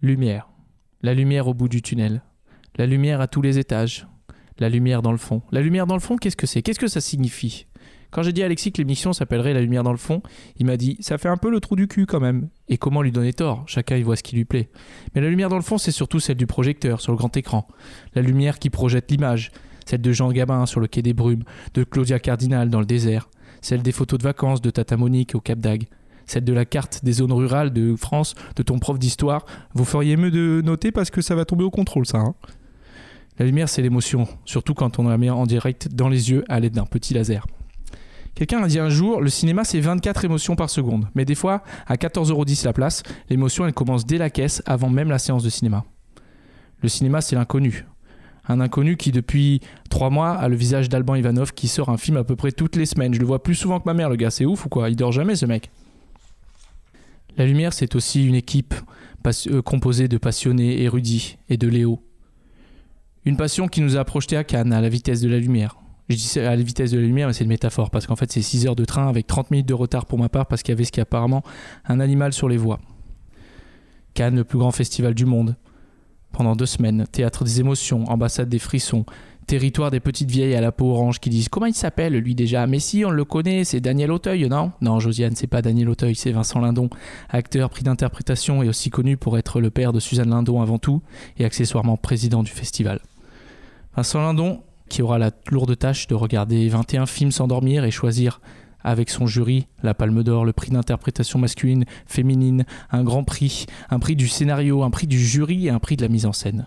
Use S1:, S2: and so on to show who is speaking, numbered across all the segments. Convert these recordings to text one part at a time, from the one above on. S1: Lumière. La lumière au bout du tunnel. La lumière à tous les étages. La lumière dans le fond. La lumière dans le fond, qu'est-ce que c'est Qu'est-ce que ça signifie Quand j'ai dit à Alexis que l'émission s'appellerait La lumière dans le fond, il m'a dit Ça fait un peu le trou du cul quand même. Et comment lui donner tort Chacun y voit ce qui lui plaît. Mais la lumière dans le fond, c'est surtout celle du projecteur sur le grand écran. La lumière qui projette l'image. Celle de Jean Gabin sur le quai des brumes. De Claudia Cardinal dans le désert. Celle des photos de vacances de Tata Monique au Cap d'Agde celle de la carte des zones rurales de France, de ton prof d'histoire. Vous feriez mieux de noter parce que ça va tomber au contrôle, ça. hein. la lumière, c'est l'émotion, surtout quand on la met en direct dans les yeux à l'aide d'un petit laser. Quelqu'un a dit un jour, le cinéma c'est 24 émotions par seconde, mais des fois, à 14,10€ la place, l'émotion elle commence dès la caisse avant même la séance de cinéma. Le cinéma c'est l'inconnu. Un inconnu qui depuis 3 mois a le visage d'Alban Ivanov qui sort un film à peu près toutes les semaines. Je le vois plus souvent que ma mère, le gars, c'est ouf ou quoi Il dort jamais ce mec. La lumière, c'est aussi une équipe pas- euh, composée de passionnés, érudits et de Léo. Une passion qui nous a projetés à Cannes à la vitesse de la lumière. Je dis ça à la vitesse de la lumière, mais c'est une métaphore, parce qu'en fait, c'est 6 heures de train avec 30 minutes de retard pour ma part, parce qu'il y avait ce qui apparemment un animal sur les voies. Cannes, le plus grand festival du monde. Pendant deux semaines, théâtre des émotions, ambassade des frissons, territoire des petites vieilles à la peau orange qui disent Comment il s'appelle lui déjà Mais si, on le connaît, c'est Daniel Auteuil, non Non, Josiane, c'est pas Daniel Auteuil, c'est Vincent Lindon acteur prix d'interprétation et aussi connu pour être le père de Suzanne Lindon avant tout et accessoirement président du festival. Vincent Lindon, qui aura la lourde tâche de regarder 21 films sans dormir et choisir avec son jury la Palme d'Or, le prix d'interprétation masculine, féminine, un grand prix, un prix du scénario, un prix du jury et un prix de la mise en scène.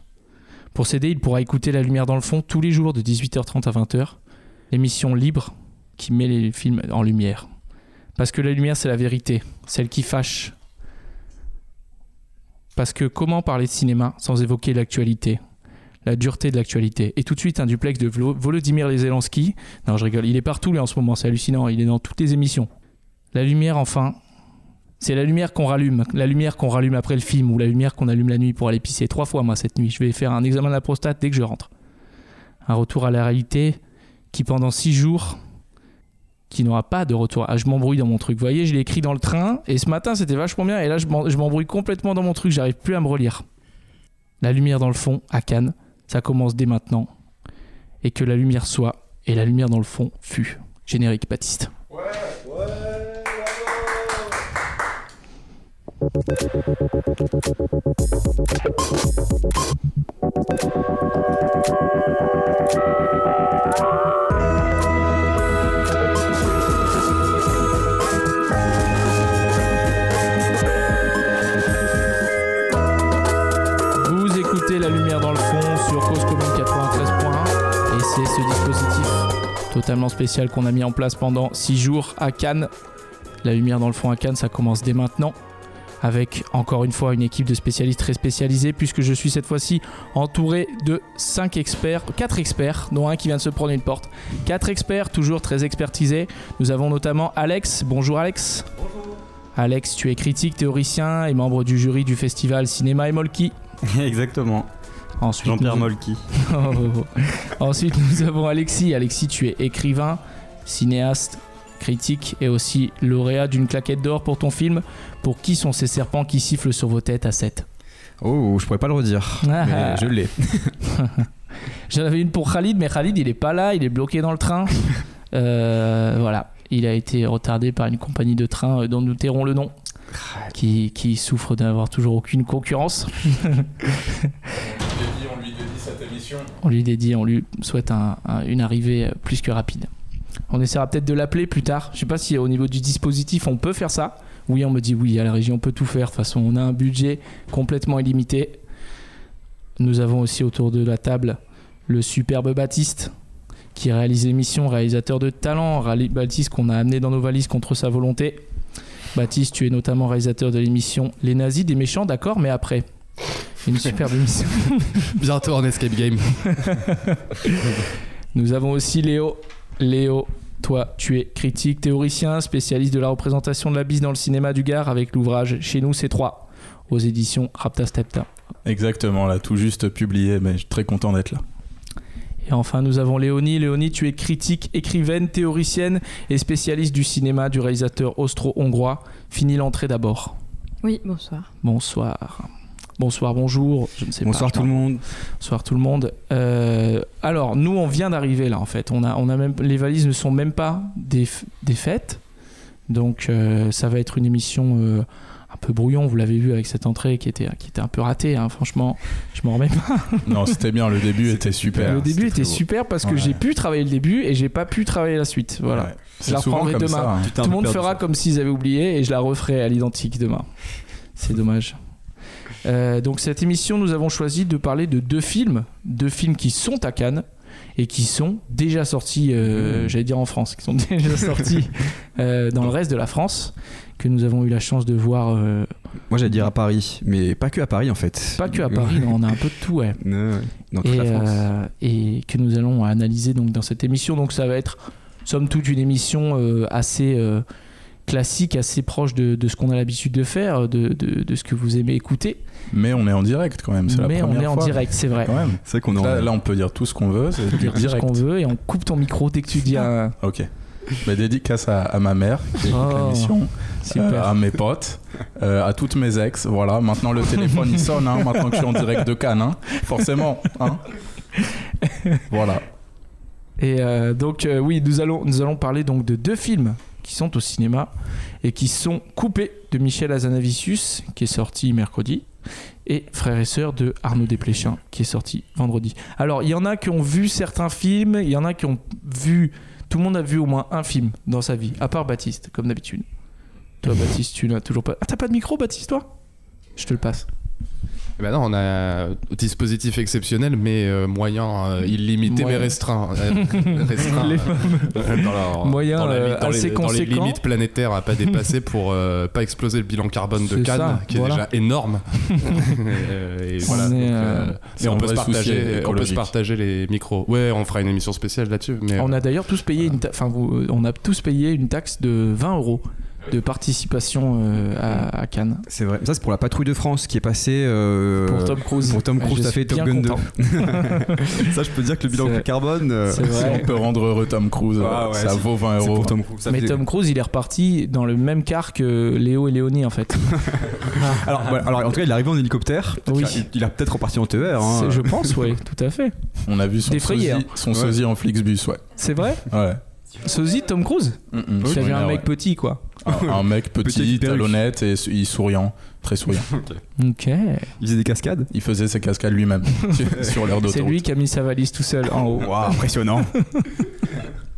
S1: Pour s'aider, il pourra écouter La Lumière dans le fond tous les jours de 18h30 à 20h, l'émission libre qui met les films en lumière. Parce que la lumière, c'est la vérité, celle qui fâche. Parce que comment parler de cinéma sans évoquer l'actualité La dureté de l'actualité. Et tout de suite, un duplex de Vlo- Volodymyr Zelensky. Non, je rigole, il est partout là en ce moment, c'est hallucinant, il est dans toutes les émissions. La lumière, enfin. C'est la lumière qu'on rallume, la lumière qu'on rallume après le film ou la lumière qu'on allume la nuit pour aller pisser. Trois fois, moi, cette nuit, je vais faire un examen de la prostate dès que je rentre. Un retour à la réalité qui, pendant six jours, qui n'aura pas de retour. Ah, je m'embrouille dans mon truc. Vous voyez, je l'ai écrit dans le train et ce matin c'était vachement bien et là je m'en- je m'embrouille complètement dans mon truc, j'arrive plus à me relire. La lumière dans le fond à Cannes, ça commence dès maintenant. Et que la lumière soit et la lumière dans le fond fut. Générique Baptiste. Vous écoutez la lumière dans le fond sur Cause Commune 93.1 et c'est ce dispositif totalement spécial qu'on a mis en place pendant 6 jours à Cannes. La lumière dans le fond à Cannes, ça commence dès maintenant avec encore une fois une équipe de spécialistes très spécialisés puisque je suis cette fois-ci entouré de 5 experts, 4 experts dont un qui vient de se prendre une porte. 4 experts toujours très expertisés. Nous avons notamment Alex. Bonjour Alex. Bonjour. Alex, tu es critique, théoricien et membre du jury du festival Cinéma et Molki.
S2: Exactement,
S1: Ensuite,
S2: Jean-Pierre
S1: nous-
S2: Molki.
S1: Oh, oh, oh. Ensuite, nous avons Alexis. Alexis, tu es écrivain, cinéaste, critique et aussi lauréat d'une claquette d'or pour ton film. Pour qui sont ces serpents qui sifflent sur vos têtes à 7
S3: Oh, je pourrais pas le redire.
S1: Ah, ah.
S3: mais je l'ai.
S1: J'en avais une pour Khalid, mais Khalid, il est pas là, il est bloqué dans le train. Euh, voilà, il a été retardé par une compagnie de train euh, dont nous tairons le nom, qui, qui souffre d'avoir toujours aucune concurrence.
S4: on lui dédie cette émission.
S1: On lui dédie, on lui souhaite un- un- une arrivée euh, plus que rapide. On essaiera peut-être de l'appeler plus tard. Je sais pas si euh, au niveau du dispositif on peut faire ça. Oui, on me dit oui, à la région on peut tout faire. De toute façon, on a un budget complètement illimité. Nous avons aussi autour de la table le superbe Baptiste qui réalise l'émission, réalisateur de talent. Rali- Baptiste qu'on a amené dans nos valises contre sa volonté. Baptiste, tu es notamment réalisateur de l'émission Les nazis des méchants, d'accord, mais après. Une superbe émission.
S3: Bientôt en escape game.
S1: Nous avons aussi Léo. Léo, toi, tu es critique, théoricien, spécialiste de la représentation de la bise dans le cinéma du Gard avec l'ouvrage Chez nous, c'est 3 aux éditions Raptastepta.
S4: Exactement, là, tout juste publié, mais je suis très content d'être là.
S1: Et enfin, nous avons Léonie. Léonie, tu es critique, écrivaine, théoricienne et spécialiste du cinéma du réalisateur austro-hongrois. Fini l'entrée d'abord.
S5: Oui, bonsoir.
S1: Bonsoir. Bonsoir, bonjour, je ne sais
S4: Bonsoir
S1: pas.
S4: tout le monde.
S1: Bonsoir tout le monde. Euh, alors, nous, on vient d'arriver là, en fait. On a, on a même, les valises ne sont même pas des, f- des fêtes. Donc, euh, ça va être une émission euh, un peu brouillon. Vous l'avez vu avec cette entrée qui était, qui était un peu ratée. hein. Franchement, je m'en remets pas.
S4: Non, c'était bien, le début était super.
S1: le début était
S4: très beau.
S1: super parce que
S4: Ouais.
S1: j'ai pu travailler le début et j'ai pas pu travailler la suite. Voilà.
S4: Ouais.
S1: Je la
S4: C'est souvent
S1: reprendrai
S4: comme
S1: demain.
S4: ça. hein.
S1: Tout le monde fera comme s'ils avaient oublié et je la referai à l'identique demain. C'est dommage. Euh, donc cette émission, nous avons choisi de parler de deux films, deux films qui sont à Cannes et qui sont déjà sortis,
S4: Hmm.
S1: euh, j'allais dire en France, qui sont déjà sortis euh, dans le reste de la France, que nous avons eu la chance de voir, euh,
S3: Moi, j'allais dire à Paris, mais pas que à Paris en fait.
S1: pas que à Paris, mais on a un peu de tout, ouais.
S3: Non, ouais. Dans toute
S1: et,
S3: la France.
S1: euh, et que nous allons analyser donc dans cette émission. Donc ça va être somme toute une émission euh, assez euh, classique, assez proche de, de ce qu'on a l'habitude de faire, de, de- de ce que vous aimez écouter.
S4: Mais on est en direct quand même, c'est la
S1: Mais
S4: première
S1: on est en
S4: fois.
S1: direct, c'est vrai.
S4: Quand même.
S3: C'est vrai qu'on est en-
S4: Là, là, on peut dire tout ce qu'on veut, c'est
S1: On peut
S4: du
S1: dire tout ce
S4: direct.
S1: qu'on veut et on coupe ton micro dès que tu dis un
S4: Ok. Bah, dédicace à, à ma mère qui écoute
S1: Oh,
S4: l'émission,
S1: super.
S4: euh, à mes potes, euh, à toutes mes ex. Voilà, maintenant le téléphone il sonne, hein, maintenant que je suis en direct de Cannes, hein. forcément. hein. Voilà.
S1: Et euh, donc euh, oui, nous allons, nous allons parler donc de deux films qui sont au cinéma et qui sont coupés de Michel Azanavicius qui est sorti mercredi et Frères et Sœurs de Arnaud Desplechin qui est sorti vendredi. Alors il y en a qui ont vu certains films, il y en a qui ont vu, tout le monde a vu au moins un film dans sa vie, à part Baptiste comme d'habitude. Toi Baptiste, tu n'as toujours pas... Ah t'as pas de micro Baptiste toi Je te le passe.
S2: Eh ben non, on a un dispositif exceptionnel, mais euh, moyen, euh, illimité,
S1: Moyen.
S2: mais restreint. Euh, restreint.
S1: Les-
S2: euh, dans leur-
S1: Moyen,
S2: dans la-
S1: euh,
S2: dans les-
S1: assez
S2: Dans les
S1: conséquent.
S2: limites planétaires à pas dépasser pour euh, pas exploser le bilan carbone de
S1: C'est
S2: Cannes,
S1: ça,
S2: qui
S1: voilà.
S2: est déjà énorme. Euh, et
S1: On
S2: voilà,
S1: est,
S2: donc,
S1: euh,
S2: euh,
S4: c'est
S2: mais
S4: un
S2: on peut, se
S4: vrai souci
S2: partager, on peut se
S4: écologique.
S2: partager les micros. Ouais, on fera une émission spéciale là-dessus. Mais euh,
S1: On a d'ailleurs tous payé une ta- enfin, vous- euh, on a tous payé une taxe de 20 euros de participation euh, à, à Cannes
S3: C'est vrai. Ça, c'est pour la patrouille de France qui est passée. euh,
S1: pour Tom Cruise.
S3: pour Tom Cruise,
S1: Je
S3: ça
S1: suis
S3: fait Top
S1: bien
S3: Gun 2.
S1: content.
S3: ça, je peux dire que le
S1: C'est-
S3: carbone. euh,
S1: C'est
S4: Si
S1: vrai.
S4: on peut rendre heureux Tom Cruise,
S3: Ah ouais,
S4: ça
S3: c'est-
S4: vaut 20
S3: c'est
S4: euros.
S3: pour Tom Cruise. Ça
S1: Mais
S3: faisait-
S1: Tom Cruise, il est reparti dans le même car que Léo et Léonie en fait.
S3: Alors, voilà, alors, en tout cas, il est arrivé en hélicoptère.
S1: Oui.
S3: Il a- Il a peut-être reparti en TER. hein.
S1: C'est- Je pense, oui, tout à fait.
S4: On a vu son
S1: Défrayé,
S4: sosie,
S1: hein.
S4: son
S3: Ouais.
S4: sosie en Flixbus, ouais.
S1: C'est vrai
S4: ouais.
S1: Sosie de Tom Cruise
S4: Mm, mm,
S1: Tu as vu
S4: souvenir,
S3: ah
S1: un
S4: ouais.
S1: mec petit quoi.
S4: un, un mec petit,
S3: Petite perruque.
S4: talonnette et sou- il souriant, très souriant.
S1: Ok.
S3: Il faisait des cascades.
S4: Il faisait ses cascades lui-même sur l'air
S1: C'est
S4: d'autoroute.
S1: lui qui a mis sa valise tout seul en haut.
S3: Waouh, impressionnant.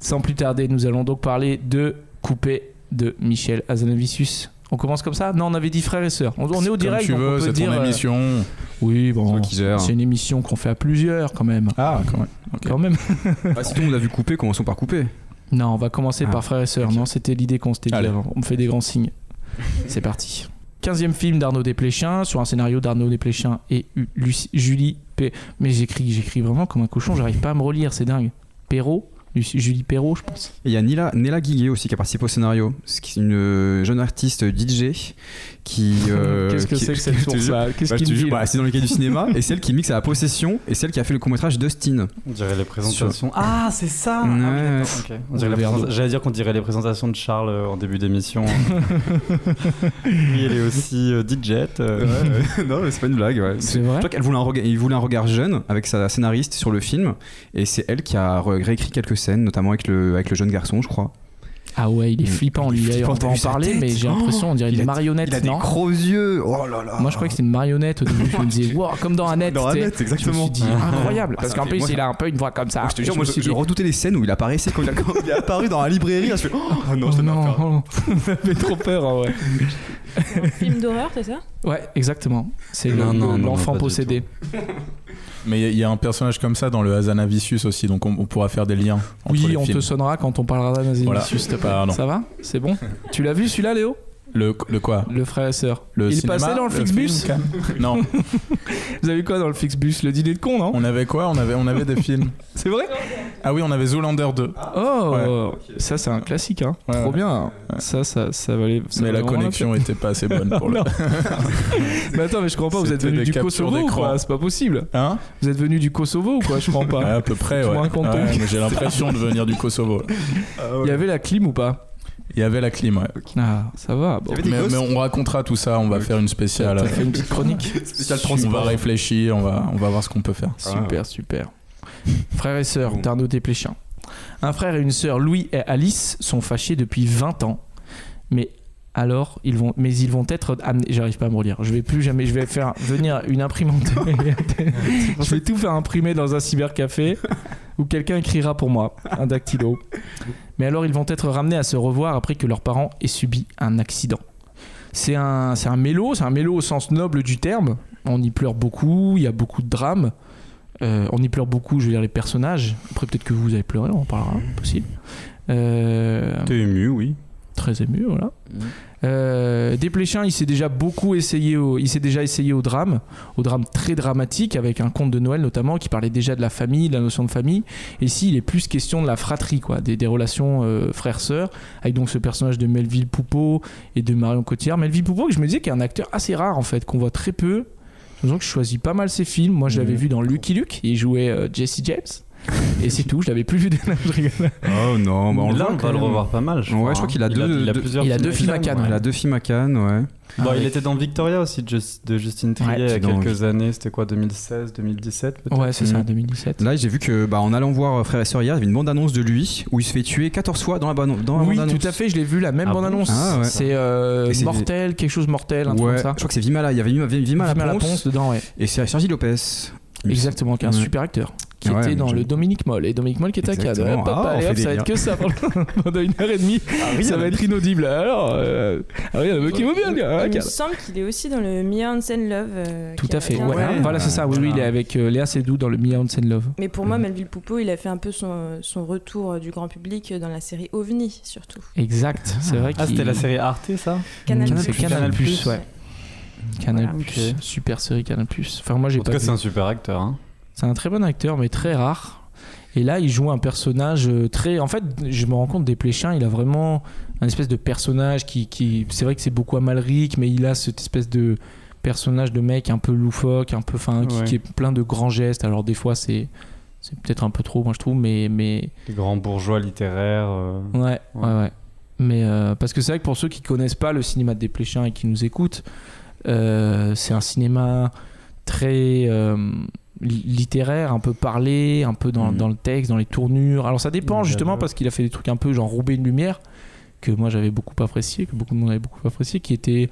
S1: Sans plus tarder, nous allons donc parler de Coupé de Michel Azanavicius. On commence comme ça Non, on avait dit frères et sœurs. On, on est au
S4: Comme
S1: direct,
S4: tu
S1: donc
S4: veux,
S1: on peut
S4: c'est
S1: dire.
S4: ton
S1: euh,
S4: émission.
S1: Oui, bon.
S3: Toi qui gères.
S1: C'est une émission qu'on fait à plusieurs quand même.
S4: Ah, quand même.
S1: Quand même.
S3: Bah, si tout le monde a vu couper, commençons par couper.
S1: Non, on va commencer
S3: Ah,
S1: par frères et sœurs. Non, c'était l'idée qu'on s'était dit
S4: Allez.
S1: avant. On me fait des grands signes. C'est parti. 15e film d'Arnaud Desplechin, sur un scénario d'Arnaud Desplechin et U- Lucie- Julie P. Mais j'écris, j'écris vraiment comme un cochon, j'arrive pas à me relire, c'est dingue. Perrault Lucie- Julie Perrault, je pense.
S3: Et il y a Nila, Nela Guillet aussi qui a participé au scénario. C'est qui- une euh, jeune artiste DJ qui. euh,
S1: Qu'est-ce que
S3: qui-
S1: c'est que
S3: je
S1: cette
S3: te
S1: source
S3: jure-
S1: là Qu'est-ce
S3: bah, je
S1: qu'il
S3: te jure,
S1: dit
S3: bah, c'est dans le cas du cinéma et celle qui mixe à la possession et celle qui a fait le court métrage Dustin.
S5: On dirait les présentations. Ah, c'est ça
S3: Ouais.
S5: Ah oui, d'accord, ok. On dirait
S1: Le
S5: les
S1: verre
S5: présenta-
S1: d'eau.
S5: J'allais dire qu'on dirait les présentations de Charles euh, en début d'émission. oui, il est aussi euh, DJ. euh,
S3: non, mais c'est pas une blague. Ouais.
S1: C'est vrai
S3: Je crois qu'elle voulait un regard, il voulait un regard jeune avec sa scénariste sur le film et c'est elle qui a re- réécrit quelques scènes, notamment avec le, avec le jeune garçon, je crois.
S1: Ah ouais, il est
S3: Il-
S1: flippant
S3: Mm. il est
S1: lui d'ailleurs. On
S3: flippant,
S1: va en
S3: t'as vu sa
S1: parler, mais
S3: tête
S1: j'ai l'impression, on dirait
S3: Il
S1: une
S3: a-
S1: marionnette, non
S3: gros yeux. Oh là là.
S1: Moi je croyais que c'était une marionnette au début, je me disais, wow, comme dans Annette.
S3: Dans
S1: tu sais.
S3: Annette,
S1: Je me
S3: exactement.
S1: suis dit, incroyable,
S3: Ah,
S1: parce
S3: ça
S1: qu'en
S3: fait-
S1: plus
S3: moi,
S1: il a un peu une voix comme ça.
S3: Moi, je te
S1: Et
S3: jure,
S1: je
S3: moi,
S1: me
S3: je,
S1: suis
S3: je
S1: dit,
S3: redoutais les scènes où il apparaissait quand il, a- quand il est apparu dans la librairie. Je fais, oh non,
S1: oh
S3: je t'aime pas
S1: non,
S3: faire.
S1: oh non. j'avais trop peur. hein, ouais.
S6: Film d'horreur, c'est ça
S1: ouais, exactement. C'est le-
S5: Non, non, non,
S1: le-
S5: non,
S1: l'enfant
S5: pas du
S1: possédé.
S4: Mais il y a- il y, a un personnage comme ça dans le Hazanavicius aussi, donc on, on pourra faire des liens. entre
S1: Oui,
S4: les
S1: on
S4: films.
S1: te sonnera quand on parlera d'Anazimus.
S4: Voilà. Pardon.
S1: Ça va C'est bon Tu l'as vu celui-là, Léo
S4: Le, le quoi
S1: Le frère et sœur.
S4: Le
S1: Il
S4: cinéma,
S1: passait dans le
S4: film,
S1: Flixbus
S4: quoi Non.
S1: Vous avez quoi dans le Flixbus Le dîner de con, non
S4: On avait quoi on avait, on avait des films.
S1: C'est vrai
S4: Ah oui, on avait Zoolander 2.
S1: Oh Ça, c'est un classique, hein.
S4: Ouais,
S1: Trop
S4: ouais.
S1: bien. hein. Ça, ça, ça valait. ça
S4: mais
S1: valait
S4: la
S1: vraiment
S4: connexion était pas assez bonne pour le.
S1: peine. Mais attends, mais je comprends pas, vous êtes
S4: C'était
S1: venu
S4: des
S1: du
S4: captures
S1: Kosovo ou
S4: d'écran.
S1: quoi C'est pas possible.
S4: Hein
S1: Vous êtes venu du Kosovo ou quoi Je comprends
S4: Ouais,
S1: pas.
S4: À peu près,
S1: Tu me
S4: ouais.
S1: racontes
S4: Ouais,
S1: donc
S3: Ah
S4: mais J'ai l'impression de venir du Kosovo.
S1: Il y avait la clim ou pas
S4: Il y avait la clim, ouais.
S1: Ah, ça va. Bon.
S3: Il y avait des
S4: Mais,
S3: ghosts
S4: mais on racontera tout ça, on va
S3: Ok.
S4: faire une spéciale.
S1: T'as
S4: euh,
S1: fait une petite chronique
S3: Spécial
S4: on va
S3: transport.
S4: réfléchir, on va, on va voir ce qu'on peut faire.
S1: Super, super. Frères et sœurs
S3: Ah. Bon.
S1: d'Arnaud Desplechin. Un frère et une sœur, Louis et Alice, sont fâchés depuis 20 ans. Mais alors, ils vont, mais ils vont être amenés. J'arrive pas à me relire. Je vais plus jamais. Je vais faire venir une imprimante. je vais tout faire imprimer dans un cybercafé où quelqu'un écrira pour moi un dactylo. Mais alors, ils vont être ramenés à se revoir après que leurs parents aient subi un accident. C'est un, c'est un mélo, c'est un mélo au sens noble du terme. On y pleure beaucoup, il y a beaucoup de drames. Euh, on y pleure beaucoup, je veux dire, les personnages. Après, peut-être que vous avez pleuré, on en parlera, possible. Euh,
S5: T'es ému, oui.
S1: très ému, voilà.
S5: Mm.
S1: Euh, Desplechin, il s'est déjà beaucoup essayé au, il s'est déjà essayé au drame, au drame très dramatique, avec un conte de Noël notamment, qui parlait déjà de la famille, de la notion de famille. Et ici, il est plus question de la fratrie, quoi, des, des relations euh, frères-sœurs, avec donc ce personnage de Melville Poupeau et de Marion Cotillard. Melville Poupeau, que je me disais qu'il est un acteur assez rare, en fait, qu'on voit très peu. Donc, je choisis pas mal ses films. Moi, je l'avais
S4: Mm.
S1: vu dans Lucky Luke, il jouait euh, Jesse James. Et c'est tout, je l'avais plus vu de je rigole.
S3: Oh non, bah on le
S5: Là,
S3: voit
S5: on
S3: quand
S5: va le
S3: même.
S5: revoir pas mal. Je
S3: Ouais,
S5: crois,
S3: je crois
S5: hein.
S3: qu'il a deux- deux-
S5: plusieurs
S1: il a deux films à Cannes,
S3: Il a deux films à Cannes, ouais.
S5: Bon,
S1: Avec-
S5: il était dans Victoria aussi de Just- de Justine Trier
S1: Ouais,
S5: il y a
S3: c'est dans-
S5: quelques années. C'était quoi, 2016, 2017 peut-être
S1: Ouais, c'est ça,
S3: Mm.
S1: 2017.
S3: Là, j'ai vu que, bah, en allant voir Frère et Sœur hier, il y avait une bande-annonce de lui où il se fait tuer 14 fois dans la, ban- dans la
S1: oui,
S3: bande-annonce.
S1: tout à fait, je l'ai vu, la même
S5: Ah bon
S1: bande-annonce.
S3: Ah ouais.
S1: C'est euh,
S3: Et c'est-
S1: mortel, quelque chose mortel, un truc
S3: Ouais,
S1: comme
S3: je
S1: ça.
S3: crois que c'est Vimala. Il y avait Vima, Vima,
S1: Film à
S3: la,
S1: la
S3: Ponce,
S1: ponce dedans, ouais.
S3: et c'est Sergi Lopez.
S1: Exactement, qui est un
S3: Ouais.
S1: super acteur. Qui
S3: Ouais,
S1: était dans
S3: j'aime.
S1: le Dominique Moll. Et Dominique Moll qui est à Cannes.
S3: Exactement.
S1: Hop, hop,
S3: Ah, on
S1: allez,
S3: fait
S1: hop,
S3: des
S1: ça va être
S3: liens. Ah
S1: que ça pendant pendant une heure et demie. ça va être inaudible. Alors, euh, ah oui, il y en a qui vont bien, gars, à
S6: Il me
S1: Cannes.
S6: semble qu'il est aussi dans le Mia Hansen Love. euh,
S1: Tout
S6: qui
S1: à
S6: a
S1: fait,
S6: bien-
S1: ouais.
S3: Ouais.
S1: Voilà, c'est ça. Oui, oui, il est avec euh, Léa Seydoux dans le Mia Hansen Love.
S6: Mais pour
S1: Mm.
S6: moi, Melville Poupeau, il a fait un peu son, son retour euh, du grand public dans la série OVNI, surtout.
S1: Exact, c'est
S3: Oh,
S1: vrai
S5: Ah,
S1: qu'il-
S5: c'était la série Arte, ça
S6: Canal+.
S1: Mm. C'est Canal+, ouais. Canal+,
S6: Voilà.
S1: Plus,
S5: Ok.
S1: super série Canal+. Plus. Enfin, moi, j'ai
S5: En tout
S1: pas
S5: cas,
S1: vu.
S5: c'est un super acteur. hein.
S1: C'est un très bon acteur, mais très rare. Et là, il joue un personnage euh, très. En fait, je me rends compte des Pléchins, il a vraiment un espèce de personnage qui. qui... C'est vrai que c'est beaucoup Amalric, mais il a cette espèce de personnage de mec un peu loufoque, un peu. Enfin, qui,
S5: Ouais.
S1: qui est plein de grands gestes. Alors, des fois, c'est. C'est peut-être un peu trop, moi je trouve, mais. mais...
S5: Les grands bourgeois littéraires. euh,
S1: Ouais, ouais,
S5: Ouais.
S1: ouais. Mais euh, parce que c'est vrai que pour ceux qui connaissent pas le cinéma des Pléchins et qui nous écoutent, euh, c'est un cinéma très euh, li- littéraire, un peu parlé, un peu dans,
S5: Mhm.
S1: dans le texte, dans les tournures. Alors ça dépend
S5: Dans le
S1: justement
S5: dialogue.
S1: parce qu'il a fait des trucs un peu genre Roubaix une lumière que moi j'avais beaucoup apprécié, que beaucoup de monde avait beaucoup apprécié, qui était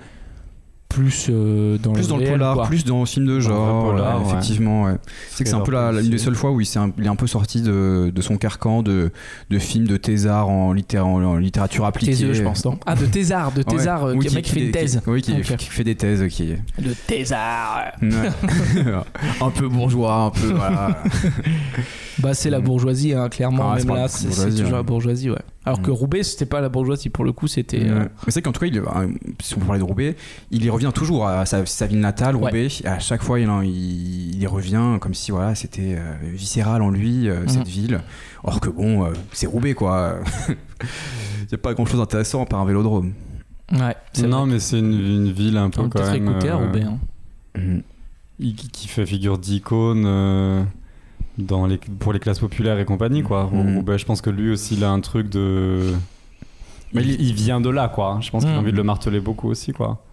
S1: plus euh, dans
S3: Plus
S1: le
S3: dans le
S1: réel,
S3: polar,
S1: quoi.
S3: plus dans le film de genre.
S5: vrai polar,
S3: ouais,
S5: ouais.
S3: Effectivement, ouais. C'est que c'est un peu la, la- une des seules fois où il, s'est un, il est un peu sorti de, de son carcan de, de films de thésard en, littér- en- en littérature appliquée.
S1: Thésée, je pense, non Ah, de Thésard, de
S3: Ouais.
S1: Thésard, euh,
S3: Oui,
S1: qui, mec qui fait une thèse.
S3: qui- oui, qui,
S1: Ok.
S3: qui fait des thèses. Qui...
S1: Le Thésard
S3: un peu bourgeois, un peu. Voilà.
S1: Bah, c'est la
S3: Mm.
S1: bourgeoisie, hein, clairement.
S3: Ah, c'est
S1: même
S3: pas
S1: là,
S3: la
S1: c'est c'est
S3: bourgeoisie,
S1: toujours
S3: ouais.
S1: la bourgeoisie, ouais. Alors que
S3: Mm.
S1: Roubaix, c'était pas la bourgeoisie pour le coup, c'était.
S3: Ouais.
S1: euh,
S3: Mais c'est vrai qu'en tout cas, il, est- euh, si on peut parler de Roubaix, il y revient toujours à sa, sa ville natale,
S1: Ouais.
S3: Roubaix. Et À chaque fois, il, en- il, il y revient comme si voilà, c'était euh, viscéral en lui, euh,
S1: Mhm.
S3: cette ville. Or que bon, euh, c'est Roubaix, quoi. Il n'y a pas grand-chose d'intéressant par un vélodrome.
S1: euh, Ouais, c'est
S5: Non, mais c'est une, une ville un peu
S1: vrai.
S5: quand
S1: peut-être
S5: même.
S1: écouter à
S5: euh,
S1: Roubaix. hein.
S3: Mhm.
S5: il- qui, qui fait figure d'icône euh, dans les, pour les classes populaires et compagnie, quoi.
S3: Mhm.
S5: Ou- ou ben, je pense que lui aussi, il a un truc de. Mais il, il vient de là, quoi. Je pense qu'il
S1: Mhm.
S5: a envie de le marteler beaucoup aussi, quoi.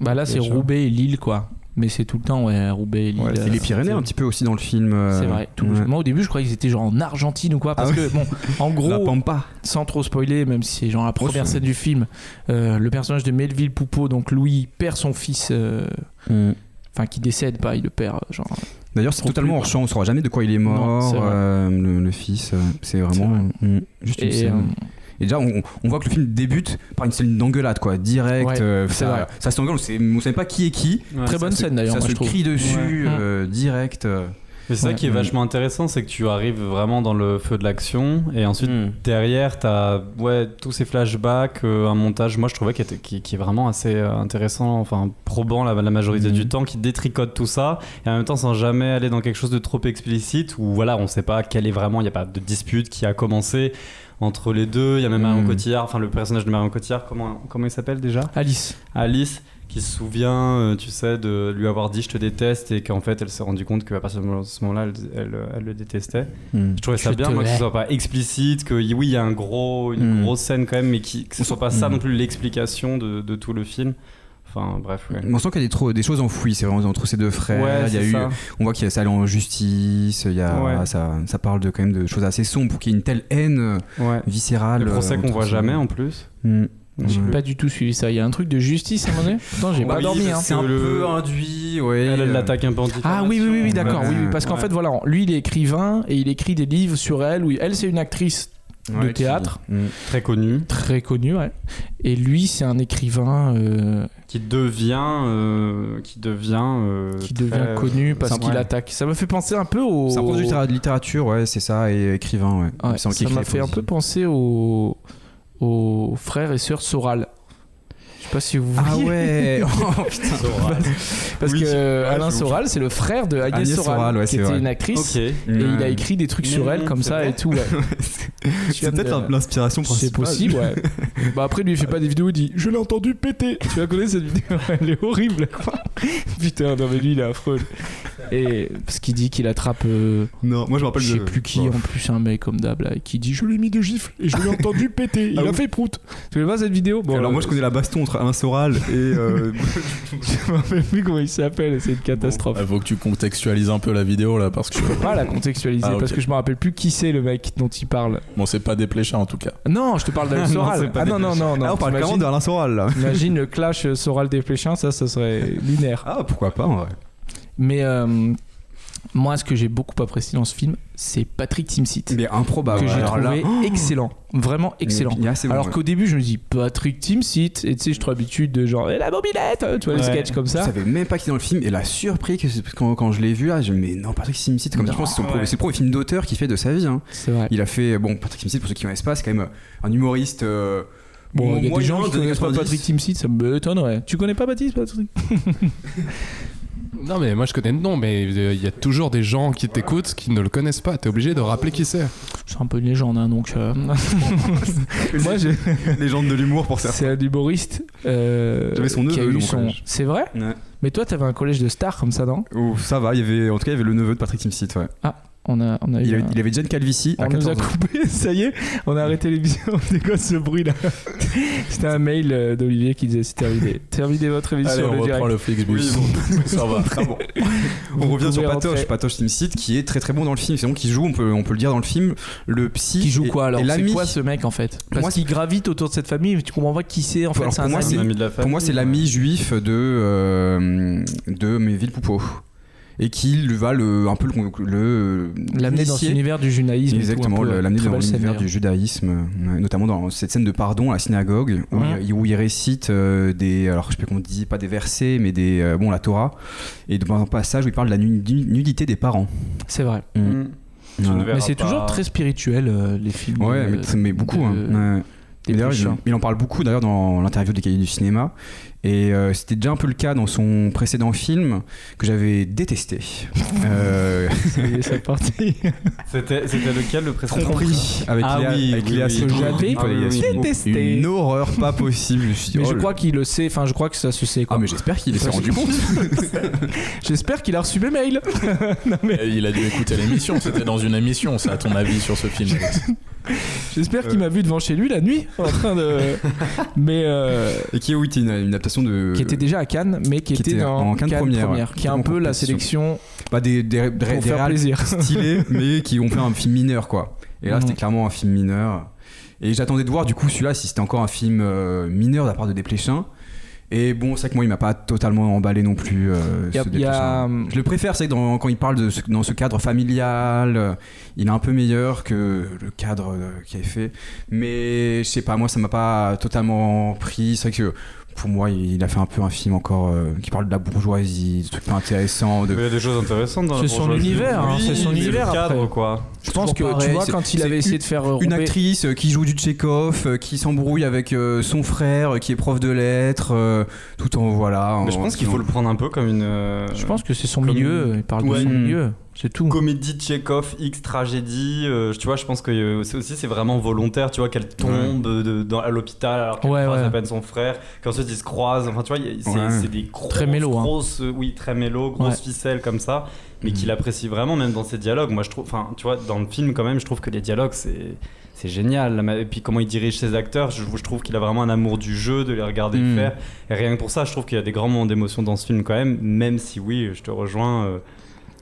S1: Bah là,
S5: Bien
S1: c'est
S5: sûr.
S1: Roubaix et Lille, quoi. Mais c'est tout le temps, ouais, Roubaix et Lille.
S5: Ouais,
S1: euh,
S3: Et les Pyrénées, un petit peu aussi dans le film. euh,
S1: C'est vrai. Tout-
S3: ouais.
S1: Moi, au début, je croyais qu'ils étaient genre en Argentine ou quoi. Parce
S3: Ah
S1: que, bon, en
S3: La
S1: gros,
S3: Pampa.
S1: sans trop spoiler, même si c'est genre la première
S3: Oh, c'est-
S1: scène du film, euh, le personnage de Melville Poupeau, donc Louis, perd son fils. euh, Enfin, qui décède pas, il le perd, euh, genre.
S3: D'ailleurs, c'est
S1: Trop
S3: totalement
S1: plus,
S3: hors champ, on saura jamais de quoi il est
S1: Non,
S3: mort,
S1: c'est vrai.
S3: euh, le, le fils. euh, C'est vraiment mm, juste une
S1: Et,
S3: scène.
S1: euh,
S3: Et déjà, on, on voit que le film débute par une scène d'engueulade, quoi, direct.
S1: Ouais,
S3: euh,
S1: c'est vrai.
S3: ça, ça s'engueule, on sait, on sait pas qui est qui.
S1: Très bonne
S3: Ça se-
S1: scène, d'ailleurs,
S3: Ça
S1: moi,
S3: se
S1: je trouve.
S3: crie dessus,
S1: Ouais.
S3: euh, direct. euh.
S5: Mais c'est ça
S1: Ouais.
S5: qui est
S3: Mhm.
S5: vachement intéressant, c'est que tu arrives vraiment dans le feu de l'action et ensuite. Derrière, t'as ouais, tous ces flashbacks, euh, un montage, moi je trouvais qui, était- qui, qui est vraiment assez euh, intéressant, enfin probant la, la majorité
S3: Mhm.
S5: du temps, qui détricote tout ça, et en même temps sans jamais aller dans quelque chose de trop explicite, où voilà, on sait pas quel est vraiment, il n'y a pas de dispute qui a commencé entre les deux, il y a même Marion
S3: Mhm.
S5: Cotillard, enfin le personnage de Marion Cotillard, comment, comment il s'appelle déjà
S1: Alice.
S5: Alice, qui se souvient, euh, tu sais, de lui avoir dit je te déteste et qu'en fait elle s'est rendue compte qu'à partir de ce moment-là, elle, elle- elle le détestait.
S3: Hmm.
S5: Je trouvais ça
S1: Je
S5: bien,
S1: te
S5: moi, que ce
S1: hais.
S5: soit pas explicite, que y- oui, il y a un gros, une
S1: Hmm.
S3: Mm.
S5: grosse scène quand même, mais qui, que ce soit pas ça
S3: Mm.
S5: non plus l'explication de, de tout le film. Enfin, bref, ouais.
S3: On sent qu'il y a des, tro- des choses enfouies, c'est vraiment entre ces deux frères.
S5: Ouais,
S3: il y a
S5: c'est
S3: eu,
S5: ça.
S3: on voit qu'il y a ça allé en justice. Il y a,
S5: Ouais.
S3: ça, ça parle de quand même de choses assez sombres pour qu'il y ait une telle haine euh,
S5: Ouais.
S3: viscérale.
S5: Le procès
S3: euh,
S5: qu'on
S3: entre
S5: voit
S3: ces-
S5: jamais en plus.
S3: Mm.
S1: J'ai
S3: Ouais.
S1: pas du tout suivi ça. Il y a un truc de justice à un moment donné Pourtant, j'ai
S5: Bah
S1: pas
S5: oui,
S1: dormi.
S5: parce
S1: hein.
S3: C'est un
S5: que le-
S3: peu induit, ouais.
S5: Elle, elle
S3: euh,
S5: l'attaque un peu en
S1: Ah oui, oui, oui, oui, d'accord.
S3: Ouais.
S1: Oui, oui, parce qu'en
S5: Ouais.
S1: fait, voilà, lui, il est écrivain et il écrit des livres sur elle. Où elle, c'est une actrice
S3: ouais,
S1: de
S3: qui-
S1: théâtre
S3: Mm.
S5: Très connue.
S1: très connue, ouais. Et lui, c'est un écrivain euh,
S5: Qui devient. euh, qui devient. euh,
S1: qui
S5: très-
S1: devient connu parce
S5: ça-
S1: qu'il
S5: ouais.
S1: attaque. Ça me fait penser un peu au.
S3: C'est un produit de littéra- de littérature, ouais, c'est ça, et écrivain, ouais.
S1: Ouais,
S3: Il me semble
S1: ça
S3: qu'il
S1: m'a
S3: écrit
S1: fait
S3: des
S1: un
S3: poésies.
S1: peu penser aux, aux frères et sœurs Soral. Je sais pas si vous
S3: Ah
S1: voyez.
S3: ouais Oh, putain.
S1: Parce
S5: Oui.
S1: que euh,
S5: Ouais,
S1: Alain
S5: je-
S1: Soral, c'est le frère de Agnès,
S3: Agnès
S1: Soral,
S3: Soral, ouais,
S1: qui
S3: c'est
S1: était
S3: vrai.
S1: une actrice.
S5: Ok.
S1: Et il a écrit des trucs
S5: Mais
S7: Mm,
S1: sur elle
S5: non,
S1: comme
S5: c'est
S1: ça
S5: vrai
S1: et tout. ouais. Tu viens
S3: C'est
S1: de- euh,
S3: peut-être l'inspiration
S1: C'est
S3: principale.
S1: possible, ouais. bah après, lui, il fait pas des vidéos, il dit Je l'ai entendu péter. Tu vas connaître cette vidéo, elle est horrible. Putain, non, mais lui, il est affreux. Et parce qu'il dit qu'il attrape, euh,
S7: Non, moi je me rappelle
S1: je sais
S7: de-
S1: plus qui, hein.
S7: Ouais.
S1: en plus, un mec comme d'hab, là, et qui dit Je lui ai mis deux gifles et je l'ai entendu péter. Il
S7: Ah
S1: a
S7: oui.
S1: fait prout. Tu veux pas cette vidéo Bon,
S7: Alors moi je connais la baston entre Alain Soral et.
S3: Ah,
S7: euh,
S1: je me rappelle plus comment il s'appelle, c'est une catastrophe.
S7: ah
S4: Il faut que tu contextualises un peu la vidéo là, parce que
S1: Je peux pas la contextualiser
S4: Ah, ok.
S1: parce que je me rappelle plus qui c'est le mec dont il parle.
S4: bon, c'est pas dépléché en tout cas.
S1: Non, je te parle d'Alain
S5: Non,
S1: Soral.
S5: c'est pas
S1: ah non,
S5: des-
S1: non, non, non.
S7: Ah, on parle clairement
S1: T'imagines-
S7: d'Alain Soral là.
S1: Imagine le clash euh, Soral-Desplechin, ça, ça serait lunaire.
S3: Ah, pourquoi pas, en vrai.
S1: Mais euh, moi, ce que j'ai beaucoup apprécié dans ce film, c'est Patrick Timsit,
S3: Mais improbable.
S1: que j'ai
S3: alors
S1: trouvé
S3: là- hein.
S1: excellent, vraiment excellent.
S3: Il est assez bon,
S1: Alors
S3: ouais.
S1: qu'au début, je me dis Patrick Timsit, et tu sais, je trouve l'habitude de genre Eh, la mobilette, tu vois les
S5: Ouais.
S1: sketchs comme
S3: Je
S1: ça.
S3: savais même pas qu'il était dans le film et la surprise que c'est- quand, quand je l'ai vu là, j'ai dit, mais non Patrick Simsit c'est comme ça, je pense que c'est son
S1: Ah
S3: premier-
S5: Ouais.
S3: c'est le premier film d'auteur qu'il fait de sa vie. hein.
S1: C'est vrai.
S3: Il a fait bon Patrick Simsit pour ceux qui connaissent pas c'est quand même un humoriste. euh,
S1: Bon, il y a des
S3: moyen
S1: gens qui
S3: années
S1: connaissent pas
S3: 90.
S1: Patrick Timsit, ça m'étonnerait. Tu connais pas Baptiste Patrick
S2: Non, mais moi je connais le nom, mais euh, il y a toujours des gens qui t'écoutent qui ne le connaissent pas. T'es obligé de rappeler qui c'est.
S1: C'est un peu une légende, hein, donc. euh, moi, je-
S7: Légende de l'humour pour certains.
S1: c'est un humoriste. euh,
S7: J'avais son
S1: qui a
S7: neveu
S1: eu
S7: dans mon
S1: son.
S7: collège.
S1: C'est vrai
S3: Ouais.
S1: Mais toi, t'avais un collège de stars comme ça, non
S3: Ou ça va, il y avait en tout cas il y avait le neveu de Patrick Simsit ouais.
S1: on a, on a
S3: Il,
S1: eu
S3: avait-
S1: un-
S3: il avait Jane Calvici à
S1: Eh On nous
S3: 14
S1: a
S3: ans.
S1: coupé, ça y est, on a arrêté l'émission. C'est quoi ce bruit là C'était un mail euh, d'Olivier qui disait c'est terminé. Terminez votre
S4: Allez,
S1: émission
S4: on
S1: le
S4: reprend
S1: direct.
S4: le Flixbus. ça va.
S3: Ah bon.
S1: Vous
S3: On revient sur
S1: pouvez
S3: Patoche,
S1: rentrer.
S3: Patoche Simsit qui est très très bon dans le film, c'est bon qui joue, on peut, on peut le dire dans le film, le psy
S1: Qui joue
S3: et-
S1: quoi alors
S3: et
S1: C'est
S3: l'ami.
S1: quoi ce mec en fait
S3: Parce
S1: Parce qu'il gravite autour de cette famille, mais tu comprends pas qui c'est en fait.
S3: Alors,
S1: c'est
S3: pour
S1: un
S3: moi,
S1: ami.
S5: Un ami de la famille.
S3: Pour moi, c'est l'ami juif de euh, de Méville Poupeau et qui lui va le un peu le le
S1: l'amener dans
S3: l'initier.
S1: l'univers du judaïsme. et tout,
S3: Exactement,
S1: un peu, euh,
S3: le- l'amener
S1: très
S3: dans
S1: belle scène,
S3: l'univers du
S1: d'ailleurs.
S3: judaïsme, euh, notamment dans cette scène de pardon à la synagogue où,
S1: Ouais.
S3: il, où il récite euh, des, alors je sais pas comment on dit, pas des versets, mais des, euh, bon la Torah, et dans un passage où il parle de la nu- du- nudité des parents.
S1: C'est vrai.
S5: Mm. Tu ne
S3: Ouais,
S5: verras
S1: Mais c'est
S5: pas.
S1: toujours très spirituel euh, les films.
S3: Ouais,
S1: de-
S3: mais, mais beaucoup. hein.
S1: de-
S3: Ouais.
S1: des
S3: Mais d'ailleurs, il,
S1: prochains.
S3: il en parle beaucoup d'ailleurs dans l'interview des cahiers du cinéma. Et euh, c'était déjà un peu le cas dans son précédent film que j'avais détesté. Euh,
S1: Ça y est, c'est parti.
S5: C'était c'était lequel le précédent
S3: Tromperie avec
S5: Ah
S3: Léa,
S5: oui,
S3: avec
S5: oui,
S3: Léa
S5: oui.
S3: Seydoux,
S1: J'avais
S3: Nicolas
S5: détesté.
S3: Yassine. Une horreur pas possible. Je me suis dit,
S1: Mais
S3: oh
S1: je
S3: là-
S1: crois qu'il le sait. Enfin, je crois que ça se sait.
S3: Ah
S1: quoi.
S3: mais j'espère qu'il s'est
S1: Parce-
S3: rendu compte.
S1: J'espère qu'il a reçu mes mails. Non, mais-
S4: Et Il a dû écouter l'émission, c'était dans une émission, c'est à ton avis sur ce film.
S1: J'espère qu'il m'a vu devant chez lui la nuit en train de. mais euh,
S3: Et qui est oui, t'es une, une adaptation de.
S1: qui était déjà à Cannes, mais qui,
S3: Euh, Qui
S1: était,
S3: était
S1: dans
S3: en Cannes première, ouais.
S1: qui est un
S3: En
S1: peu la
S3: compétition.
S1: sélection
S3: Bah, des des, des,
S1: pour
S3: des
S1: faire
S3: réals
S1: plaisir.
S3: stylés, mais qui ont fait un film mineur quoi. Et là
S1: Mhm.
S3: c'était clairement un film mineur. Et j'attendais de voir du coup celui-là si c'était encore un film euh, mineur de la part de Desplechin. Et bon, c'est vrai que moi il m'a pas totalement emballé non plus. euh,
S1: Il y a- hum,
S3: ce
S1: il y a-
S3: Desplechin. Je le préfère, c'est que dans- quand il parle de ce- dans ce cadre familial, euh, il est un peu meilleur que le cadre euh, qu'il avait fait. Mais je sais pas, moi ça m'a pas totalement pris. C'est vrai que pour moi, il a fait un peu un film encore euh, qui parle de la bourgeoisie, des trucs pas intéressants.
S5: Il y
S3: De...
S5: a des choses intéressantes dans la
S1: C'est son
S5: bourgeoisie.
S1: univers, hein,
S5: Oui,
S1: c'est son
S5: mais
S1: univers
S5: le cadre,
S1: après.
S5: quoi.
S1: Je pense que
S3: Pareil,
S1: tu vois
S3: c'est-
S1: quand il
S3: c'est
S1: avait
S3: une-
S1: essayé de faire
S3: Une
S1: romper-
S3: actrice euh, qui joue du Tchekhov, euh, qui s'embrouille avec euh, son frère, euh, qui est prof de lettres, euh, tout en voilà.
S5: Mais je
S3: en-
S5: pense qu'il
S3: en-
S5: faut le prendre un peu comme une. euh,
S1: Je pense que c'est son
S5: Comme-
S1: milieu. euh, Il parle de
S3: Ouais.
S1: son milieu. C'est tout.
S5: Comédie Tchekhov, X tragédie, euh, tu vois, je pense que euh, c'est aussi c'est vraiment volontaire, tu vois, qu'elle tombe euh, de- dans, à l'hôpital alors qu'elle
S1: Ouais,
S5: croise
S1: ouais.
S5: à peine son frère, qu'ensuite ils se croisent, enfin tu vois, il y a- c'est
S3: Ouais.
S5: c'est des grosses,
S1: Très mélo, hein.
S5: grosses, euh, oui, très mélo, grosses
S1: Ouais. Mhm.
S5: ficelles comme ça, mais qu'il apprécie vraiment même dans ses dialogues. Moi je trouve, enfin tu vois, dans le film quand même, je trouve que les dialogues c'est c'est génial. La ma- Et puis comment il dirige ses acteurs, je, je trouve qu'il a vraiment un amour du jeu, de les regarder
S1: Mhm.
S3: Mm.
S5: faire. Et rien que pour ça, je trouve qu'il y a des grands moments d'émotion dans ce film quand même, même si oui, je te rejoins. euh,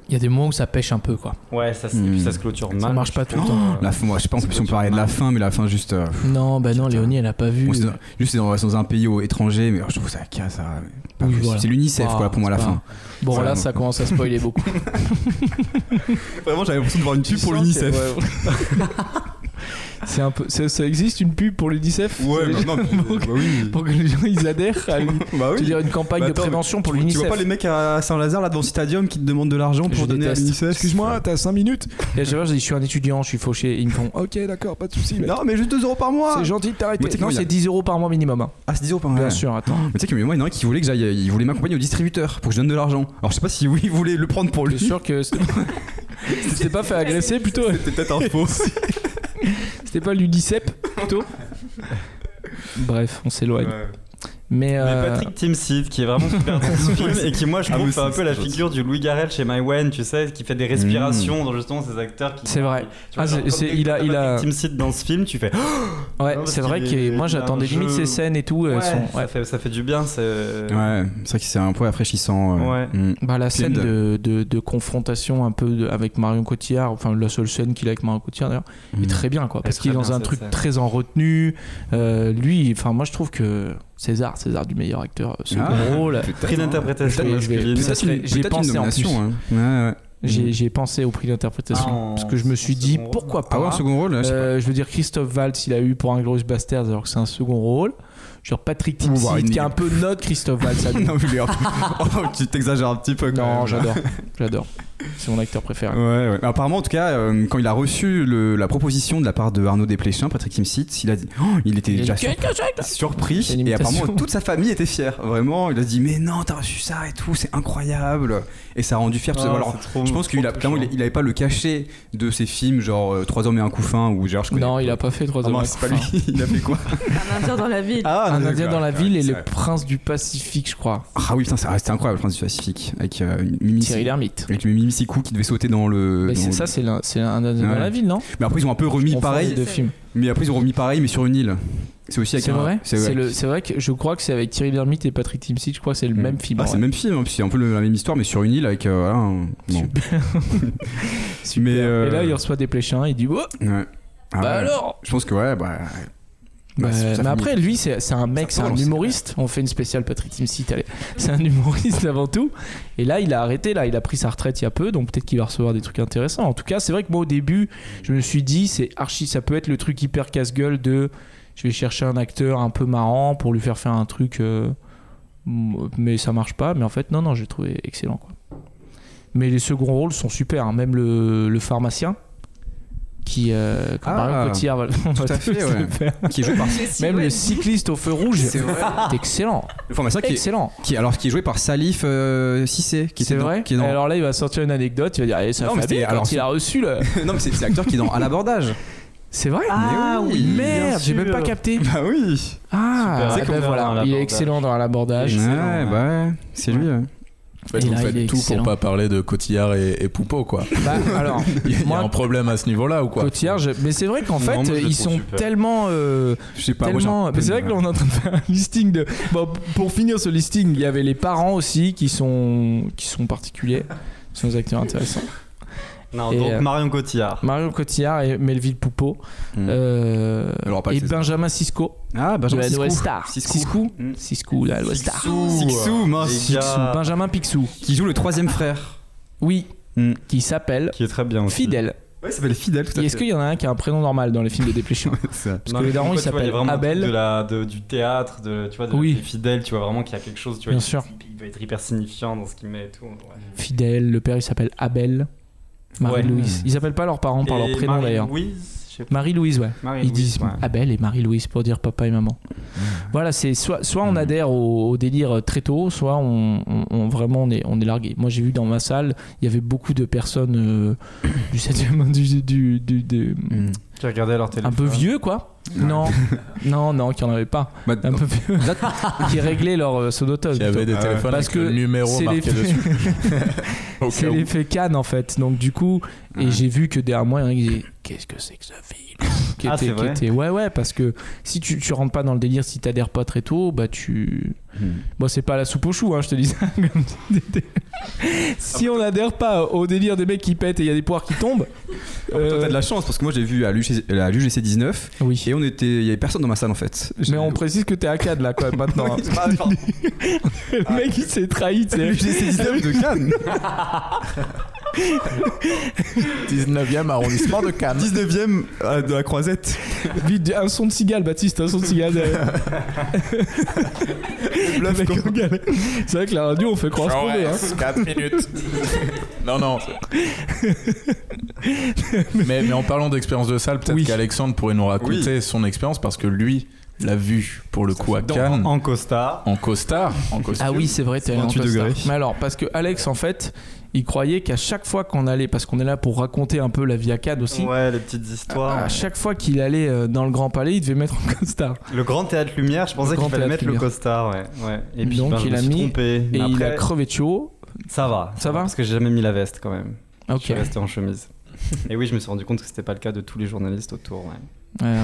S1: Il y a des moments où ça pêche un peu, quoi.
S5: Ouais, ça, se-
S3: Hmm.
S5: et puis ça se clôture mal.
S1: marche pas tout le
S5: Oh,
S1: temps.
S5: la-
S3: La fin, moi, je sais pas si on peut parler de la fin, mais la fin, juste. euh,
S1: Non, bah non,
S3: Putain.
S1: Léonie, elle a pas vu.
S3: bon, c'est dans- juste, c'est dans, c'est dans un pays au- étranger, mais alors, je trouve ça casse. ça, mais pas
S1: Oui,
S3: possible.
S1: voilà.
S3: C'est l'UNICEF,
S7: Bah,
S1: Ah,
S3: quoi, pour moi, la
S1: c'est
S3: fin.
S1: Bon,
S3: Ça,
S1: là,
S3: non.
S1: ça commence à spoiler beaucoup.
S7: Vraiment, j'avais l'impression de voir une pub pour l'UNICEF.
S1: C'est un peu. Ça, ça existe une pub pour l'UNICEF
S7: Ouais,
S1: Les
S7: non,
S1: gens-
S7: mais-
S1: pour, que,
S7: bah oui.
S1: pour que les gens ils adhèrent à une,
S7: Bah
S1: tu veux
S7: oui.
S1: dire, une campagne
S7: Bah
S1: de
S7: attends,
S1: prévention pour
S7: Tu vois
S1: l'UNICEF.
S7: pas les mecs à Saint-Lazare, là devant le Stadium, qui te demandent de l'argent
S1: Je
S7: pour donner à
S1: déteste.
S7: l'UNICEF
S1: Excuse-moi, t'as 5 minutes Et à chaque fois, je dis, je suis un étudiant, je suis fauché. Ils me font, ok, d'accord, pas de soucis. mec.
S7: Non, mais juste 2 euros par mois
S1: C'est gentil de t'arrêter.
S3: Mais tu sais
S1: Non,
S3: comment il
S1: c'est
S3: a-
S1: 10 euros par mois minimum. hein.
S3: Ah, c'est 10 euros par
S1: Bien sûr, attends.
S3: Mais tu sais que mais moi, il y en a un qui voulait que j'aille, euh, il voulait m'accompagner au distributeur pour que je donne de l'argent. Alors, je sais pas si oui, il voulait le prendre pour
S1: Je
S3: lui.
S1: suis sûr que. C'était pas fait agresser plutôt
S7: C'était peut-être un faux.
S1: C'était pas l'UNICEF plutôt Bref, on s'éloigne. Mais.
S5: Mais
S1: euh,
S5: Patrick Timsit, qui est vraiment super dans ce film, et qui, moi, je
S7: Ah,
S5: trouve,
S7: oui,
S5: fait un
S7: c'est-
S5: peu la
S7: c'est-
S5: figure du Louis Garrel chez Mywen, tu sais, qui fait des respirations dans justement ces acteurs qui.
S1: Hmm. C'est vrai.
S5: Tu vois,
S1: Ah,
S5: genre,
S1: c'est-
S5: quand
S1: c'est-
S5: t'as
S1: il a-
S5: Patrick
S1: il a-
S5: Timsit dans ce film, tu fais.
S1: Ouais,
S5: Non, parce
S1: c'est vrai
S5: qu'il est-
S1: que moi
S5: il a un
S1: j'attendais limite
S5: jeu-
S1: ces scènes et tout. Elles
S5: Ouais,
S1: sont, ouais.
S5: Ça, fait, ça fait du bien. c'est-
S3: Ouais, c'est vrai que c'est un peu rafraîchissant.
S5: Ouais.
S3: Mm.
S1: Bah, la scène
S3: Film
S1: de, de, de confrontation un peu de- avec Marion Cotillard, enfin la seule scène qu'il a avec Marion Cotillard d'ailleurs, est
S3: Mm.
S1: très bien quoi, parce
S5: est
S1: qu'il est
S5: très
S1: dans
S5: bien,
S1: un
S5: cette
S1: truc
S5: scène.
S1: très en retenue. Euh, lui, enfin moi je trouve que César, César du meilleur acteur, ce
S3: Ah.
S1: rôle,
S5: Prix d'interprétation
S1: Je vais- je vais-
S5: masculine.
S1: ça
S3: Peut-être
S1: serait-
S3: une-
S1: j'y ai
S3: peut-être une
S1: pensé en
S3: nomination,
S1: plus.
S3: hein. Ouais, ouais.
S1: j'ai j'ai pensé au prix d'interprétation,
S5: Ah, en-
S1: parce que je me suis
S5: en
S1: dit
S5: second rôle.
S1: pourquoi pas.
S3: Ah ouais, un second rôle, là, je sais
S1: Euh, je veux dire Christophe Valls il a eu pour un Glorious Bastards alors que c'est un second rôle. Je veux dire Patrick
S3: Ouh, bah,
S1: Timsit
S3: il-
S1: qui est un peu notre Christophe Valls. à
S7: Non,
S1: nous.
S7: mais merde. Oh, tu t'exagères un petit peu quand
S1: non,
S7: même.
S1: j'adore, j'adore. C'est mon acteur préféré.
S3: Ouais, ouais. Mais Apparemment, en tout cas, euh, quand il a reçu le- la proposition de la part de Arnaud Desplechin, Patrick Timsit, il a dit, oh, il était
S1: Il a
S3: déjà
S1: dit,
S3: sur-
S7: Surpris.
S1: C'est une
S3: Et
S1: imitation.
S3: apparemment, toute sa famille était fière. Vraiment, il a dit, mais non, t'as reçu ça et tout, c'est incroyable. Et ça a rendu fier. parce que,
S5: Ah,
S3: alors,
S5: c'est trop-
S3: je pense
S5: trop
S3: qu'il a,
S5: touchant.
S3: clairement, il il avait pas le cachet de ses films, genre euh, Trois hommes et un couffin, ou genre, je connais.
S1: Non, il a pas fait trois
S7: Ah,
S1: hommes.
S7: mince,
S1: et
S7: c'est
S1: un
S7: pas lui. Il a fait quoi
S6: Un indien dans la ville.
S7: Ah,
S1: un
S7: non,
S1: Indien dans la ville et
S3: c'est
S1: le
S3: vrai.
S1: prince du Pacifique, je crois.
S3: Ah oui, putain, c'est- ah, c'était incroyable, Prince du Pacifique, avec euh, une Mimi
S1: Thierry Lhermitte.
S3: avec le Mimi Sikou qui devait sauter dans le.
S1: Mais
S3: dans
S1: c'est
S3: le-
S1: ça, c'est l'un- c'est un Indien dans
S3: Ouais.
S1: la ville, non
S3: Mais après ils ont un peu remis
S1: On
S3: pareil.
S1: fait les deux films.
S3: Mais après ils ont remis pareil, mais sur une île. C'est aussi avec
S1: C'est
S3: un-
S1: vrai.
S3: C'est
S1: C'est
S3: ouais.
S1: le- c'est vrai que je crois que c'est avec Thierry Lhermitte et Patrick Timsit. Je crois que c'est le
S3: Mm.
S1: même film.
S3: Ah,
S1: en
S3: c'est
S1: vrai.
S3: le même film, hein, puis c'est un peu le- la même histoire, mais sur une île avec. euh, voilà, un- bon.
S1: Super.
S3: Mais, euh,
S1: Et là, il reçoit des pléchins. Il dit oh,
S3: Ouais. Ah
S1: bah
S3: ouais.
S1: alors.
S3: Je pense que ouais, bah.
S1: Bah,
S3: ça
S1: mais
S3: finit-
S1: après, lui, c'est c'est un mec,
S3: Ça
S1: c'est un
S3: relance,
S1: humoriste. On fait une spéciale Patrick Timsit. allez. C'est un humoriste avant tout. Et là, il a arrêté. Là, il a pris sa retraite il y a peu. Donc peut-être qu'il va recevoir des trucs intéressants. En tout cas, c'est vrai que moi, au début, je me suis dit, c'est archi. Ça peut être le truc hyper casse-gueule de. Je vais chercher un acteur un peu marrant pour lui faire faire un truc. euh, m- mais ça marche pas. Mais en fait, non, non, j'ai trouvé excellent. Quoi. Mais les seconds rôles sont super. hein. Même le, le pharmacien. Qui, euh, quand
S3: Ah,
S1: Marion Cotillard va, on va
S3: à
S1: tous
S3: fait,
S1: le
S3: ouais.
S1: faire.
S3: qui est joué par.
S1: Même le cycliste au feu rouge,
S3: C'est vrai. Ah,
S1: c'est excellent.
S3: Le pharmacien bah, qui, est-
S1: Excellent.
S3: qui, alors, qui est joué par Salif euh, Cissé. qui
S1: C'est
S3: était dans-
S1: vrai.
S3: qui est dans-
S1: Alors là, il va sortir une anecdote. Il va dire eh, ça
S3: Non, mais
S1: fait
S3: c'était-
S1: bien quand
S3: alors,
S1: il a reçu le.
S3: non, mais c'est c'est l'acteur qui est dans À l'abordage.
S1: C'est vrai.
S3: Ah oui,
S1: Merde,
S5: bien
S1: j'ai même
S5: sûr.
S1: pas capté.
S7: Bah oui.
S1: Ah,
S5: Super.
S1: eh
S5: C'est
S1: ben
S5: comme dans
S1: voilà, il est
S5: l'abordage.
S1: excellent dans l'abordage.
S3: Ouais, bah ouais, c'est lui. ouais.
S4: En fait,
S1: Et
S4: vous
S1: là, il est
S4: faites tout
S1: excellent.
S4: pour pas parler de Cotillard et, et Poupeau, quoi.
S1: Bah, alors,
S4: Il y a- il y a
S1: Moi,
S4: un problème à ce niveau-là ou quoi
S1: Cotillard, je- mais c'est vrai qu'en
S5: Non,
S1: fait,
S5: moi, je le
S1: ils
S5: trouve
S1: sont
S5: super.
S1: tellement. euh,
S3: Je sais pas. moi, j'ai un
S1: tellement.
S3: peu
S1: mais c'est
S3: de-
S1: vrai que là, on est en train de faire un listing de. Bon, pour finir ce listing, il y avait les parents aussi qui sont, qui sont particuliers. Ce sont des acteurs intéressants.
S5: Non,
S1: Et,
S5: donc
S1: euh,
S5: Marion Cotillard.
S1: Marion Cotillard et Melville Poupeau.
S5: Hmm.
S3: Mm.
S1: Euh,
S3: Elle aura pas
S1: et
S3: le César.
S1: Benjamin Cisco.
S3: Ah, Benjamin
S1: de la
S3: Siskou.
S1: Nouvelle Star.
S3: Siskou.
S1: Siskou,
S3: Mm.
S1: Siskou, la Nouvelle Star.
S7: Sixou, mince.
S5: Les gars,
S1: Picsou, Benjamin Picsou.
S3: Qui joue le troisième frère.
S1: Oui,
S5: Hmm.
S3: Mm.
S1: qui s'appelle
S5: Qui est très bien aussi.
S1: Fidèle.
S7: Ouais, il s'appelle Fidèle, tout
S1: Et
S7: à
S1: Est-ce
S7: fait.
S1: qu'il y en a un qui a un prénom normal dans les films de Dépléchon
S7: Ça.
S1: Parce que
S5: Non, mais
S1: le daron, il
S5: tu vois, y a
S1: s'appelle
S5: vraiment un truc
S1: Abel.
S5: De la, de- du théâtre, de, tu vois, de
S1: Oui.
S5: des fidèles, tu vois vraiment qu'il y a quelque chose, tu vois.
S1: Bien
S5: il-
S1: sûr.
S5: Il va être hyper signifiant dans ce qu'il met et tout. ouais.
S1: Fidèle, le père, il s'appelle Abel. Marie-Louise. Ils s'appellent pas leurs parents par
S5: Hmm. Et
S1: leur prénom
S5: Marie
S1: d'ailleurs.
S5: Louise, je Je sais pas.
S1: Marie-Louise, ouais. Ils
S5: Marie-Louise,
S1: disent ah
S5: ouais.
S1: Abel et Marie-Louise pour dire papa et maman. Voilà, c'est soit, soit on adhère au, au délire euh, très tôt, soit on, on- on- vraiment on est, on est largué. Moi j'ai vu dans ma salle, il y avait beaucoup de personnes euh, du 7e, du, du, du- de-
S3: Mm.
S5: Qui regardaient leur
S1: un
S5: téléphone.
S1: peu vieux quoi. Non, non, non, qui en avait pas.
S3: Bah,
S1: Un peu vieux. qui réglaient leur euh, sonotone.
S4: Il y avait
S1: plutôt.
S4: des
S2: Ah ouais.
S4: téléphones
S1: Parce
S4: avec
S1: que
S4: le numéro
S1: c'est
S4: marqué
S1: les-
S4: dessus. Au
S1: C'est
S4: cas où.
S1: l'effet Cannes en fait. Donc du coup, et j'ai vu que derrière moi, il y en a qui disaient Qu'est-ce que c'est que ce film qui
S5: Ah,
S1: était,
S5: c'est
S1: qui
S5: vrai
S1: était- Ouais, ouais, parce que si tu, tu rentres pas dans le délire, si t'adhères pas très tôt, bah tu. Bon, c'est pas la soupe aux choux, hein, je te dis ça. comme tu dis. si on adhère pas au délire des mecs qui pètent et il y a des poires qui tombent.
S3: Toi,
S1: euh,
S3: T'as de la chance parce que moi j'ai vu à l'UGC 19
S1: Oui.
S3: et on était, il y avait personne dans ma salle en fait.
S1: Mais on précise que t'es à Cannes là, quoi, maintenant. hein. le mec, il s'est trahi, tu sais.
S3: L'UGC 19 de Cannes
S4: 19e arrondissement de Cannes.
S3: 19ème de la croisette.
S1: Vite, un son de cigale, Baptiste, un son de cigale. derrière. Le mec en galère. C'est vrai que la radio, on fait croire se
S4: Genre,
S1: prouver, hein.
S4: 4 minutes. non, non. c'est- mais, mais en parlant d'expérience de salle, peut-être
S1: Oui.
S4: qu'Alexandre pourrait nous raconter son expérience parce que lui l'a vu pour le coup à Cannes
S5: En costard.
S4: en costard. En costume.
S1: Ah oui, c'est vrai, t'es allé en
S7: 28 degrés.
S1: costard. Mais alors, parce que Alex, en fait, il croyait qu'à chaque fois qu'on allait, parce qu'on est là pour raconter un peu la vie à Cannes aussi, Ah,
S7: Ouais, les petites histoires.
S1: à chaque fois qu'il allait euh, dans le Grand Palais, il devait mettre en costard.
S7: Le grand théâtre lumière, je pensais
S1: ah, Le
S7: qu'il
S1: Grand
S7: fallait
S1: Théâtre
S7: mettre
S1: Lumière.
S7: le costard, ouais. ouais. Et puis
S1: Donc,
S7: ben, je
S1: il
S7: me
S1: a
S7: suis
S1: mis-
S7: trompé.
S1: Et
S7: Mais
S1: il a
S7: après,
S1: crevé de chaud.
S7: ça va.
S1: Ça va
S5: Parce que j'ai jamais mis la veste quand même. Je
S1: Ok.
S5: suis resté en chemise. Et oui, je me suis rendu compte que c'était pas le cas de tous les journalistes autour. ouais.
S1: Ouais, ouais.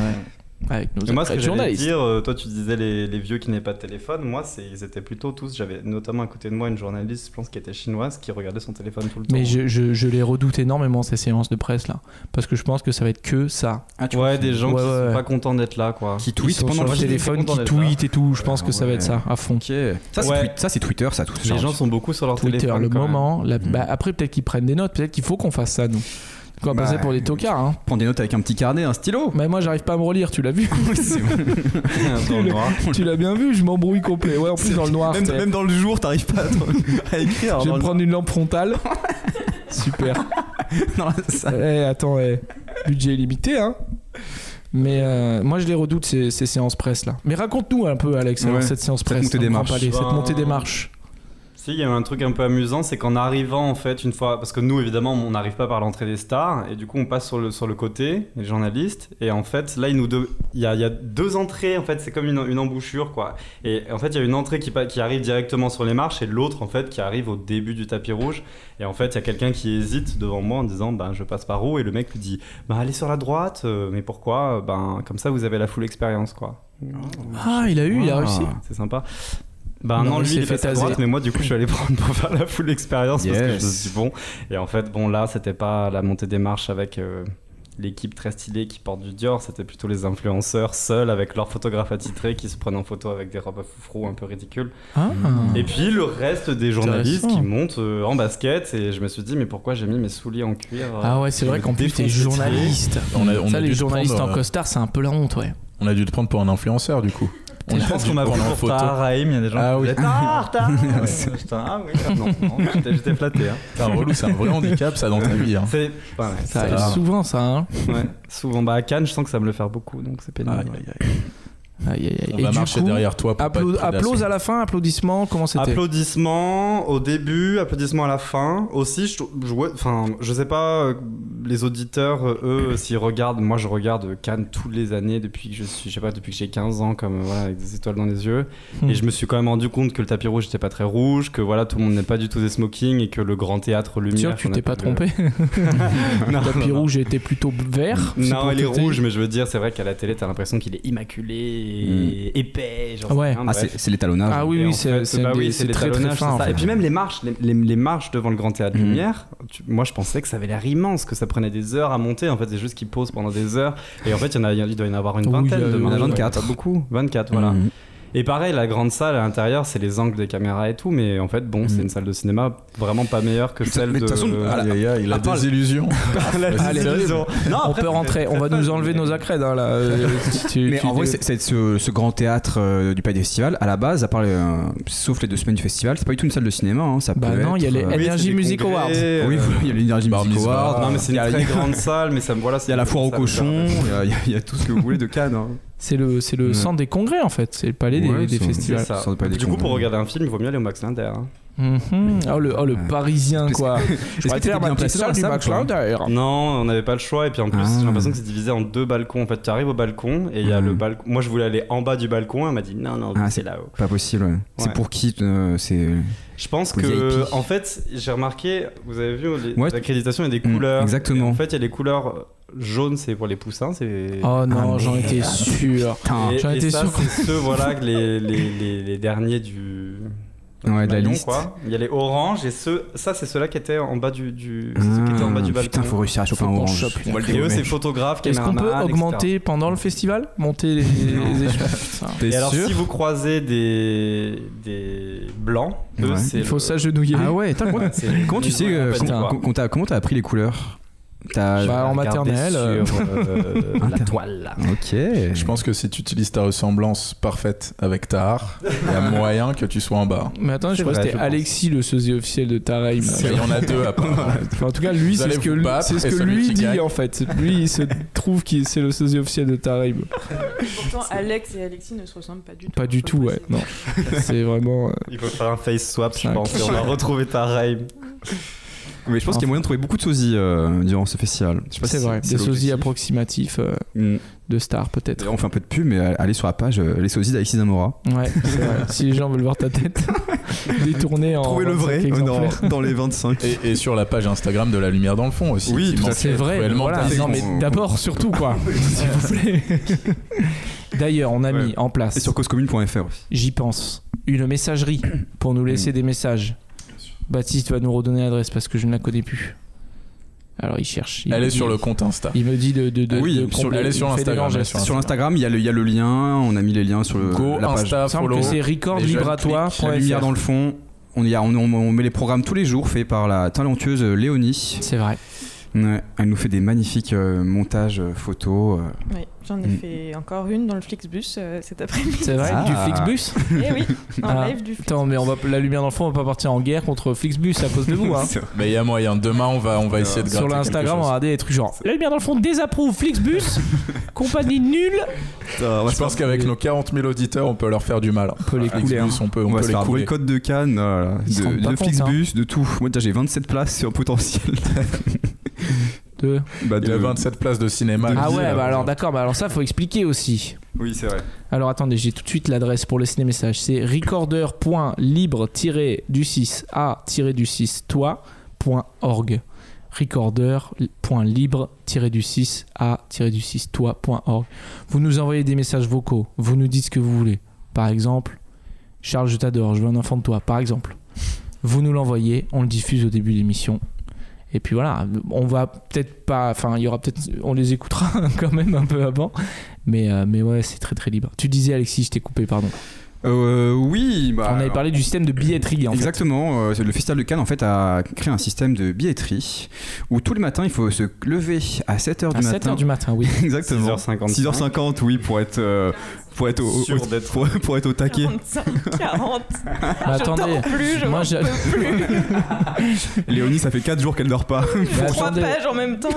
S1: Avec nos
S5: Et moi, ce que
S1: après-
S5: j'allais
S1: journalistes.
S5: dire, euh, toi, tu disais les, les vieux qui n'avaient pas de téléphone. Moi, c'est, ils étaient plutôt tous. J'avais notamment à côté de moi une journaliste, je pense, qui était chinoise, qui regardait son téléphone tout le temps.
S1: Mais je, je- je les redoute énormément, ces séances de presse là. Parce que je pense que ça va être que ça.
S5: ouais, des gens
S1: Ouais,
S5: qui
S1: ouais.
S5: sont pas contents d'être là, quoi.
S3: Qui
S1: Ils
S3: tweet
S1: sont
S3: pendant
S1: sur
S3: le
S1: le
S3: film.
S1: téléphone, qui
S5: d'être
S1: tweet et tout. Je pense que
S3: Ouais.
S1: ça va être ça, à fond.
S3: Ok. Ça c'est
S5: Ouais.
S3: tweet- ça, c'est Twitter, ça tout.
S5: Les gens sont beaucoup sur leur
S1: Twitter,
S5: téléphone.
S1: le
S5: quand même.
S1: moment. la-
S3: Mhm.
S1: bah, après, peut-être qu'ils prennent des notes. Peut-être qu'il faut qu'on fasse ça, nous. Qu'on va
S3: Bah,
S1: passer pour des tocards. hein.
S3: prendre des notes avec un petit carnet, un stylo.
S1: Mais moi, j'arrive pas à me relire, tu l'as vu
S3: C'est bon.
S5: Dans le noir.
S1: Tu l'as bien vu, je m'embrouille complet. Ouais, en plus, dans le noir.
S7: Même,
S1: c'est-
S7: même dans le jour, t'arrives pas à, te- à écrire.
S1: je vais
S7: dans
S1: me
S7: le-
S1: prendre une lampe frontale. Super.
S3: dans la salle.
S1: Eh, attends, eh, budget limité, hein. Mais euh, moi, je les redoute, ces, ces séances presse là. Mais raconte-nous un peu, Alex, alors,
S3: Ouais.
S1: cette séance presse.
S3: montée
S1: dans le
S3: des
S1: Grand
S3: marches.
S1: Palais, cette
S5: Ben-
S1: montée des marches.
S5: Si, il y a eu un truc un peu amusant, c'est qu'en arrivant, en fait, une fois. Parce que nous, évidemment, on n'arrive pas par l'entrée des stars, et du coup, on passe sur le, sur le côté, les journalistes, et en fait, là, il nous de- il y, a, il y a deux entrées, en fait, c'est comme une, une embouchure, quoi. Et en fait, il y a une entrée qui, pa- qui arrive directement sur les marches, et l'autre, en fait, qui arrive au début du tapis rouge. Et en fait, il y a quelqu'un qui hésite devant moi en disant, ben, je passe par où Et le mec lui dit, ben, allez sur la droite, euh, mais pourquoi Ben, comme ça, vous avez la full expérience, quoi.
S1: Ah, il a eu, il a réussi.
S5: C'est sympa. Bah
S1: Non,
S5: non,
S1: il
S5: lui
S1: s'est
S5: il est
S1: fait
S5: passé à
S1: taser.
S5: droite, mais moi du coup je suis allé prendre pour faire la full expérience parce que je me
S3: Yes.
S5: suis dit, bon. Et en fait, bon là c'était pas la montée des marches avec euh, l'équipe très stylée qui porte du Dior, c'était plutôt les influenceurs seuls avec leurs photographes attitrés qui se prennent en photo avec des robes à foufrou un peu ridicules.
S1: Ah.
S5: Et puis le reste des journalistes
S1: Intéressant.
S5: qui montent euh, en basket et je me suis dit mais pourquoi j'ai mis mes souliers en cuir euh,
S1: Ah ouais, c'est
S5: je
S1: vrai
S5: me
S1: qu'en plus, t'es
S5: défonce les pieds.
S1: journaliste.
S4: On a- on
S1: ça,
S4: a
S1: les
S4: dû se
S1: journalistes
S4: prendre,
S1: en
S4: euh,
S1: costard, c'est un peu la honte, ouais.
S4: On a dû te prendre pour un influenceur du coup. On
S5: Je
S4: a
S5: pense
S4: dû
S5: qu'on m'a
S4: te
S5: pris
S4: prendre en
S5: pour Taharaim, il y a des gens
S4: Ah
S5: qui
S4: oui.
S5: disaient Tahar, Tahar Putain, ah oui, ah non, non, j'étais- j'étais flatté. Hein.
S4: Putain, relou, c'est un vrai handicap ça dans ta vie. hein.
S5: C'est ouais, ouais,
S1: Ça
S5: c'est-
S1: arrive souvent, ça. Hein.
S5: ouais. souvent, bah à Cannes, je sens que ça va me le faire beaucoup, donc c'est pénible.
S4: Aïe,
S5: ouais.
S4: aïe, aïe.
S1: Aïe, aïe, aïe.
S4: On
S1: Et
S4: va
S1: du
S4: marcher
S1: coup,
S4: derrière toi pour
S1: applau-
S4: pas être prédation.
S1: applause à la fin, applaudissements, comment c'était
S5: Applaudissements au début, applaudissements à la fin. Aussi, je, trou- je, ouais, enfin, je sais pas, euh, les auditeurs, euh, eux, s'ils regardent, moi je regarde euh, Cannes toutes les années depuis que je suis, je sais pas, depuis que j'ai 15 ans, comme euh, voilà, avec des étoiles dans les yeux.
S1: Hmm.
S5: Et je me suis quand même rendu compte que le tapis rouge n'était pas très rouge, que voilà, tout le monde n'est pas du tout des smokings et que le grand théâtre lumière.
S1: Sûr que tu
S5: qu'on
S1: t'es pas
S5: appelle le-
S1: trompé.
S5: Non,
S1: Le tapis
S5: non, non.
S1: rouge était plutôt vert. c'est
S5: Non,
S1: pour
S5: il est
S1: tout dire.
S5: rouge, mais je veux dire, c'est vrai qu'à la télé, t'as l'impression qu'il est immaculé, et épais, genre. hein,
S1: Ouais.
S3: Ah, c'est c'est l'étalonnage.
S1: Ah oui, oui, c'est c'est
S3: bah
S1: des- c'est très très fin. en fait.
S5: Et puis même les marches, les, les- les marches devant le Grand Théâtre
S3: Mhm.
S5: Lumière, tu- moi je pensais que ça avait l'air immense, que ça prenait des heures à monter. En fait, c'est juste qu'ils posent pendant des heures. Et en fait, il, y en a, il doit y en avoir une
S1: Oui,
S5: vingtaine
S1: il y a-
S5: de
S1: il y en a
S5: marches.
S3: 24.
S5: Pas beaucoup. 24, voilà.
S3: Mhm.
S5: Et pareil, la grande salle à l'intérieur, c'est les angles des caméras et tout, mais en fait, bon, c'est une salle de cinéma vraiment pas meilleure que celle
S3: Mhm. mais de
S5: de.
S3: toute façon, à la-
S4: Aïe, aïe, aïe, il a
S5: À part
S4: des illusions.
S5: Allez, raison. Non,
S1: on
S5: après,
S1: peut rentrer, on va nous enlever nos accrèdes hein, là. euh, si tu-
S3: Mais
S1: tu-
S3: en vrai, c'est c'est ce, ce grand théâtre euh, du Palais des Festivals, à la base, à part les, euh, sauf les deux semaines du festival, c'est pas du tout une salle de cinéma. hein, ça
S1: Bah
S3: peut
S1: non, il y a
S3: être,
S1: les
S3: euh,
S1: Energy
S5: des
S1: Music
S5: congrès,
S1: Awards.
S5: euh, ah,
S3: Oui, voilà, il y a l'Energy
S4: Bar
S3: Music
S4: Mitzvah.
S3: Award.
S5: Non, mais c'est
S3: il y
S5: une
S3: a-
S5: très grande salle, mais ça me voilà.
S3: Il y a la foire aux cochons, il y a- il y, a- il y a tout ce que vous voulez de Cannes. hein.
S1: C'est le, c'est le
S3: Ouais.
S1: centre des congrès en fait, c'est le palais des-
S3: Ouais,
S1: des,
S3: c'est-
S1: festivals.
S5: ça.
S3: Sans pas hein.
S5: Du coup,
S3: déconner.
S5: pour regarder un film, il vaut mieux aller au Max Linder. hein.
S1: Mhm. Oh le, oh, le
S3: Ouais.
S1: parisien
S3: Est-ce
S1: quoi.
S3: Est-ce que t'étais bien placé dans la salle, toi
S5: Non, on n'avait pas le choix. Et puis en plus,
S3: Ah.
S5: j'ai l'impression que c'est divisé en deux balcons. En fait, tu arrives au balcon et il y a
S3: Mhm.
S5: le balcon. Moi, je voulais aller en bas du balcon. Et on m'a dit non, non,
S3: Ah,
S5: c'est là-haut.
S3: Pas possible. ouais. C'est
S5: Ouais.
S3: pour qui euh, C'est
S5: Je pense
S3: Ou
S5: que,
S3: VIP.
S5: en fait, j'ai remarqué, vous avez vu, les-
S3: Ouais.
S5: l'accréditation, il y a des
S3: Mm,
S5: couleurs.
S3: exactement.
S5: Et En fait, il y a les couleurs jaunes, c'est pour les poussins. C'est...
S1: Oh non,
S3: Ah,
S1: j'en
S3: merde.
S1: étais sûr.
S3: Putain.
S5: et,
S1: j'en
S5: et
S1: étais
S5: ça,
S1: sûr que-
S5: c'est ceux, voilà, que les, les, les, les derniers du.
S3: Ouais, de la
S5: maillon,
S3: liste.
S5: quoi. Il y a les oranges et ceux, ça, c'est ceux-là qui étaient en bas du, du... c'est ceux qui étaient en bas
S3: Ah,
S5: du balcon.
S3: Putain, faut réussir à choper
S1: Faut
S3: un
S1: qu'on
S3: orange.
S1: chope,
S3: On va le
S5: Et eux,
S3: dérouler.
S5: c'est photographe,
S1: Est-ce qu'on peut
S5: caméraman, etc.
S1: augmenter pendant le festival Monter les, les échelons Putain.
S5: Et
S3: T'es
S5: alors,
S3: sûr
S5: si vous croisez des, des blancs, eux,
S3: Ouais.
S5: c'est.
S1: Il faut
S5: le-
S1: s'agenouiller.
S3: Ah ouais, t'as-
S5: Ouais, c'est le-
S3: comment tu sais euh,
S5: Putain.
S3: com- com- t'as- Comment t'as appris les couleurs T'as-
S1: Bah, en
S5: Regardez
S1: maternelle. euh,
S5: sur, euh, la
S3: Inter-
S5: toile. là.
S3: Ok.
S4: Je pense que si tu utilises ta ressemblance parfaite avec ta art, il y a moyen que tu sois en bas.
S1: Mais attends, je
S5: C'est
S1: crois que
S5: vrai,
S1: c'était
S5: je pense.
S1: Alexis, le sosie officiel de Tareim.
S4: Euh, Il y en a deux à part.
S1: Enfin, en tout cas, lui,
S4: Vous
S1: c'est
S4: allez
S1: ce que,
S4: vous
S1: lui-
S4: battre,
S1: c'est ce
S4: et
S1: que
S4: celui
S1: lui
S4: qui
S1: dit
S4: gagne.
S1: en fait. Lui, il se trouve que c'est le sosie officiel de Tareim.
S6: Pourtant, Alex et Alexis ne se ressemblent pas du tout.
S1: Pas du
S6: Faut
S1: tout,
S6: le
S1: ouais.
S6: préciser.
S1: Non. C'est vraiment. euh,
S5: Il faut faire un face swap, je
S1: Cinq.
S5: pense, et on va retrouver ta rhyme.
S3: Mais je pense qu'il y a moyen de trouver beaucoup de sosies euh, durant ce festival. Je sais pas
S1: C'est
S3: si
S1: vrai. Des
S3: l'objectif.
S1: sosies approximatifs euh,
S3: Mm.
S1: de stars, peut-être.
S3: D'ailleurs, on fait un peu de pub, mais allez sur la page euh, les sosies d'Alexis Zamora.
S1: Ouais, c'est vrai. si les gens veulent voir ta tête détournée en.
S7: Trouvez le vrai
S3: oh
S1: 25
S7: dans,
S1: exemplaires.
S7: dans les 25.
S4: Et, et sur la page Instagram de La Lumière dans le fond aussi.
S7: Oui,
S4: qui
S7: tout à
S4: manque
S1: C'est vrai, mais
S4: cruellement
S1: voilà.
S4: d'un-
S1: Non, mais
S3: qu'on-
S1: d'abord, surtout, quoi. S'il vous plaît. D'ailleurs, on a
S3: Ouais.
S1: mis en place.
S3: Et sur causecommune.fr aussi.
S1: j'y pense, une messagerie pour nous
S4: Mm.
S1: laisser des messages. Baptiste va nous redonner l'adresse parce que je ne la connais plus. Alors il cherche. Il
S4: Elle
S1: me
S4: est
S1: dit-
S4: sur le compte Insta.
S1: Il me dit de. de, de
S4: Oui,
S1: de
S4: sur-
S1: compl-
S4: elle est sur
S1: il fait
S4: Instagram,
S1: des grands
S4: elle est
S1: gestes.
S4: sur
S3: Sur Instagram, il y, a le- il y a le lien, on a mis les liens sur le,
S4: Go,
S3: la page.
S4: Insta,
S1: Il semble
S4: follow.
S1: que c'est
S4: Les jeunes
S1: recordlibratoire.fr.
S3: La lumière dans le fond. On, y a- on, on- on met les programmes tous les jours faits par la talentueuse euh, Léonie.
S1: C'est vrai.
S3: Ouais, elle nous fait des magnifiques euh, montages euh, photos. euh.
S6: Ouais, J'en ai
S3: Mm.
S6: fait encore une dans le Flixbus euh, cet après-midi.
S1: C'est vrai.
S3: Ah.
S1: Du Flixbus.
S6: Eh oui, en
S1: Ah.
S6: live du Flixbus.
S1: Attends, mais on va la lumière dans le fond, on va pas partir en guerre contre Flixbus à cause de vous. Hein.
S4: Mais il y a moyen. Demain, on va, on va essayer de
S1: Sur
S4: gratter
S1: l'Instagram, on
S4: quelque
S1: va
S4: chose.
S1: regarder des trucs genre la lumière dans le fond désapprouve Flixbus, compagnie nulle.
S7: Ah, ouais,
S4: Je pense qu'avec nos 40 000 auditeurs, on peut leur faire du mal.
S1: On peut les couler. hein.
S4: Xbox, on peut, on
S3: On, va
S4: peut
S3: se
S4: les
S3: faire un
S4: couler.
S3: boycott de Cannes, voilà,
S1: Ils se rendent
S3: de,
S1: pas
S3: de
S1: compte, hein.
S3: Flixbus, de tout. Moi déjà j'ai 27 places sur potentiel.
S1: De-
S3: bah,
S4: Il
S3: de-
S4: a 27 places de cinéma.
S1: Ah
S4: Dis,
S1: ouais,
S4: euh,
S1: bah alors d'accord, bah alors ça faut expliquer aussi.
S7: Oui, c'est vrai.
S1: Alors attendez, j'ai tout de suite l'adresse pour laisser des messages. C'est recorder.libre-du6a-du6toi.org. Recorder.libre-du6a-du6toi.org. Vous nous envoyez des messages vocaux, vous nous dites ce que vous voulez. Par exemple, Charles, je t'adore, je veux un enfant de toi, par exemple. Vous nous l'envoyez, on le diffuse au début de l'émission. Et puis voilà, on va peut-être pas. Enfin, il y aura peut-être. On les écoutera quand même un peu avant. Mais, euh, mais ouais, c'est très très libre. Tu disais, Alexis, je t'ai coupé, pardon.
S3: Euh, oui, bah,
S1: On avait parlé du système de billetterie en
S3: Exactement, euh, c'est le Festival de Cannes en fait a créé un système de billetterie où tous les matins il faut se lever à 7h
S1: fait. À
S3: du
S1: 7h
S3: matin.
S1: du matin, oui.
S3: Exactement.
S5: 6h50.
S7: 6h50, oui, pour être, euh, pour être, au,
S5: Sûr
S7: au- pour, pour être au taquet.
S6: 45, 40.
S1: Mais
S6: Je
S1: attendez,
S6: dors plus, je
S1: moi
S6: m'en
S1: je-
S6: peux plus.
S7: Léonie, ça fait 4 jours qu'elle dort pas.
S1: mais
S6: Trois
S1: attendez,
S6: pages en même temps.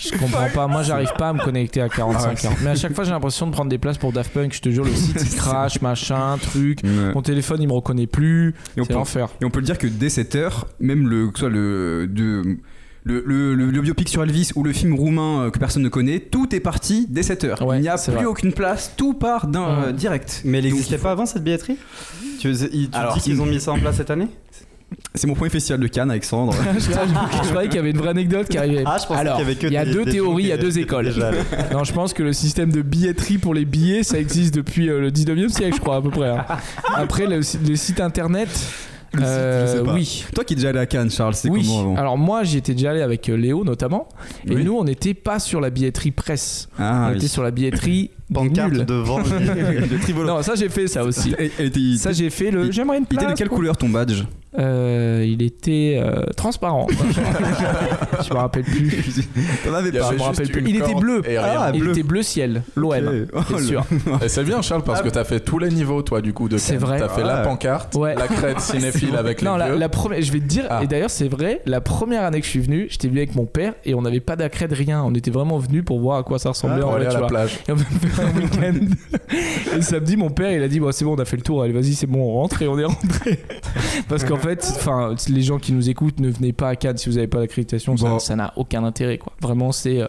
S1: je comprends pas. Moi, j'arrive pas à me connecter à 45 heures. Mais à chaque fois, j'ai l'impression de prendre des places pour Daft Punk. Je te jure, le site il crash, machin, truc.
S3: Ouais.
S1: Mon téléphone, il me reconnaît plus.
S3: Et on
S1: C'est
S3: peut-
S1: l'enfer.
S3: Et on peut le dire que dès 7h, même le, que ce soit le, de- le, le- le- le biopic sur Elvis ou le film roumain euh, que personne ne connaît, tout est parti dès 7h.
S1: Ouais,
S3: Il n'y a
S1: c'est
S3: plus
S1: vrai.
S3: aucune place, tout part d'un
S1: Ouais.
S3: euh, direct.
S5: Mais elle
S3: Donc,
S5: n'existait
S3: il
S5: pas avant cette billetterie Tu, ils- tu
S3: Alors,
S5: dis qu'ils ont mis ça en place cette année
S3: C'est mon premier festival de Cannes, Alexandre.
S1: je, je croyais qu'il y avait une vraie anecdote qui arrivait.
S5: Ah, je pensais
S1: Alors,
S5: qu'il y avait que
S1: il y a
S5: des-
S1: deux
S5: des gens
S1: théories, il y a
S5: qui-
S1: deux
S5: qui étaient
S1: écoles.
S5: déjà allés.
S1: Non, je pense que le système de billetterie pour les billets, ça existe depuis euh, le 19e siècle, je crois, à peu près. hein. Après, le si- les sites internet.
S7: site, je sais
S1: Euh,
S7: pas.
S1: oui,
S7: Toi qui es déjà allé à Cannes, Charles, c'est
S1: oui.
S7: comment avant
S1: Alors moi, j'y étais déjà allé avec euh, Léo notamment, et
S7: Oui.
S1: nous, on n'était pas sur la billetterie presse,
S7: Ah,
S1: on
S7: oui.
S1: était sur la billetterie
S7: Pancarte
S1: nulle.
S7: devant le le tribolo.
S1: Non, ça j'ai fait ça aussi.
S7: Et- et t'es-
S1: Ça j'ai fait le.
S7: il-
S1: J'aimerais une
S7: il
S1: place.
S7: était de quelle
S1: pour-
S7: couleur ton badge
S1: Euh, Il était euh, transparent. je me rappelle plus.
S7: T'en avais
S4: Il y
S7: pas.
S1: Je
S4: avait
S1: me
S4: juste
S1: rappelle plus.
S4: une
S1: Il était
S4: corde
S1: bleu.
S4: et rien.
S7: Ah,
S1: il
S7: bleu.
S1: était bleu ciel, l'OM.
S7: Ok. Oh,
S1: C'est sûr.
S4: Et c'est bien Charles parce que t'as fait tous les niveaux toi du coup de
S1: Ah. C'est
S4: Cannes.
S1: vrai. Ah.
S4: T'as fait la
S7: Ouais.
S4: pancarte,
S1: Ouais.
S4: la crête cinéphile avec les
S1: Non, la,
S4: vieux.
S1: la première, je vais te dire,
S4: Ah.
S1: et d'ailleurs c'est vrai, la première année que je suis venu, j'étais venu avec mon père et on n'avait pas d'accrète, rien. On était vraiment venu pour voir à quoi ça ressemblait en
S4: pour
S1: vrai,
S4: aller Ah, à
S1: tu
S4: la
S1: vois.
S4: plage.
S1: Et on a fait un week-end. et le samedi, mon père, il a dit bon, c'est bon, on a fait le tour, allez, vas-y, c'est bon, on rentre et on est rentré. Parce qu'en fait, enfin, les gens qui nous écoutent, ne venez pas à Cannes si vous n'avez pas d'accréditation, ça-
S3: Bon.
S1: ça n'a aucun intérêt, quoi. Vraiment, c'est euh,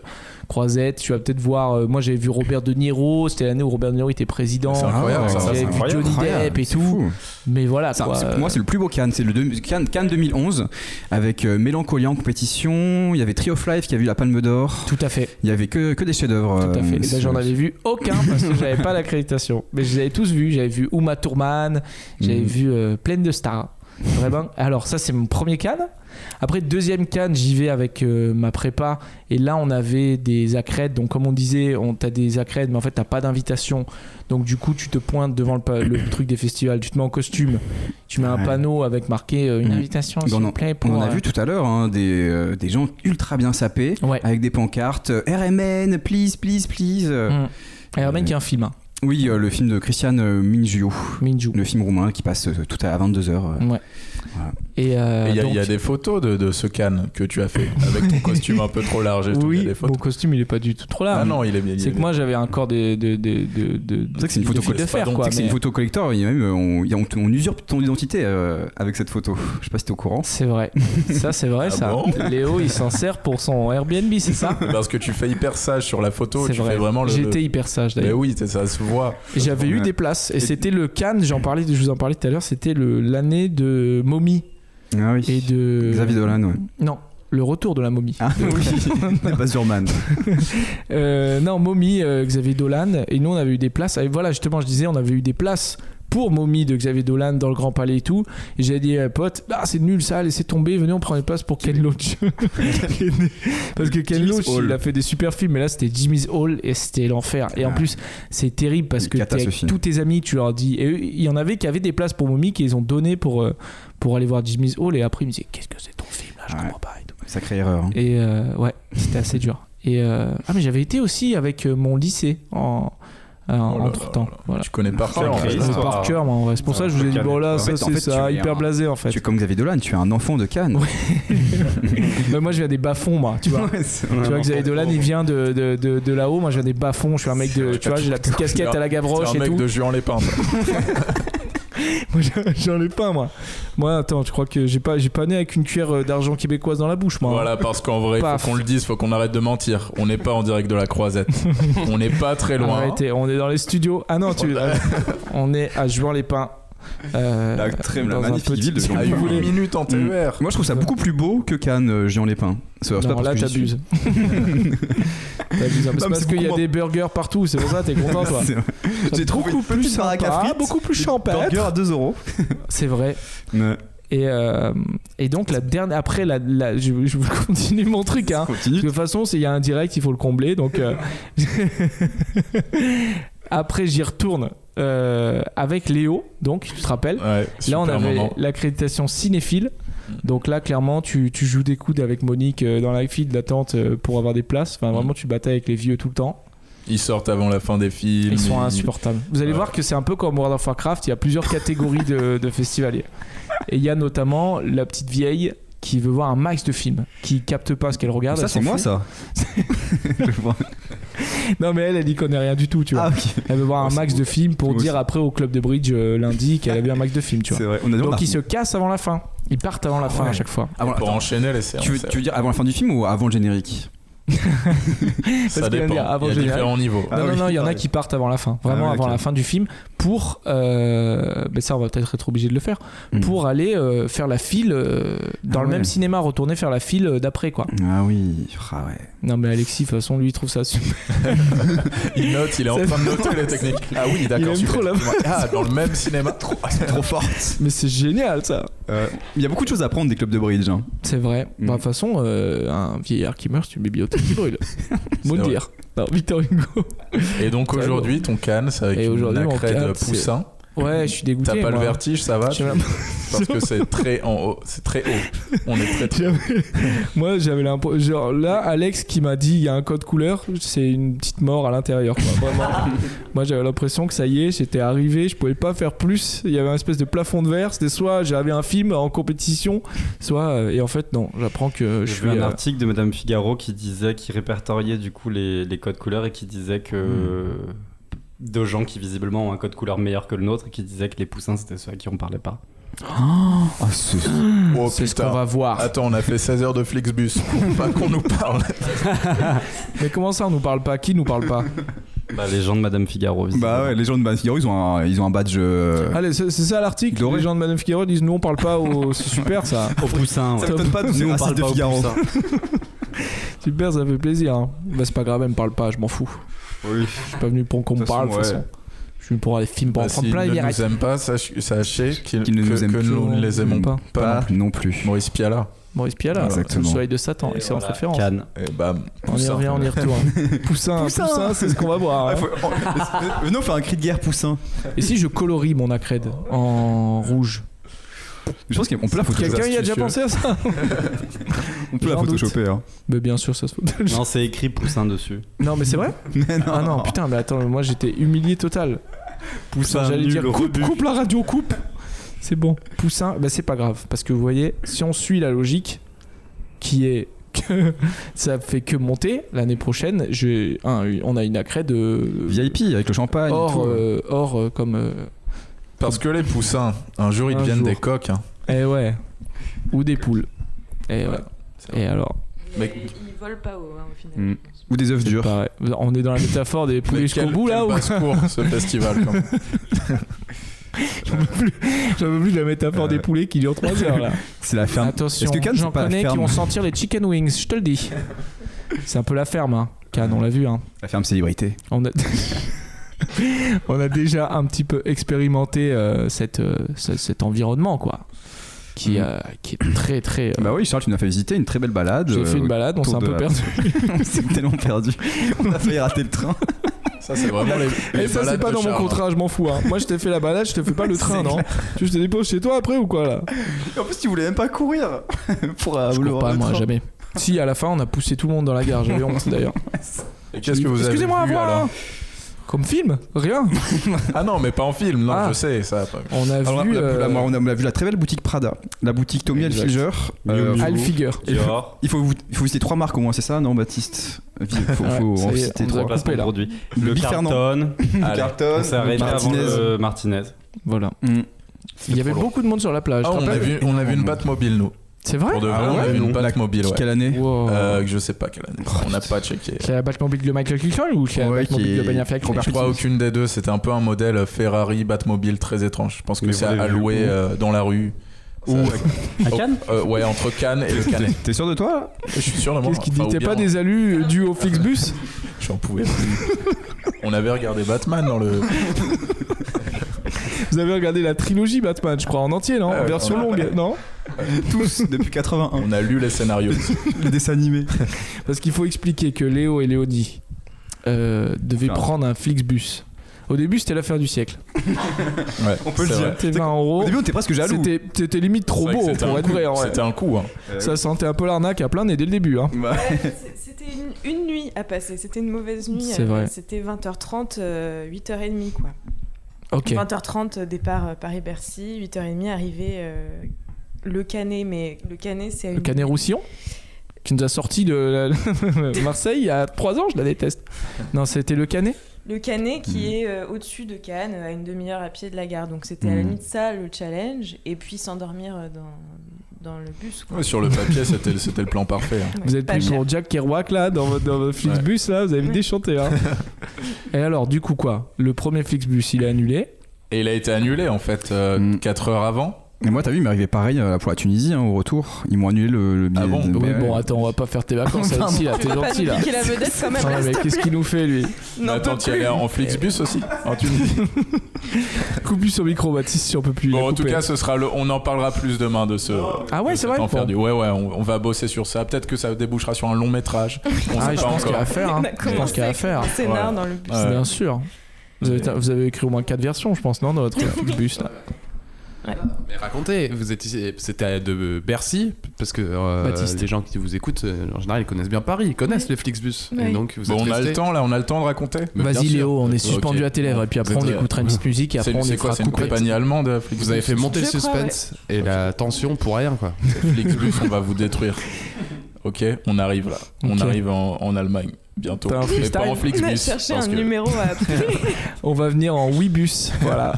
S1: croisette. Tu vas peut-être voir, euh, moi j'avais vu Robert De Niro, c'était l'année où Robert De Niro était président.
S4: C'est incroyable,
S1: J'avais
S4: ça,
S1: vu
S4: c'est
S7: incroyable.
S1: Ah, Johnny
S7: Incroyable,
S1: Depp et
S3: C'est
S1: tout. Ah,
S3: fou.
S1: Mais voilà,
S3: Ça,
S1: quoi. euh,
S3: c'est- pour moi, c'est le plus beau Cannes. C'est le deux- Cannes, Cannes 2011 avec euh, Mélancolie en compétition. Il y avait Tree of Life qui a vu la Palme d'Or.
S1: Tout à fait,
S3: Il y avait que, que des chefs-d'œuvre.
S1: tout à fait.
S3: euh,
S1: Et ben, j'en avais vu aucun parce que j'avais pas l'accréditation. Mais je les avais tous vus. J'avais vu Uma Thurman, j'avais
S3: Mhm.
S1: vu euh, Pleine de Stars. Vraiment. Alors, ça, c'est mon premier Cannes. Après, deuxième Cannes, j'y vais avec euh, ma prépa. Et là, on avait des accrèdes. Donc, comme on disait, on, t'as des accrèdes, mais en fait, t'as pas d'invitation. Donc, du coup, tu te pointes devant le, pa- le truc des festivals. Tu te mets en costume. Tu mets un
S3: Ouais.
S1: panneau avec marqué euh, une
S3: Mhm.
S1: invitation,
S3: Ben,
S1: s'il
S3: on
S1: vous
S3: en-
S1: plaît. Pour,
S3: On en a
S1: euh,
S3: vu tout à l'heure hein, des, euh, des gens ultra bien sapés
S1: Ouais.
S3: avec des pancartes euh, RMN, please, please, please. Euh,
S1: Mhm. Et alors, mec, il y a un film, hein,
S3: Oui, euh, le film de Christian euh, Mingiu,
S1: Minju.
S3: le film roumain qui passe euh, tout à 22h.
S1: Ouais. Et euh,
S4: Et Il y a- il
S1: donc-
S4: y, a des photos de, de ce Cannes que tu as fait avec ton costume un peu trop large et tout. il y a
S1: Oui,
S4: des
S1: mon
S4: photos.
S1: costume il est pas du tout trop
S4: Ah
S1: là.
S4: non, il est bien. il est
S1: c'est que
S4: bien.
S1: moi j'avais encore des. De, de, de, de-
S3: C'est vrai que c'est une photo
S1: de fil de
S3: collector,
S1: fer
S4: pardon,
S1: quoi.
S3: C'est
S1: mais-
S3: une photo collector, il y a même, euh, on, il y a- on- on usurpe ton identité euh, avec cette photo. Je sais pas si t'es au courant.
S1: C'est vrai, ça c'est vrai
S4: Ah
S1: ça.
S4: bon
S1: Léo il s'en sert pour son Airbnb, c'est ça
S4: Parce que tu fais hyper sage sur la photo.
S1: C'est
S4: Tu fais
S1: vrai.
S4: vraiment le.
S1: J'étais hyper sage
S4: le- Mais
S1: d'ailleurs.
S4: oui, c'est- ça se voit.
S1: J'avais eu
S3: Ouais.
S1: des places et c'était le Cannes, j'en parlais, je vous en parlais tout à l'heure, c'était le- l'année de Momie
S3: Ah oui.
S1: et de.
S3: Xavier Dolan, ouais.
S1: Non, le retour de la Momie.
S3: Ah oui, Bazurman.
S1: Euh, non, Momie, euh, Xavier Dolan. Et nous, on avait eu des places. Et voilà, justement, je disais, on avait eu des places pour Momie de Xavier Dolan dans le Grand Palais et tout. Et j'ai dit à un pote, ah, c'est nul ça, laissez tomber, venez, on prend les places pour Ken Loach. Parce que Ken
S7: Jimmy's
S1: Loach,
S7: Hall.
S1: il a fait des super films, mais là, c'était Jimmy's Hall et c'était l'enfer. Et en
S3: Ah.
S1: plus, c'est terrible parce
S3: Il
S1: que t'es
S3: cata ce
S1: avec
S3: film.
S1: tous tes amis, tu leur dis. Et eux, il y en avait qui avaient des places pour Momie qu'ils ont donné pour, euh, pour aller voir Jimmy's Hall. Et après, ils me disaient, qu'est-ce que c'est ton film là, je
S3: Ouais.
S1: comprends pas. et tout.
S3: Sacrée erreur. hein.
S1: Et euh, ouais, c'était assez dur. Et euh, ah mais j'avais été aussi avec euh, mon lycée en,
S4: Oh là
S1: entre temps.
S4: là là.
S1: Voilà.
S4: Tu connais par cœur. hein. en fait.
S5: Christ.
S1: Euh, Par cœur, moi, en vrai. C'est pour ça que je vous ai dit, bon là,
S3: En
S1: ça
S3: fait, en
S1: c'est
S3: fait,
S1: ça,
S3: tu es
S1: hyper
S3: un-
S1: blasé en fait.
S3: Tu es comme Xavier Dolan, tu es un enfant de Cannes.
S1: Mais moi je viens des bas-fonds, moi, tu vois.
S3: Ouais, c'est
S1: Tu vois,
S3: vraiment-
S1: Xavier Dolan, il vient de, de, de, de là-haut. Moi, je viens des bas-fonds. Je suis un mec de. Tu vois, j'ai la petite casquette à la
S4: C'est
S1: Gavroche
S4: un
S1: et
S4: mec
S1: tout.
S4: de Juan Lépin.
S1: Moi, j'en- j'en ai pas, moi. Moi, attends, je crois que j'ai pas, j'ai pas né avec une cuillère euh, d'argent québécoise dans la bouche, moi. hein.
S4: Voilà, parce qu'en vrai, faut
S1: Paf.
S4: qu'on le dise, faut qu'on arrête de mentir. On n'est pas en direct de la croisette. on n'est pas très loin. hein.
S1: Arrêtez, on est dans les studios. Ah non, tu. on est à Juin-les-Pins. Euh,
S3: La très- la
S1: dans un
S3: magnifique ville de
S1: si
S3: Juan-les-Pins.
S4: À
S1: vous
S3: Ah,
S4: 8
S1: voulez. Mm.
S4: minutes en E TER.
S3: Moi, je trouve ça beaucoup plus beau que Cannes, euh, Jean Lépin. C'est c'est pas
S1: Non,
S3: parce
S1: là,
S3: que j'y
S1: t'abuses. T'abuses un peu.
S3: Non,
S1: C'est
S3: mais
S1: parce
S3: c'est
S1: qu'il y a
S3: beaucoup
S1: des burgers partout, c'est pour ça, t'es content,
S3: suis.
S1: toi.
S3: C'est vrai. J'ai trouvé
S1: beaucoup
S3: une petite
S1: plus
S3: baraque à
S1: sympa,
S3: frites,
S1: beaucoup plus champêtre.
S7: Burger à 2 euros.
S1: C'est vrai.
S3: Ouais.
S1: Et, euh, et donc, la dernière, après, la, la- je, je vous continue mon truc. Hein.
S3: Continue.
S1: De toute façon, s'il y a un direct, il faut le combler. Donc, euh, après, j'y retourne euh, avec Léo, donc, tu te rappelles.
S4: Ouais,
S1: Là, on
S4: super
S1: avait
S4: moment.
S1: l'accréditation cinéphile. Donc là, clairement, tu, tu joues des coudes avec Monique euh, dans la file d'attente euh, pour avoir des places. Enfin, vraiment, tu batailles avec les vieux tout le temps.
S4: Ils sortent avant la fin des films.
S1: Ils sont insupportables. Vous allez
S4: Ouais.
S1: voir que c'est un peu comme World of Warcraft. Il y a plusieurs catégories de, de festivaliers. Et il y a notamment la petite vieille qui veut voir un max de films, qui capte pas ce qu'elle regarde.
S3: Ça,
S1: elle
S3: c'est
S1: s'en
S3: moi,
S1: fout.
S3: ça. Je vois.
S1: Non, mais elle, elle y connaît rien du tout, tu vois.
S3: Ah, ok.
S1: Elle veut voir
S3: Moi,
S1: un
S3: c'est
S1: max de films pour
S3: Moi
S1: dire
S3: aussi.
S1: après au club de bridge euh, lundi qu'elle a vu un max de films, tu vois.
S3: C'est vrai. On a dit, on a-
S1: Donc ils se cassent avant la fin. Ils partent avant la fin
S3: ouais.
S1: à chaque fois.
S3: Avant-
S4: Pour
S3: attends,
S4: enchaîner les séances.
S3: tu veux, tu veux dire avant la fin du film ou avant le générique
S4: Ça
S1: que j'allais
S4: dépend.
S1: dire, avant
S4: il y a
S1: génial.
S4: différents niveaux.
S1: Non,
S7: Ah
S1: non,
S7: oui.
S1: non, il y en
S7: Ah
S1: a
S7: oui.
S1: qui partent avant la fin, vraiment
S7: Ah oui,
S1: avant
S7: ok.
S1: la fin du film, pour. euh, ben ça, on va peut-être être obligé de le faire,
S3: Mm.
S1: pour aller euh, faire la file euh, dans
S3: Ah
S1: le
S3: ouais.
S1: même cinéma, retourner faire la file euh, d'après, quoi.
S3: Ah oui, ah ouais.
S1: Non, mais Alexis, de toute façon, lui, il trouve ça super.
S4: Il note, il est en
S1: C'est
S4: train de noter les techniques. Ah oui,
S1: Il aime
S4: d'accord, super.
S1: trop la-
S4: Ah, dans le même cinéma. Trop,
S7: Trop forte.
S1: Mais c'est génial, ça
S7: Euh, Il y a beaucoup de choses à apprendre des clubs de bridge. hein.
S1: C'est vrai. Bah, De
S7: Mm.
S1: toute façon, euh, un vieillard qui meurt, c'est une bibliothèque qui brûle. Mot de
S4: vrai.
S1: dire. Non, Victor Hugo.
S4: Et donc
S1: C'est
S4: aujourd'hui, ton canne, c'est avec
S1: Et
S4: une
S1: aujourd'hui, mon
S4: nacrée de
S1: canne, c'est-
S4: poussin.
S1: Ouais, je suis dégoûté.
S4: T'as pas le
S1: moi.
S4: vertige, ça va
S1: Je sais
S4: tu-
S1: même-
S4: Parce que c'est très en haut. C'est très haut. On est très très haut.
S1: J'avais- Moi, j'avais l'impression. Genre, là, Alex qui m'a dit il y a un code couleur, c'est une petite mort à l'intérieur. quoi, vraiment. Moi, j'avais l'impression que ça y est, j'étais arrivé, je pouvais pas faire plus. Il y avait un espèce de plafond de verre. C'était soit j'avais un film en compétition, soit. euh, Et en fait, non, j'apprends que je
S5: J'ai
S1: suis.
S5: vu un
S1: euh,
S5: article de Madame Figaro qui disait, qui répertoriait du coup les, les codes couleurs et qui disait que.
S1: Hmm.
S5: Deux gens qui visiblement ont un code couleur meilleur que le nôtre et qui disaient que les poussins c'était ceux à qui on parlait pas.
S3: Ah, c'est-
S4: Oh
S1: c'est ce
S4: putain.
S1: qu'on va voir.
S7: Ah.
S4: Attends, on a fait 16 heures de Flixbus. Pour pas qu'on nous parle.
S1: Mais comment ça, on nous parle pas Qui nous parle pas
S5: Bah, les gens de Madame Figaro. visiblement.
S7: Bah ouais, les gens de Madame Figaro, ils ont un, ils ont un badge. euh,
S1: Allez, c'est c'est ça l'article.
S7: Doré.
S1: Les gens de Madame Figaro disent nous, on parle pas aux. C'est super ça.
S5: Au poussin,
S7: Ça
S5: ouais.
S7: m'étonne pas de
S5: Nous,
S7: nous
S5: on
S7: racistes
S5: parle
S7: de
S5: pas au
S7: Figaro.
S5: poussin.
S1: Super, ça fait plaisir. hein. Bah, c'est pas grave, elle me parle pas, je m'en fous.
S7: Oui.
S1: Je suis pas venu pour qu'on me
S7: De toute
S1: parle, de toute
S7: façon, ouais.
S1: façon. Je suis venu pour aller films, pour en
S4: Bah,
S1: prendre
S4: S'ils
S1: plein les
S4: ne
S1: mirettes.
S4: nous aiment pas, sach- sachez qu'ils
S7: Qu'ils ne
S4: que-
S7: nous aiment
S4: que
S7: plus,
S4: nous
S7: on
S4: ne les aimons
S1: pas.
S4: pas.
S7: Pas non plus.
S4: Maurice Piala.
S1: Maurice Piala,
S7: Voilà.
S1: le
S7: Exactement.
S1: soleil de Satan,
S5: Et
S1: excellente
S5: voilà,
S1: référence.
S5: Cannes.
S4: Et Eh, bam.
S1: On y
S4: Poussin.
S1: revient, on y retourne. Poussin,
S7: Poussin.
S1: Poussin, c'est ce qu'on va voir.
S7: Ah,
S1: hein.
S7: faut- oh, est-ce-
S1: euh,
S7: Venons faire un cri de guerre poussin.
S1: Et si je colorie mon acred en rouge
S7: Je pense qu'on peut la photoshopper.
S1: Quelqu'un y a déjà pensé à ça
S7: On peut la
S1: J'en doute.
S7: photoshopper. hein.
S1: Mais bien sûr, ça se
S5: Non, c'est écrit poussin dessus.
S1: Non, mais c'est vrai
S7: Mais non.
S1: Ah non, putain, mais attends, moi j'étais humilié total.
S5: Poussin
S1: J'allais
S5: nul,
S1: dire coupe,
S5: rebut.
S1: coupe la radio, coupe C'est bon. Poussin, bah c'est pas grave, parce que vous voyez, si on suit la logique, qui est que ça fait que monter, l'année prochaine, je, un, on a une euh, accrée de.
S7: VIP avec le champagne. et
S1: Or,
S7: tout.
S1: euh, or euh, comme. euh,
S4: Parce que les poussins, un jour ils
S1: Un
S4: deviennent
S1: jour.
S4: des coqs. hein.
S1: Eh ouais. Ou des poules. Eh ouais.
S4: Ouais, c'est vrai.
S1: Et alors
S4: Mais-
S6: Ils, ils volent pas haut, hein, au final.
S7: Mm.
S6: je pense.
S7: Ou des œufs
S1: c'est
S7: durs.
S1: pareil. On est dans la métaphore des
S4: Mais
S1: poules jusqu'au
S4: quel-
S1: bout là
S4: quelle
S1: ou
S4: basse-cour, ce festival. quand même.
S1: J'en veux plus de la métaphore des poulets qui dure 3 heures là.
S7: C'est la Euh. ferme.
S1: Attention,
S7: Est-ce que Cannes,
S1: j'en
S7: c'est pas la
S1: connais qui
S7: ferme
S1: vont sentir les chicken wings, je te le dis. C'est un peu la ferme, hein. Cannes, on l'a vu, hein.
S7: La ferme célébrité.
S1: On a, on a déjà un petit peu expérimenté euh, cette, euh, ce- cet environnement, quoi.
S7: Mm.
S1: Qui, euh, qui est très, très. euh,
S7: Bah oui, Charles, tu nous as fait visiter une très belle balade.
S1: J'ai
S7: euh,
S1: fait une balade, on s'est
S7: autour
S1: un
S7: de
S1: peu
S7: la-
S1: perdu.
S7: on s'est tellement perdu. On a failli rater le train.
S4: Ça, c'est vraiment les.
S1: Et
S4: les
S1: ça, c'est
S4: balades
S1: pas
S4: de
S1: dans mon
S4: Charles.
S1: contrat, je m'en fous. hein. Moi, je t'ai fait la balade, je te fais pas le train,
S7: C'est
S1: non Tu je te dépose chez toi après ou quoi là
S7: Et en plus, tu voulais même pas courir pour euh,
S1: Je
S7: le
S1: cours pas,
S7: le
S1: moi,
S7: train.
S1: jamais. Si, à la fin, on a poussé tout le monde dans la gare, j'avais honte d'ailleurs.
S4: Et qu'est-ce que vous avez
S1: Excusez-moi, hein.
S4: vu,
S1: voilà
S4: alors
S1: Comme film Rien
S4: Ah non, mais pas en film, non,
S1: Ah.
S4: je sais. Ça...
S1: On a
S7: Alors,
S1: vu
S7: on, a,
S1: euh,
S7: on a- on a vu la très belle boutique Prada, la boutique Tommy
S4: Exact.
S7: Hilfiger. euh,
S5: Miu Miu.
S1: Al Figer.
S5: Dior,
S7: il faut vous- il faut citer trois marques au moins, c'est ça, non, Baptiste Il faut,
S1: Ouais,
S7: faut
S1: ça
S7: en
S1: y est,
S7: citer
S1: on nous a
S7: trois.
S1: coupé,
S5: placement
S1: là.
S5: produit.
S7: Le Big Fernand,
S5: Carton. Allez,
S7: Carton,
S5: On s'est arrêté avant
S7: Martinez.
S5: le Martinez.
S1: Voilà.
S7: Mm.
S1: Il y avait
S4: trop long.
S1: beaucoup de monde sur la plage.
S4: Ah,
S1: tu te
S4: on a,
S1: rappelles
S4: vu, on a vu une Batmobile, nous.
S1: C'est vrai
S4: Pour de vrai,
S7: Ah
S4: on a
S7: ouais
S4: vu une
S7: La-
S4: Batmobile, ouais.
S7: Quelle année
S1: Wow.
S4: Euh, je sais pas quelle année. On n'a pas checké.
S1: C'est la Batmobile de Michael Keaton ou c'est la
S7: Ouais,
S1: Batmobile
S7: qui
S1: de
S7: est-
S1: Benjamin Fiacre
S7: Robert
S4: Je crois aucune des deux. C'était un peu un modèle euh, Ferrari Batmobile très étrange. Je pense que
S5: Mais
S4: c'est
S5: vous l'avez
S4: à
S5: vu
S4: louer
S5: où
S4: euh, dans la rue. Ça-
S5: À
S1: Oh.
S5: Cannes
S4: Euh, ouais, entre Cannes et le Canet.
S7: Oh, T'es sûr de toi
S4: Je suis sûr de moi.
S1: Qu'est-ce qu'il dit
S4: Enfin, ou
S1: T'es
S4: bien-
S1: pas des alus euh, dus au Flixbus
S4: J'en pouvais plus. On avait regardé Batman dans le.
S1: Vous avez regardé la trilogie Batman, je crois, en entier, non
S4: Ah ouais,
S1: Version
S4: on a-
S1: longue, non
S7: Tous, depuis 81,
S4: On a lu les scénarios.
S7: le dessin animé.
S1: Parce qu'il faut expliquer que Léo et Léonie euh, devaient
S7: Enfin.
S1: prendre un Flixbus. Au début, c'était l'affaire du siècle.
S4: Ouais,
S7: On peut le
S4: c'est
S7: dire.
S4: vrai.
S1: C'était 20 euros.
S7: Au début, on était presque jaloux.
S1: C'était c'était limite trop
S4: C'est vrai que
S1: beau
S4: c'était
S1: pour
S4: un
S1: être
S4: coup.
S1: vrai. ouais.
S4: C'était un coup. hein.
S1: Ça sentait un peu l'arnaque à plein nez dès le début. Hein.
S7: Bah,
S6: C'est- C'était une, une nuit à passer, c'était une mauvaise nuit.
S1: C'est
S6: euh,
S1: vrai.
S6: C'était 20h30, euh, 8h30 quoi.
S1: Ok.
S6: 20h30 départ euh, Paris-Bercy, 8h30 arrivée euh, le Canet, mais le Canet c'est à
S1: Le
S6: une-
S1: Canet Roussillon qui nous a sorti de la- Marseille il y a 3 ans, je la déteste. Non, c'était le Canet
S6: Le Canet qui est euh, au-dessus de Cannes, à une demi-heure à pied de la gare. Donc c'était à la
S7: Mhm.
S6: limite ça le challenge, et puis s'endormir euh, dans, dans le bus. quoi.
S4: Ouais, sur le papier, c'était le, c'était le plan parfait. hein.
S6: Ouais,
S1: Vous êtes
S6: pas
S1: plus
S6: cher.
S1: pour Jack Kerouac là, dans votre, dans votre Flixbus là, vous avez
S6: Ouais.
S1: déchanté. Hein. Et alors, du coup, quoi Le premier Flixbus, il est annulé.
S4: Et il a été annulé en fait
S3: Mm.
S4: 4 heures avant.
S3: Et moi, t'as vu, il m'est arrivé pareil euh, pour la Tunisie hein, au retour. Ils m'ont annulé le, le billet.
S4: Ah bon
S3: de-
S1: Bah oui,
S3: ouais.
S1: bon, attends, on va pas faire tes vacances
S4: Enfin,
S1: Alexis, là, Ah, t'es
S6: Tu vas pas
S1: gentil
S6: nous
S1: là.
S6: piquer la vedette quand même.
S1: Putain,
S6: là,
S1: Ah, mais
S6: s'il te
S1: qu'est-ce
S6: plaît.
S1: qu'il nous fait lui
S6: N'en
S4: Mais attends,
S6: peux
S4: tu allais
S6: plus.
S4: en Flixbus aussi en Tunisie.
S1: Coupe lui son micro, Baptiste, si on peut plus.
S4: Bon,
S1: la
S4: en tout
S1: couper.
S4: cas, ce sera le... on en parlera plus demain de ce.
S1: ah ouais,
S4: de
S1: c'est
S4: cet
S1: vrai.
S4: enfer
S1: bon.
S4: du- Ouais, ouais, on, on va bosser sur ça. Peut-être que ça débouchera sur un long métrage. On
S1: Ah,
S4: sait
S1: je
S4: pas
S1: pense qu'il y a
S4: encore.
S1: à faire.
S6: On
S1: hein.
S6: a
S1: Je pense
S6: commencé
S1: qu'il y a à faire.
S6: un scénar
S4: Ouais.
S6: dans le bus.
S4: Ouais.
S1: Bien sûr. Vous avez, vous avez écrit au moins 4 versions, je pense, non, dans votre Flixbus
S4: Bah,
S1: là.
S2: Mais racontez, vous étiez, c'était de Bercy, parce que euh,
S1: Baptiste.
S2: les gens qui vous écoutent, euh, en général, ils connaissent bien Paris, ils connaissent les Flixbus.
S6: Oui.
S2: Et donc, vous
S4: Bon,
S2: êtes
S4: on a
S2: restés.
S4: le temps là, on a le temps de raconter.
S2: Mais bien
S1: Vas-y
S2: sûr.
S1: Léo, on est
S2: Ok.
S1: suspendu à tes lèvres et puis après
S2: Vous
S1: on
S2: êtes-
S1: écoutera une petite musique et
S4: euh, C'est
S1: après on
S4: c'est
S1: les
S4: quoi
S1: fera
S4: C'est une
S1: couper.
S4: compagnie allemande, euh, Flixbus
S2: Vous avez fait monter le
S6: Je crois,
S2: suspense et la tension pour rien, quoi.
S4: Flixbus, on va vous détruire. Ok, on arrive là. On
S1: Ok.
S4: arrive en, en Allemagne bientôt.
S1: T'as un
S4: Mais
S1: freestyle
S4: pas en
S6: On a
S4: Flixbus.
S6: cherché
S4: parce
S6: un
S4: que-
S6: numéro à appeler.
S1: On va venir en Ouibus, voilà.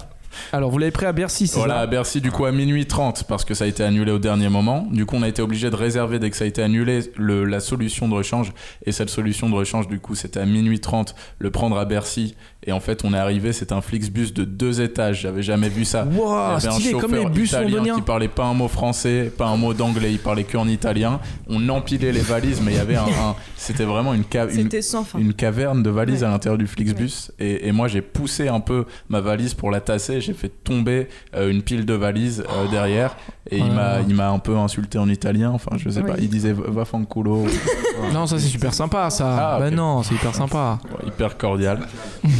S1: Alors vous l'avez pris à Bercy, c'est
S4: Voilà, à
S1: ça
S4: Bercy, du coup, à minuit 30, parce que ça a été annulé au dernier moment. Du coup, on a été obligé de réserver dès que ça a été annulé le- la solution de rechange. Et cette solution de rechange, du coup, c'était à minuit 30, le prendre à Bercy. Et en fait, on est arrivé, c'est un Flixbus de deux étages. J'avais jamais vu ça. Il y
S1: Wow,
S4: avait un
S1: stylé comme les
S4: chauffeur
S1: bus
S4: italien
S1: londoniens.
S4: qui parlait pas un mot français, pas un mot d'anglais, il parlait que en italien. On empilait les valises, mais il y avait un, un- c'était vraiment une, cave une,
S6: C'était sans fin.
S4: une caverne de valises
S6: Ouais.
S4: à l'intérieur du Flixbus. Et, et moi, j'ai poussé un peu ma valise pour la tasser. J'ai fait tomber euh, une pile de valises euh, derrière. Et il
S1: Oh là
S4: m'a-
S1: là.
S4: il m'a un peu infanculé en italien. Enfin, je sais
S6: Oui.
S4: pas. Il disait va- va fanculo.
S1: Non, ça c'est super sympa ça.
S4: Ah,
S1: bah
S4: ok.
S1: non, c'est hyper sympa.
S4: Ouais, hyper cordial.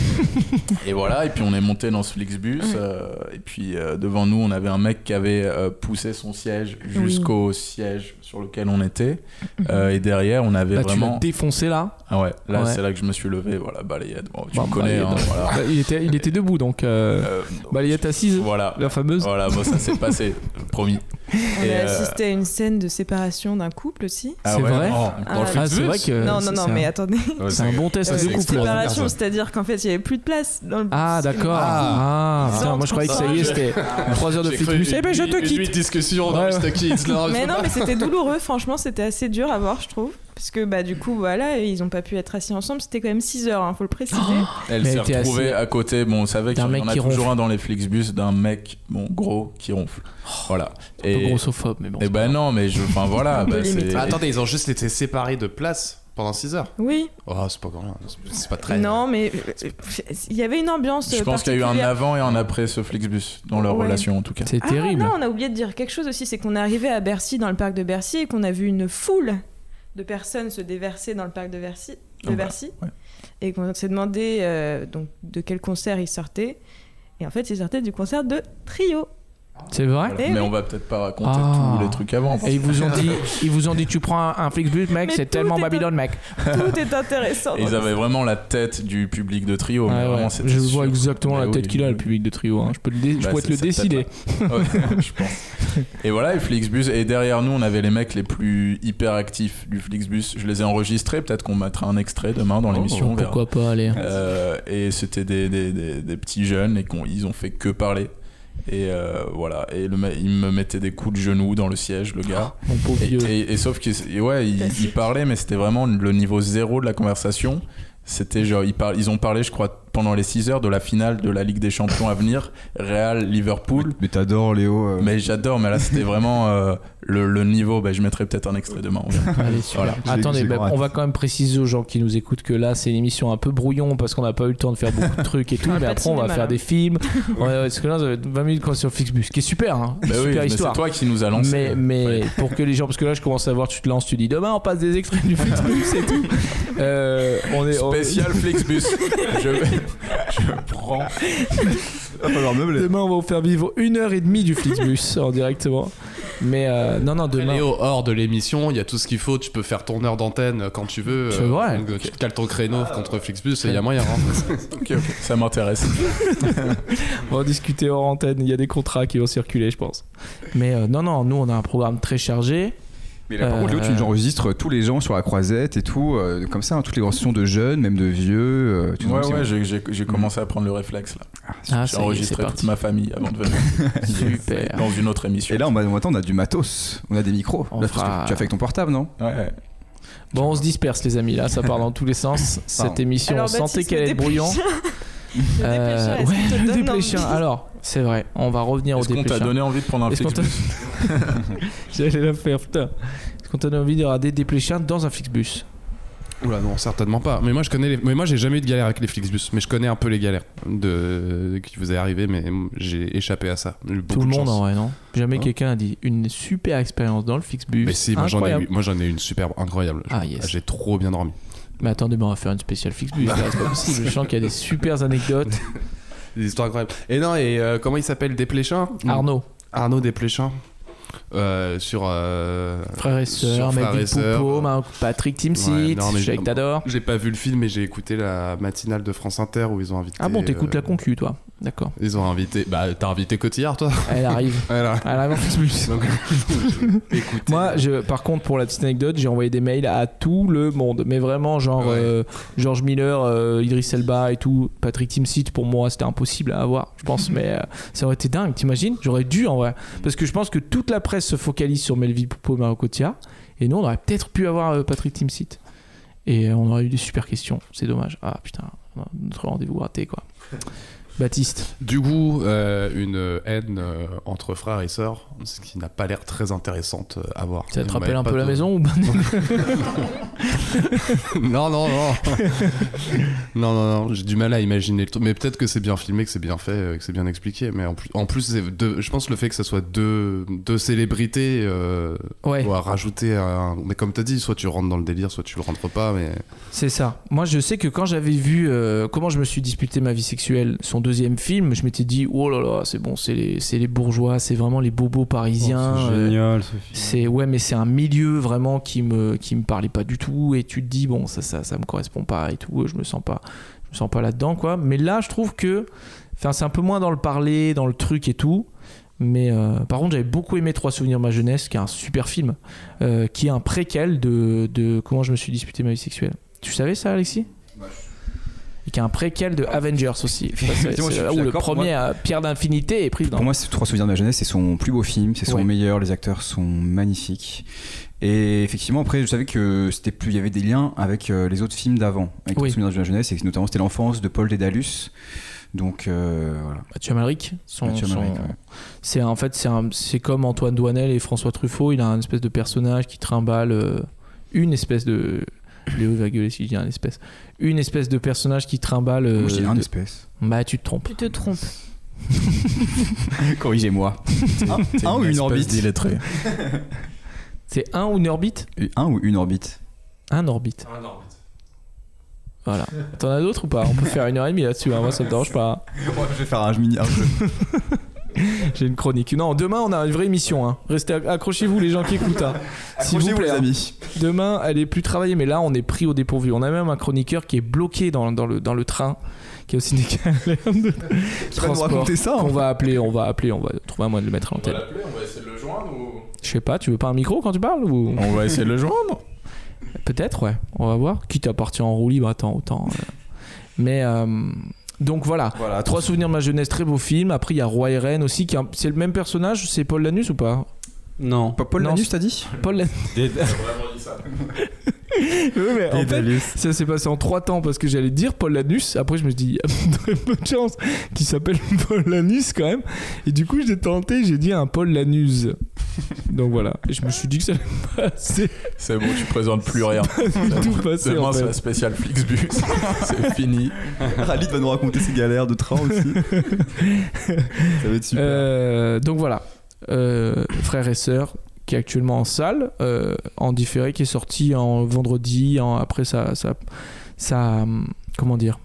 S4: et voilà, et puis on est monté dans ce Flixbus. euh, et puis euh, devant nous, on avait un mec qui avait euh, poussé son siège jusqu'au siège sur lequel on était.
S6: Mhm.
S4: Euh, et derrière, on avait
S1: Là tu l'as
S4: vraiment.
S1: défoncé là.
S4: Ah ouais, là
S1: Ouais.
S4: c'est là que je me suis levé. Voilà, balayette. Bon, tu
S1: Bah,
S4: me connais, hein,
S1: balayette.
S4: voilà.
S1: Bah, il, était, il était debout donc. Euh,
S4: Euh,
S1: balayette assise,
S4: Voilà.
S1: la fameuse.
S4: Voilà, bon, ça s'est passé, promis.
S6: On
S4: Et,
S6: a
S4: euh,
S6: assisté à une scène de séparation d'un couple aussi.
S1: C'est vrai
S4: non,
S6: Ah,
S4: dans le
S1: Ah, c'est
S4: Flixbus
S1: vrai que.
S6: non,
S1: c'est-
S6: non, non,
S1: c'est
S6: mais
S1: un-
S6: attendez.
S1: C'est un bon test
S6: Euh,
S1: à deux
S6: une
S1: couples. là.
S6: séparation, c'est-à-dire qu'en fait, il n'y avait plus de place dans le bus.
S1: Ah d'accord. Ah, putain, moi je croyais que ça y est, c'était 3 heures de
S2: J'ai
S1: flixbus.
S2: cru
S1: Eh ben je te
S2: huit-
S1: quitte.
S2: huit discussions dans
S1: Ouais.
S2: Mr. Kids,
S4: Oh,
S2: là.
S6: Mais non, mais c'était douloureux, franchement, c'était assez dur à voir, je trouve. Parce que, bah, du coup, voilà, ils n'ont pas pu être assis ensemble, c'était quand même 6 heures, hein, faut le préciser.
S4: Elle
S1: Mais
S4: s'est
S1: elle était
S4: retrouvée
S1: assise.
S4: à côté. Bon, on savait qu'il
S1: D'un
S4: y
S1: mec
S4: en a
S1: qui
S4: toujours
S1: ronfle.
S4: un dans les Flixbus d'un mec, bon, gros, qui ronfle. Voilà.
S1: Un peu
S4: Et,
S1: grossophobe, mais bon.
S4: Eh ben non, mais je. Enfin voilà.
S6: peu
S4: bah, c'est-
S6: limite.
S2: Ah, attendez, ils ont juste été séparés de place pendant 6 heures.
S6: Oui,
S2: Oh, c'est pas grand, c'est- c'est pas très.
S6: non, mais euh, il y avait une ambiance.
S4: Je pense qu'il y a eu un
S6: particulière.
S4: avant et un après ce Flixbus dans leur
S6: Ouais.
S4: relation en tout cas.
S1: C'est
S6: Ah,
S1: terrible.
S6: non, on a oublié de dire quelque chose aussi, c'est qu'on est arrivé à Bercy, dans le parc de Bercy, et qu'on a vu une foule de personnes se déverser dans le parc de Bercy. De
S4: Ah bah,
S6: Bercy
S4: ouais.
S6: Et qu'on s'est demandé euh, donc, de quel concert ils sortaient. Et en fait, ils sortaient du concert de Trio.
S1: C'est vrai.
S4: Voilà.
S6: Eh
S4: Mais
S6: oui.
S4: on va peut-être pas raconter
S1: Ah.
S4: tous les trucs avant.
S1: Et ils vous ont dit, ils vous ont dit, tu prends un, un Flixbus, mec,
S6: Mais
S1: c'est
S6: tout
S1: tellement
S6: est
S1: Babylone, mec.
S6: Tout est intéressant.
S4: Et
S6: dans
S4: ils
S6: ce
S4: avaient vraiment la tête du public de trio. Oh, mais
S1: Ah Ouais,
S4: vraiment,
S1: ouais.
S4: c'était
S1: Je vois
S4: sûr.
S1: exactement
S4: Mais
S1: la tête
S4: oui.
S1: qu'il a, le public de trio. hein. Je peux, le dé- je
S4: Bah,
S1: pourrais
S4: c'est
S1: te le
S4: cette
S1: décider.
S4: Ouais, je pense. Et voilà, et Flixbus. Et derrière nous, on avait les mecs les plus hyper actifs du Flixbus. Je les ai enregistrés. Peut-être qu'on mettra un extrait demain dans l'émission. on verra.
S1: Oh, Pourquoi pas, allez.
S4: Euh, et c'était des, des- des- des petits jeunes et qu'on, ils ont fait que parler. Et euh, voilà. Et le, me- il me mettait des coups de genoux dans le siège, le gars.
S1: Mon pauvre
S4: Et,
S1: vieux.
S4: et- et sauf que c'est- et ouais, ils il parlaient, mais c'était vraiment le niveau zéro de la conversation. C'était genre, ils, par- ils ont parlé, je crois, pendant les 6 heures de la finale de la Ligue des Champions à venir, Real Liverpool.
S3: Mais t'adores, Léo. euh.
S4: Mais j'adore, mais là c'était vraiment euh, le, le niveau. Bah, je mettrai peut-être un extrait demain. Bah on verra.
S1: Allez, super.
S4: Voilà.
S3: J'ai-
S1: Attendez,
S3: j'ai
S1: bah,
S3: grand hâte.
S1: on va quand même préciser aux gens qui nous écoutent que là, c'est une émission un peu brouillon parce qu'on n'a pas eu le temps de faire beaucoup de trucs et tout.
S6: On a
S1: mais
S6: pas de
S1: après, on va
S6: cinéma, hein.
S1: faire
S6: là.
S1: des films. Ouais, ouais, parce que là, ça va être 20 minutes quand sur Flixbus, qui est super, hein.
S4: Bah oui,
S1: super
S4: mais c'est
S1: histoire.
S4: toi qui euh. nous a lancé.
S1: Mais, mais pour que les gens, parce que là je commence à voir, tu te lances, tu dis demain on passe des extraits du Flixbus et tout. Euh, on est on-
S4: Spécial Flixbus. je, je prends.
S7: va falloir meubler.
S1: Demain, on va vous faire vivre une heure et demie du Flixbus en directement. Mais euh, non, non, demain.
S2: Léo, hors de l'émission, il y a tout ce qu'il faut, tu peux faire ton heure d'antenne quand tu veux. euh,
S1: C'est vrai.
S2: donc, Tu te cales ton créneau contre Flixbus et il y a moyen. hein.
S4: Ok, ok, ça m'intéresse.
S1: On va discuter hors antenne, il y a des contrats qui vont circuler, je pense. Mais euh, non, non, nous, on a un programme très chargé.
S3: Mais là, par contre, Léo, tu nous enregistres tous les gens sur la croisette et tout, euh, comme ça, hein, toutes les grandes sessions de jeunes, même de vieux. euh, tu nous
S4: Ouais,
S3: enregistres.
S4: ouais, j'ai- j'ai j'ai commencé à prendre le réflexe là.
S1: Ah,
S4: J'ai
S1: ça y est,
S4: enregistré
S1: c'est
S4: toute
S1: parti.
S4: ma famille avant de venir
S1: Super.
S4: dans une autre émission.
S3: Et là, on, va- attends, on a du matos, on a des micros.
S1: On
S3: Là, parce
S1: fera-
S3: que tu as fait avec ton portable, non
S4: Ouais, ouais.
S1: Bon, on se disperse, les amis, là, ça part dans tous les sens. Cette
S3: Pardon.
S1: émission, on
S6: Alors,
S1: sentait
S6: Baptiste,
S1: qu'elle
S6: le
S1: est brouillon.
S6: dépêcheur. Le dépêcheur,
S1: Euh,
S6: est-ce qu'il
S1: ouais,
S6: te
S1: le
S6: donne
S1: dépêcheur.
S6: envie
S1: Alors, c'est vrai, on va revenir au
S4: hein. Est-ce qu'on t'a
S1: dépêcheur.
S4: donné envie de prendre un
S1: Est-ce qu'on t'a-
S4: Flixbus
S1: J'allais la faire, putain. Est-ce qu'on t'a donné envie de regarder des pléchiens dans un Flixbus
S2: Oula non certainement pas. Mais moi je connais les... mais moi j'ai jamais eu de galère avec les Flixbus, mais je connais un peu les galères de qui vous est arrivé, mais j'ai échappé à ça. J'ai eu beaucoup
S1: Tout le
S2: de
S1: monde
S2: chance.
S1: en vrai, non Jamais
S2: Hein
S1: quelqu'un a dit une super expérience dans le Flixbus.
S2: Mais si, moi j'en ai,
S1: Incroyable.
S2: eu- moi, j'en ai eu une superbe, incroyable.
S1: Ah,
S2: Je-
S1: yes.
S2: J'ai trop bien dormi.
S1: Mais attendez, mais on va faire une spéciale Flixbus. là, c'est pas possible. Je sens qu'il y a des super anecdotes.
S2: Des histoires incroyables. Et non, et euh, comment il s'appelle Desplechin
S1: Arnaud,
S2: Arnaud Desplechin. Euh, sur. euh,
S1: frère et
S2: Sur
S1: sœur,
S2: frère
S1: Mel
S2: et sœur.
S1: Poupo, Marc- Patrick
S2: Ouais,
S1: Timsit,
S2: non, mais-
S1: Jacques Dador.
S2: J'ai pas vu le film, mais j'ai écouté la matinale de France Inter où ils ont invité.
S1: Ah bon, t'écoutes
S2: euh,
S1: la concu, toi. D'accord.
S2: Ils ont invité. Bah, t'as invité Cotillard, toi
S1: Elle arrive.
S2: Voilà.
S1: Elle arrive en Flixbus.
S2: Donc, écoutez.
S1: Moi, je, par contre, pour la petite anecdote, j'ai envoyé des mails à tout le monde, mais vraiment, genre
S2: Ouais.
S1: euh, George Miller, euh, Idriss Elba et tout, Patrick Timsit, pour moi, c'était impossible à avoir, je pense, mais euh, ça aurait été dingue, t'imagines J'aurais dû en vrai, parce que je pense que toute la presse se focalise sur Melville Poupo et Mario Cotillard, et nous, on aurait peut-être pu avoir euh, Patrick Timsit, et euh, on aurait eu des super questions, c'est dommage. Ah putain, on a notre rendez-vous raté, quoi. Baptiste,
S2: Du coup, euh, une haine euh, entre frères et sœurs, ce qui n'a pas l'air très intéressante euh, à voir.
S1: ça te
S2: Il
S1: rappelle
S2: m'a
S1: un
S2: pas
S1: peu la
S2: de-
S1: maison ou pas
S2: Non, non, non. non, non, non, j'ai du mal à imaginer le truc. Mais peut-être que c'est bien filmé, que c'est bien fait, euh, que c'est bien expliqué. Mais en plus, en plus c'est deux- je pense le fait que ce soit deux, deux célébrités euh,
S1: Ouais.
S2: doit rajouter un. Mais comme t'as dit, soit tu rentres dans le délire, soit tu le rentres pas. Mais
S1: C'est ça. Moi, je sais que quand j'avais vu euh, comment je me suis disputé ma vie sexuelle, son deuxième film, je m'étais dit oh là là, c'est bon, c'est les, c'est les bourgeois, c'est vraiment les bobos parisiens.
S5: Oh, c'est
S1: euh,
S5: génial, ce film.
S1: c'est ouais, mais c'est un milieu vraiment qui me qui me parlait pas du tout. Et tu te dis bon, ça ça ça me correspond pas et tout. Je me sens pas je me sens pas là dedans quoi. Mais là, je trouve que enfin c'est un peu moins dans le parler, dans le truc et tout. Mais euh, par contre, j'avais beaucoup aimé Trois souvenirs de ma jeunesse, qui est un super film, euh, qui est un préquel de, de comment je me suis disputé ma vie sexuelle. Tu savais ça, Alexis Et qui est un préquel de Avengers aussi. Ça, c'est-
S3: Effectivement,
S1: c'est
S3: je suis
S1: là où le
S3: d'accord,
S1: premier euh, Pierre d'infinité est pris dans.
S3: Pour moi, c'est Trois souvenirs de ma jeunesse, c'est son plus beau film, c'est son
S1: Ouais.
S3: meilleur, les acteurs sont magnifiques. Et effectivement, après, je savais que c'était plus, il y avait des liens avec euh, les autres films d'avant, avec
S1: Oui.
S3: Trois souvenirs de ma jeunesse, et que notamment c'était l'enfance de Paul Dédalus. Donc euh, voilà.
S1: Mathieu Amalric, son,
S3: Mathieu Amalric,
S1: son-
S3: ouais.
S1: C'est en fait c'est un- c'est comme Antoine Douanel et François Truffaut, il a un espèce de personnage qui trimballe euh, une espèce de Léo va gueuler si je dis un espèce. Une espèce de personnage qui trimballe euh,
S3: Moi, je dis un
S1: de-
S3: espèce.
S1: Bah tu te trompes.
S6: Tu te trompes.
S3: Corrigez-moi. Ah, un ou une orbite
S4: d'illettré.
S1: C'est un ou une orbite
S3: Et Un ou une orbite
S1: Un orbite.
S4: Ah
S1: Un orbite. Voilà. T'en as d'autres ou pas On peut faire une heure et demie là-dessus, hein, moi ça me dérange pas.
S3: Je vais faire un mini.
S1: J'ai une chronique. Non, demain on a une vraie émission. hein. Restez accrochez-vous les gens qui écoutent. hein. S'il vous plaît, hein.
S3: amis.
S1: Demain, elle est plus travaillée, mais là, on est pris au dépourvu. On a même un chroniqueur qui est bloqué dans, dans le, dans le train, qui est aussi des de transport.
S3: ça. hein
S1: On va appeler, on va appeler, on va trouver un moyen de le mettre à
S4: On va
S1: l'antenne.
S4: l'appeler, on va essayer de le joindre ou...
S1: Je sais pas, tu veux pas un micro quand tu parles ou
S4: On va essayer de le joindre
S1: Peut-être, ouais. On va voir. Quitte à partir en roue libre, attends, autant. euh. Mais euh, donc voilà.
S3: Voilà,
S1: Trois souvenirs de ma jeunesse, très beau film. Après, il y a Roi et Reine aussi, qui est un- c'est le même personnage, c'est Paul Lanus ou pas
S5: Non.
S3: Paul
S1: Non,
S3: Lanus, t'as dit
S1: Paul Lanus.
S5: Des-
S1: Oui, mais en fait, Ça s'est passé en trois temps parce que j'allais dire Paul Lanus. Après, je me suis dit, il y a très peu de chance qu'il s'appelle Paul Lanus quand même. Et du coup, j'ai tenté, j'ai dit un Paul Lanus. Donc voilà. Et je me suis dit que ça allait passer.
S4: C'est bon, tu présentes plus rien.
S1: tout passé,
S4: Demain,
S1: en
S4: c'est
S1: fait.
S4: la spéciale Flixbus. c'est fini.
S7: Khalid va nous raconter ses galères de train aussi. ça va être super.
S1: Euh, donc voilà. Euh, frères et sœurs qui est actuellement en salle, euh, en différé, qui est sorti en vendredi, en, après sa, sa, sa, hum, comment dire,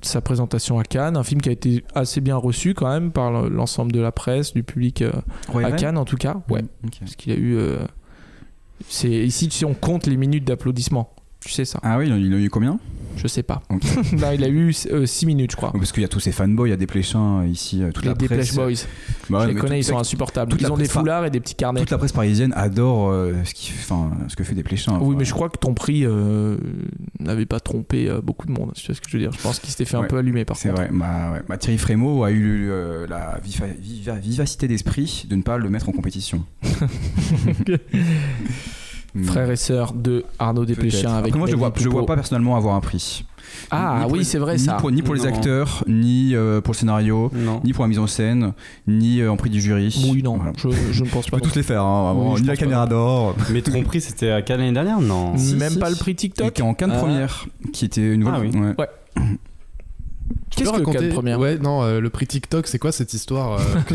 S1: sa présentation à Cannes, un film qui a été assez bien reçu quand même par l'ensemble de la presse, du public euh,
S3: Roy
S1: à
S3: Ray
S1: Cannes en tout cas, ouais.
S3: Ok.
S1: Parce qu'il a eu. euh, C'est ici si on compte les minutes d'applaudissements, tu sais ça.
S3: Ah oui, il en il en a eu combien
S1: Je sais pas.
S3: Ok.
S1: non, il a eu 6 minutes, je crois.
S3: Parce qu'il y a tous ces fanboys, il y a des pléchins euh, ici, euh, toute
S1: Ah. Les
S3: la
S1: Dépêche
S3: presse.
S1: Boys,
S3: Bah ouais,
S1: je les
S3: mais
S1: connais, ils
S3: toute
S1: sont
S3: la-
S1: insupportables.
S3: toute
S1: Ils
S3: la
S1: ont des
S3: presse-
S1: foulards et des petits carnets.
S3: Toute la presse parisienne adore euh, ce, qui, enfin, ce que fait des pléchins.
S1: Oui,
S3: Enfin,
S1: mais je crois que ton prix euh, n'avait pas trompé euh, beaucoup de monde. Tu vois ce que je veux dire Je pense qu'il s'était fait un
S3: Ouais,
S1: peu allumer par
S3: C'est
S1: contre.
S3: vrai. Bah, ouais. Bah, Thierry Frémaux a eu euh, la viva- viva- vivacité d'esprit de ne pas le mettre en compétition. Hmm. Mais
S1: Frères et sœurs de Arnaud
S3: peut-être.
S1: Desplechin avec
S3: Après, moi, je le vois,
S1: David
S3: je le vois
S1: Poupeau.
S3: pas personnellement avoir un prix.
S1: Ah
S3: Ni pour
S1: oui,
S3: les-
S1: c'est vrai
S3: ni
S1: ça.
S3: Pour, ni pour les
S5: Non.
S3: acteurs, ni euh, pour le scénario,
S5: Non.
S3: ni pour la mise en scène, ni euh, en prix du jury.
S1: Oui, non,
S3: Voilà.
S1: je, je ne pense
S7: On
S1: pas.
S7: peut tous les faire, hein, vraiment.
S1: Oui, je
S7: ni la
S1: pense pas.
S7: caméra d'or.
S5: Mais ton prix, c'était à quelle l'année dernière Non.
S1: non.
S3: Si,
S1: Même
S3: si,
S1: pas le
S3: si.
S1: prix
S3: Et
S1: TikTok.
S3: qui est en Cannes
S5: Ah.
S3: première, qui était une
S5: Ah
S3: nouvelle.
S5: oui.
S3: ouais.
S1: Qu'est-ce que
S2: raconter
S1: Cannes première
S2: Ouais, non, euh, le prix TikTok, c'est quoi cette histoire euh, que,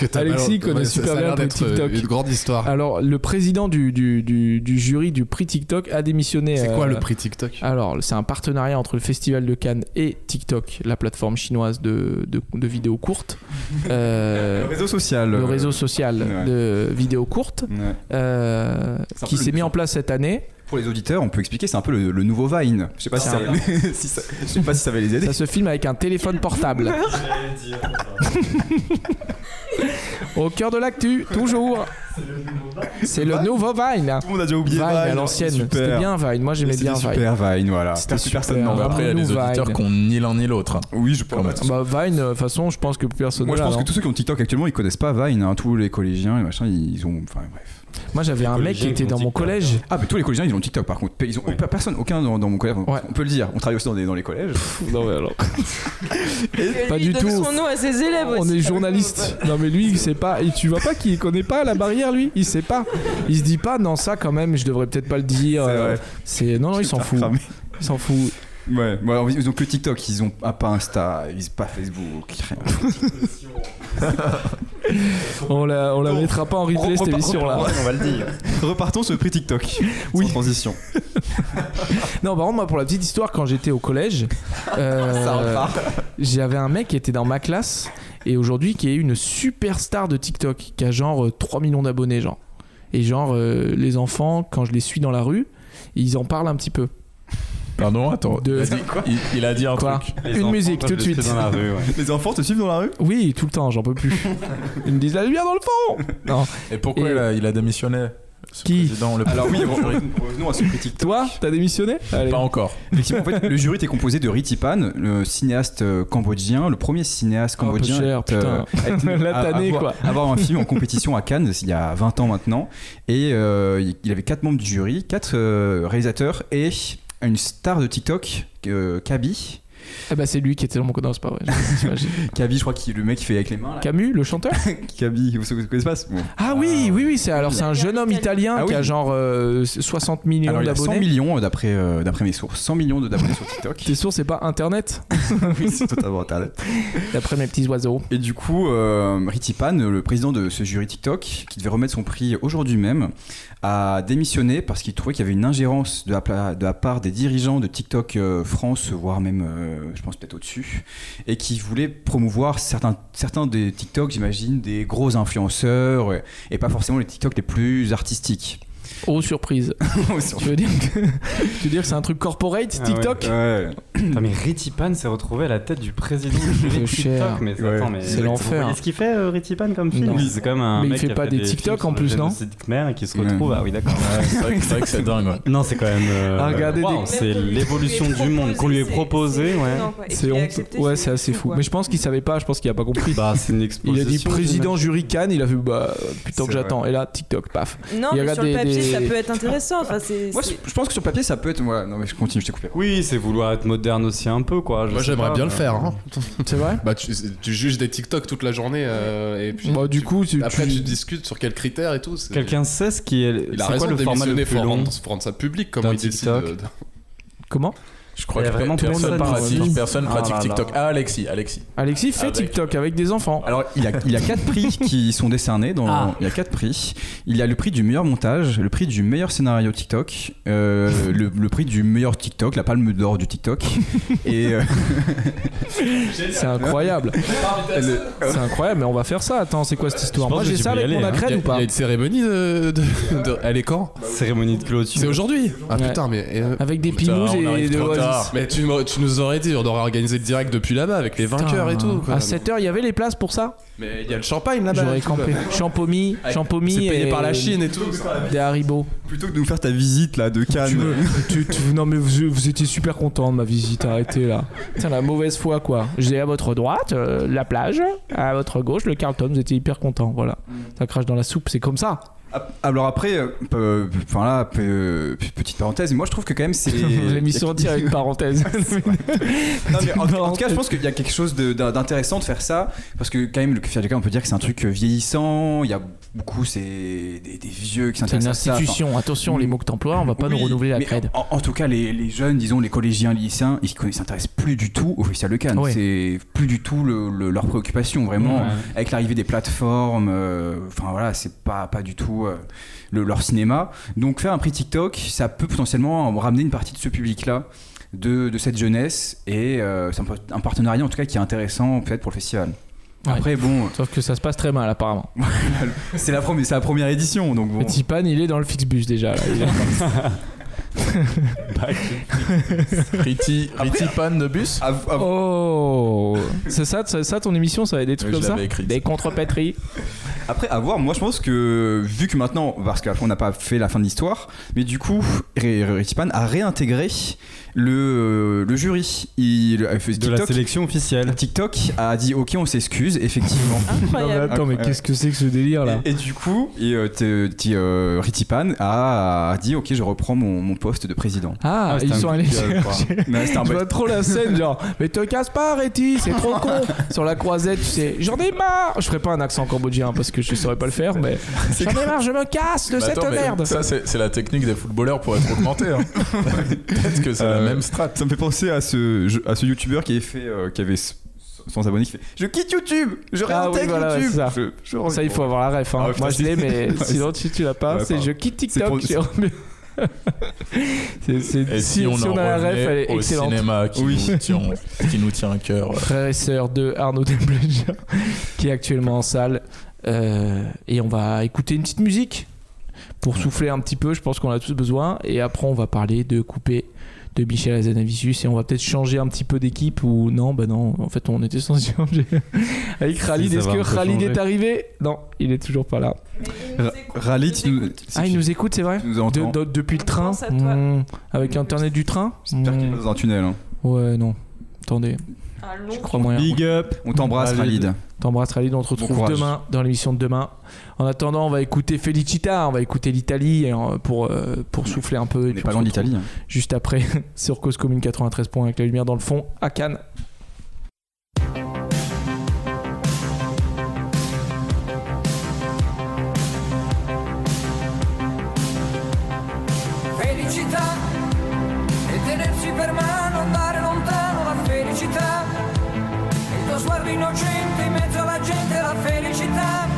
S2: que t'as
S1: Alexis
S2: balancé
S1: connaît
S2: Ouais,
S1: super
S2: ça- ça a
S1: bien
S2: l'air
S1: le prix
S2: d'être, euh,
S1: TikTok.
S2: Une grande histoire.
S1: Alors, le président du, du, du- du jury du prix TikTok a démissionné.
S2: c'est quoi
S1: euh,
S2: le prix TikTok
S1: Alors, c'est un partenariat entre le Festival de Cannes et TikTok, la plateforme chinoise de, de, de vidéos courtes. Euh,
S7: Le réseau social.
S1: le réseau social
S3: Ouais.
S1: de vidéos courtes
S3: Ouais.
S1: euh,
S3: C'est un
S1: qui
S3: peu
S1: s'est
S3: le-
S1: mis en place cette année.
S3: Pour les auditeurs, on peut expliquer, c'est un peu le, le nouveau Vine. Je sais pas si ça, si ça- je sais pas si ça va les aider.
S1: Ah, Ça se filme avec un téléphone portable. Au cœur de l'actu, toujours. C'est le nouveau Vine.
S7: Tout le monde a déjà oublié
S1: Vine à
S7: Vine.
S1: l'ancienne.
S7: Super.
S1: C'était bien Vine. Moi j'aimais bien
S7: C'était
S1: Vine.
S3: Super Vine, voilà.
S1: C'était
S7: Plus personne
S1: super.
S7: n'en
S4: Bah,
S7: va.
S4: Après, il y a des
S1: Arnaud
S4: auditeurs
S1: Vine.
S4: qui ont ni l'un ni l'autre.
S7: Oui, je pense.
S4: Quand même.
S1: Bah, Vine, de toute façon, je pense que plus personne.
S3: Moi, je
S1: ne l'a,
S3: pense que
S1: hein.
S3: tous ceux qui ont TikTok actuellement, ils connaissent pas Vine. hein. Tous les collégiens, les machins, ils ont. Enfin, bref.
S1: Moi j'avais un mec qui
S5: collégiens
S1: était
S5: qui
S1: dans
S5: ont
S1: mon
S5: TikTok,
S1: collège.
S3: Ah, mais tous les collégiens, ils ont TikTok par contre. Ils ont aucun- personne, aucun dans, dans mon collège.
S1: Ouais.
S3: On peut le dire. On travaille aussi dans, des- dans les collèges.
S1: Pas
S6: Lui, il
S1: du
S6: donne
S1: tout.
S6: son nom à ses élèves
S1: On
S6: aussi.
S1: est journaliste. Non mais lui, il sait pas. Et tu vois pas qu'il connaît pas la barrière, lui. Il sait pas. Il se dit pas. Non, ça quand même, je devrais peut-être pas le dire.
S7: C'est
S1: Euh,
S7: vrai.
S1: C'est non, non, il s'en fout.
S7: Cramé.
S1: Il s'en fout.
S3: Ouais. Bon, alors, ils ont que TikTok. Ils ont ah, pas Insta. Ils ont pas Facebook. Rien.
S1: On la, on la mettra pas en replay cette
S7: Repa-
S1: émission là.
S7: repa- on va le dire. Repartons sur le prix TikTok.
S1: Oui.
S7: Sans transition.
S1: Non, par contre, moi, pour la petite histoire, quand j'étais au collège, euh, j'avais un mec qui était dans ma classe et aujourd'hui qui est une superstar de TikTok, qui a genre euh, 3 millions d'abonnés, genre. Et genre, euh, les enfants, quand je les suis dans la rue, ils en parlent un petit peu.
S4: Pardon, attends.
S1: De-
S4: vas-y, il, il a dit un
S1: Quoi
S4: truc.
S5: Les
S1: Une
S5: enfants
S1: musique,
S5: peuvent
S1: tout de
S5: laisser
S1: suite.
S5: Dans la rue, ouais.
S7: Les enfants te suivent dans la rue
S1: Oui, tout le temps, j'en peux plus. Ils me disent la lumière dans le fond Non,
S4: Et pourquoi
S1: Et-
S4: il, a, il a démissionné ce
S1: Qui
S4: président, le
S3: Alors oui,
S4: président du jury
S3: revenons revenons à ce prix TikTok.
S1: toi, t'as démissionné Allez.
S4: Pas encore.
S3: Effectivement, en fait, le jury était composé de Ritipan, le cinéaste euh, cambodgien, le premier cinéaste
S1: Oh,
S3: cambodgien
S1: peu cher,
S3: à être, euh, à être-
S1: La
S3: à- à
S1: tannée,
S3: avoir-
S1: quoi.
S3: à avoir un film en compétition à Cannes il y a 20 ans maintenant. Et euh, il- il avait quatre membres du jury, quatre euh, réalisateurs et une star de TikTok, euh, Kaby.
S1: Eh ben, c'est lui qui était dans mon Non, c'est pas vrai. j'imagine.
S3: Kaby, je crois que le mec qui fait avec les mains. là.
S1: Camus, le chanteur
S3: Kaby, vous vous connaissez pas ce bon.
S1: Ah oui, oui, oui, c'est alors c'est un jeune homme italien
S3: Ah
S1: qui a
S3: oui.
S1: genre euh, 60 millions
S3: Alors, il a 100
S1: d'abonnés.
S3: millions euh, d'après euh, d'après mes sources, 100 millions de- d'abonnés sur TikTok.
S1: T'es sûr, c'est pas Internet
S7: Oui, c'est totalement internet.
S1: D'après mes petits oiseaux.
S3: Et du coup, euh, Ritipan, le président de ce jury TikTok, qui devait remettre son prix aujourd'hui même, a démissionné parce qu'il trouvait qu'il y avait une ingérence de la, pla- de la part des dirigeants de TikTok euh, France, voire même, euh, je pense peut-être au-dessus, et qui voulait promouvoir certains, certains des TikTok, j'imagine, des gros influenceurs, et, et pas forcément les TikTok les plus artistiques.
S1: Oh, surprise. tu, veux dire que... tu veux dire que c'est un truc corporate,
S5: Ah
S1: TikTok
S3: Ouais.
S5: Putain, mais Ritipan s'est retrouvé à la tête du président du
S1: Le
S5: jury
S1: cher.
S5: TikTok. Mais
S7: Ouais.
S5: attends, mais
S1: C'est l'enfer.
S5: Est-ce qu'il fait euh, Ritipan comme film
S1: Non.
S5: C'est quand même un
S1: Mais il
S5: mec
S1: fait
S5: qui a
S1: pas des TikTok
S5: films
S1: en
S5: sur
S1: plus,
S5: le
S1: non
S5: génocide khmer et qui se
S3: Ouais.
S5: retrouve. Ah oui, d'accord.
S4: C'est vrai, que- c'est vrai que c'est dingue. ouais.
S5: Non, c'est quand même. euh,
S1: Ah, regardez
S5: waouh,
S1: des-
S5: c'est l'évolution du monde qu'on lui ait proposé. Ouais.
S1: C'est honteux. Ouais, c'est assez fou. Mais je pense qu'il savait pas, je pense qu'il a pas compris.
S5: Bah, c'est une
S1: Il
S5: exposition.
S1: a dit président
S5: j'imagine.
S1: jury Cannes, il a fait bah putain que
S3: C'est
S1: j'attends. Et là, TikTok, paf.
S6: Non,
S1: Il
S6: mais
S1: regarde
S6: sur le
S1: des-
S6: papier,
S1: des-
S6: ça peut être intéressant. Enfin, c'est.
S3: Moi, je
S6: c'est-
S3: je pense que sur papier, ça peut être. Voilà, non, mais je continue, je t'ai coupé.
S5: Oui, c'est vouloir être moderne aussi un peu, quoi. je
S2: Moi,
S5: sais
S2: j'aimerais
S5: pas,
S2: bien le
S5: euh,
S2: faire. hein.
S1: C'est vrai
S2: Bah, tu, tu juges des TikTok toute la journée euh, et puis.
S1: Bah, du
S2: tu-
S1: coup, tu-
S2: Après,
S1: tu-
S2: tu discutes sur quels critères et tout. c'est-
S5: Quelqu'un sait ce qui est.
S2: Il a
S5: C'est quoi
S2: raison
S5: le
S2: de
S5: format le
S2: démissionner, hein.
S5: plus
S2: faut
S5: long
S2: rendre, faut rendre ça public comme
S5: d'un
S2: il décide.
S5: TikTok.
S2: de- de-
S1: Comment
S4: Je crois
S5: Il y
S4: que
S5: a vraiment
S4: pe-
S5: tout le monde
S4: personne
S1: là-dedans, en même
S4: pratique,
S1: temps.
S4: personne
S5: Ah
S4: pratique
S5: là là.
S4: TikTok. Ah, Alexis, Alexis.
S1: Alexis fait
S4: Avec-
S1: TikTok avec des enfants.
S3: Alors, il a, il a quatre prix qui sont décernés. Dans,
S1: Ah.
S3: Il y a quatre prix. Il y a le prix du meilleur montage, le prix du meilleur scénario TikTok, euh, le, le prix du meilleur TikTok, la palme d'or du TikTok, et euh,
S1: C'est incroyable.
S3: le-
S1: C'est incroyable, mais on va faire ça. Attends, c'est quoi cette histoire
S5: Je pense
S1: Moi,
S5: que
S1: j'ai
S5: tu
S1: ça
S5: peux y
S1: avec mon
S5: aller, hein.
S1: accrède
S2: Il y
S1: ou
S2: a- il y
S1: pas
S2: a une cérémonie de. de- de- Elle est quand
S5: Cérémonie de
S2: C'est
S5: clôture.
S2: aujourd'hui Ah
S1: Ouais. Ah,
S2: putain, mais. euh,
S1: Avec des
S4: Putain,
S1: pimous
S4: on
S1: et
S4: arrive
S1: des
S4: trop tard, alors.
S2: Mais tu, m'aurais- tu nous aurais dit, on aurait organisé le direct depuis là-bas avec les vainqueurs et tout. quoi. Ah bah,
S1: À 7h, il y avait les places pour ça
S2: Mais il y a le champagne là-bas.
S1: Ah, J'aurais
S2: et tout,
S1: campé.
S2: quoi.
S1: Champomy,
S2: Avec-
S1: Champomy.
S2: C'est payé
S1: et-
S2: par la Chine et tout.
S1: Des Haribo.
S7: Plutôt que de nous faire ta visite là de
S2: Ah,
S7: Cannes.
S1: Tu me- tu- tu- non mais vous, vous étiez super content de ma visite, arrêtez là. Putain, la mauvaise foi quoi. J'ai à votre droite euh, la plage, à votre gauche le Carlton, vous étiez hyper content, voilà. Ça crache dans la soupe, c'est comme ça.
S3: Ah, Alors après, euh, euh, enfin là, euh, petite parenthèse, moi je trouve que quand même c'est.
S1: L'émission entière est une parenthèse.
S3: Non, mais en, en tout cas, je pense qu'il y a quelque chose de- d'in- d'intéressant de faire ça, parce que quand même, le café Jacquin, on peut dire que c'est un truc vieillissant. Il y a beaucoup, c'est des, des vieux qui
S1: C'est une
S3: s'intéressent à ça. enfin,
S1: institution, attention les mots que t'emploies, on va pas
S3: oui,
S1: nous renouveler la
S3: mais
S1: crède.
S3: En, en tout cas, les, les jeunes, disons les collégiens, les lycéens, ils ne s'intéressent plus du tout au Festival de Cannes.
S1: Ouais.
S3: C'est plus du tout le- le- leur préoccupation, vraiment.
S5: Ouais.
S1: euh,
S3: Avec l'arrivée des plateformes, euh, enfin voilà, c'est pas, pas du tout euh, le- leur cinéma. Donc faire un prix TikTok, ça peut potentiellement ramener une partie de ce public-là. De, de cette jeunesse et euh, c'est un, par- un partenariat en tout cas qui est intéressant peut-être pour le festival.
S1: Ouais.
S3: Après bon,
S1: Sauf que ça se passe très mal apparemment.
S3: c'est la, première- c'est la première édition donc bon.
S1: Petit Pan, il est dans le Fixbus déjà. là. Il est-
S4: Riti, Riti Pan de
S1: ah,
S4: bus
S3: À- à-
S1: Oh C'est ça, c'est ça ton émission, ça va être des trucs
S4: Je
S1: comme ça
S4: l'avais écrite.
S1: Des contrepétries.
S3: Après, à voir, moi je pense que, vu que maintenant, parce qu'on n'a pas fait la fin de l'histoire, mais du coup, Ré- Ré- Ritipan a réintégré le, le jury. Il, a fait
S5: De la
S3: TikTok,
S5: sélection officielle.
S3: TikTok a dit Ok, on s'excuse, effectivement.
S6: Incroyable.
S1: Attends, mais qu'est-ce que c'est que ce délire là
S3: Et, et du coup, et, euh, t'es- t'es, euh, Ritipan a, a dit Ok, je reprends mon, mon poste de président.
S1: Ah, ils
S5: c'était
S1: sont
S5: un
S1: allés
S5: coup de gueule, quoi.
S1: chercher.
S3: Non, c'était un
S1: Je
S3: bête-
S1: vois trop la scène, genre, mais te casse pas, Réti, c'est trop con. Sur la croisette, tu sais, j'en ai marre. Je ferai pas un accent cambodgien parce que je saurais pas le faire, mais j'en ai marre, je me casse de
S4: Bah
S1: cette
S4: attends, mais
S1: merde.
S4: Ça, c'est c'est la technique des footballeurs pour être augmenté. hein. Peut-être que c'est la
S3: Euh,
S4: même strat.
S3: Ça me fait penser à ce, je- à ce youtubeur qui, avait fait, euh, qui avait s- 100 abonnés qui fait Je quitte YouTube Je
S1: Ah
S3: réintègre
S1: oui, voilà,
S3: YouTube
S1: c'est ça.
S3: Je- je
S1: Ça, il faut avoir la ref. hein.
S3: Ah ouais, putain,
S1: Moi, je
S3: c'est-
S1: l'ai, mais
S3: Ouais,
S1: sinon, si tu l'as pas,
S3: Ouais,
S1: c'est
S3: pardon.
S1: je quitte TikTok.
S3: pour-
S1: j'ai remis- C'est- c'est-
S4: Et si, on, en
S1: a la ref, elle
S4: revenait
S1: est
S4: au
S1: excellente.
S4: cinéma qui,
S3: Oui.
S4: nous tient, qui nous tient à cœur.
S1: frère et sœur de Arnaud Desplechin, qui est actuellement en salle. Euh, et on va écouter une petite musique pour souffler un petit peu, je pense qu'on a tous besoin. Et après, on va parler de couper de Michel Azanavicius et on va peut-être changer un petit peu d'équipe ou non, bah non, en fait, on était censé changer. Avec Khalid,
S5: ça
S1: est-ce
S5: va
S1: que
S5: un peu
S1: Khalid
S5: changer.
S1: est arrivé Non, il est toujours pas là.
S3: Ra- Rally, tu nous, si
S1: Ah, il
S3: tu-
S1: nous écoute, c'est vrai
S3: tu nous entends.
S1: De- de- Depuis le train
S6: Pense à toi.
S1: Hmm, Avec l'internet du train
S3: Mmh. J'espère qu'il est
S1: Hmm,
S3: pas dans un tunnel. hein.
S1: Ouais, non. Attendez,
S6: Un
S1: je
S6: long
S1: crois moyen.
S5: Big up.
S3: On t'embrasse,
S1: Valide.
S3: Khalid.
S1: T'embrasses Khalid, on te retrouve
S3: courage.
S1: demain dans l'émission de demain. En attendant, on va écouter Felicita, on va écouter l'Italie et, euh, pour, euh, pour souffler un peu.
S3: On
S1: et
S3: n'est
S1: puis
S3: pas
S1: on
S3: loin de
S1: se retrouve
S3: l'Italie. hein.
S1: Juste après, sur Cause Commune 93 points avec la lumière dans le fond, à Cannes.
S8: felicità e tenersi per mano, andare lontano la felicità. Il tuo sguardo innocente in mezzo alla gente la felicità.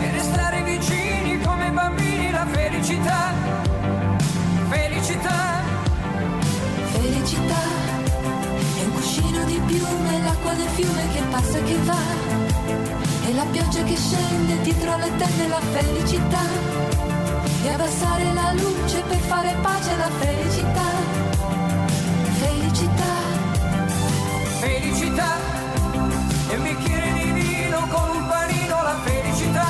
S8: E restare vicini come bambini la felicità. Felicità.
S9: Felicità è un cuscino di piume, l'acqua del fiume che passa e che va, e la pioggia che scende dietro le tende la felicità, e abbassare la luce per fare pace alla felicità, felicità,
S8: felicità e un bicchiere di vino con un panino la felicità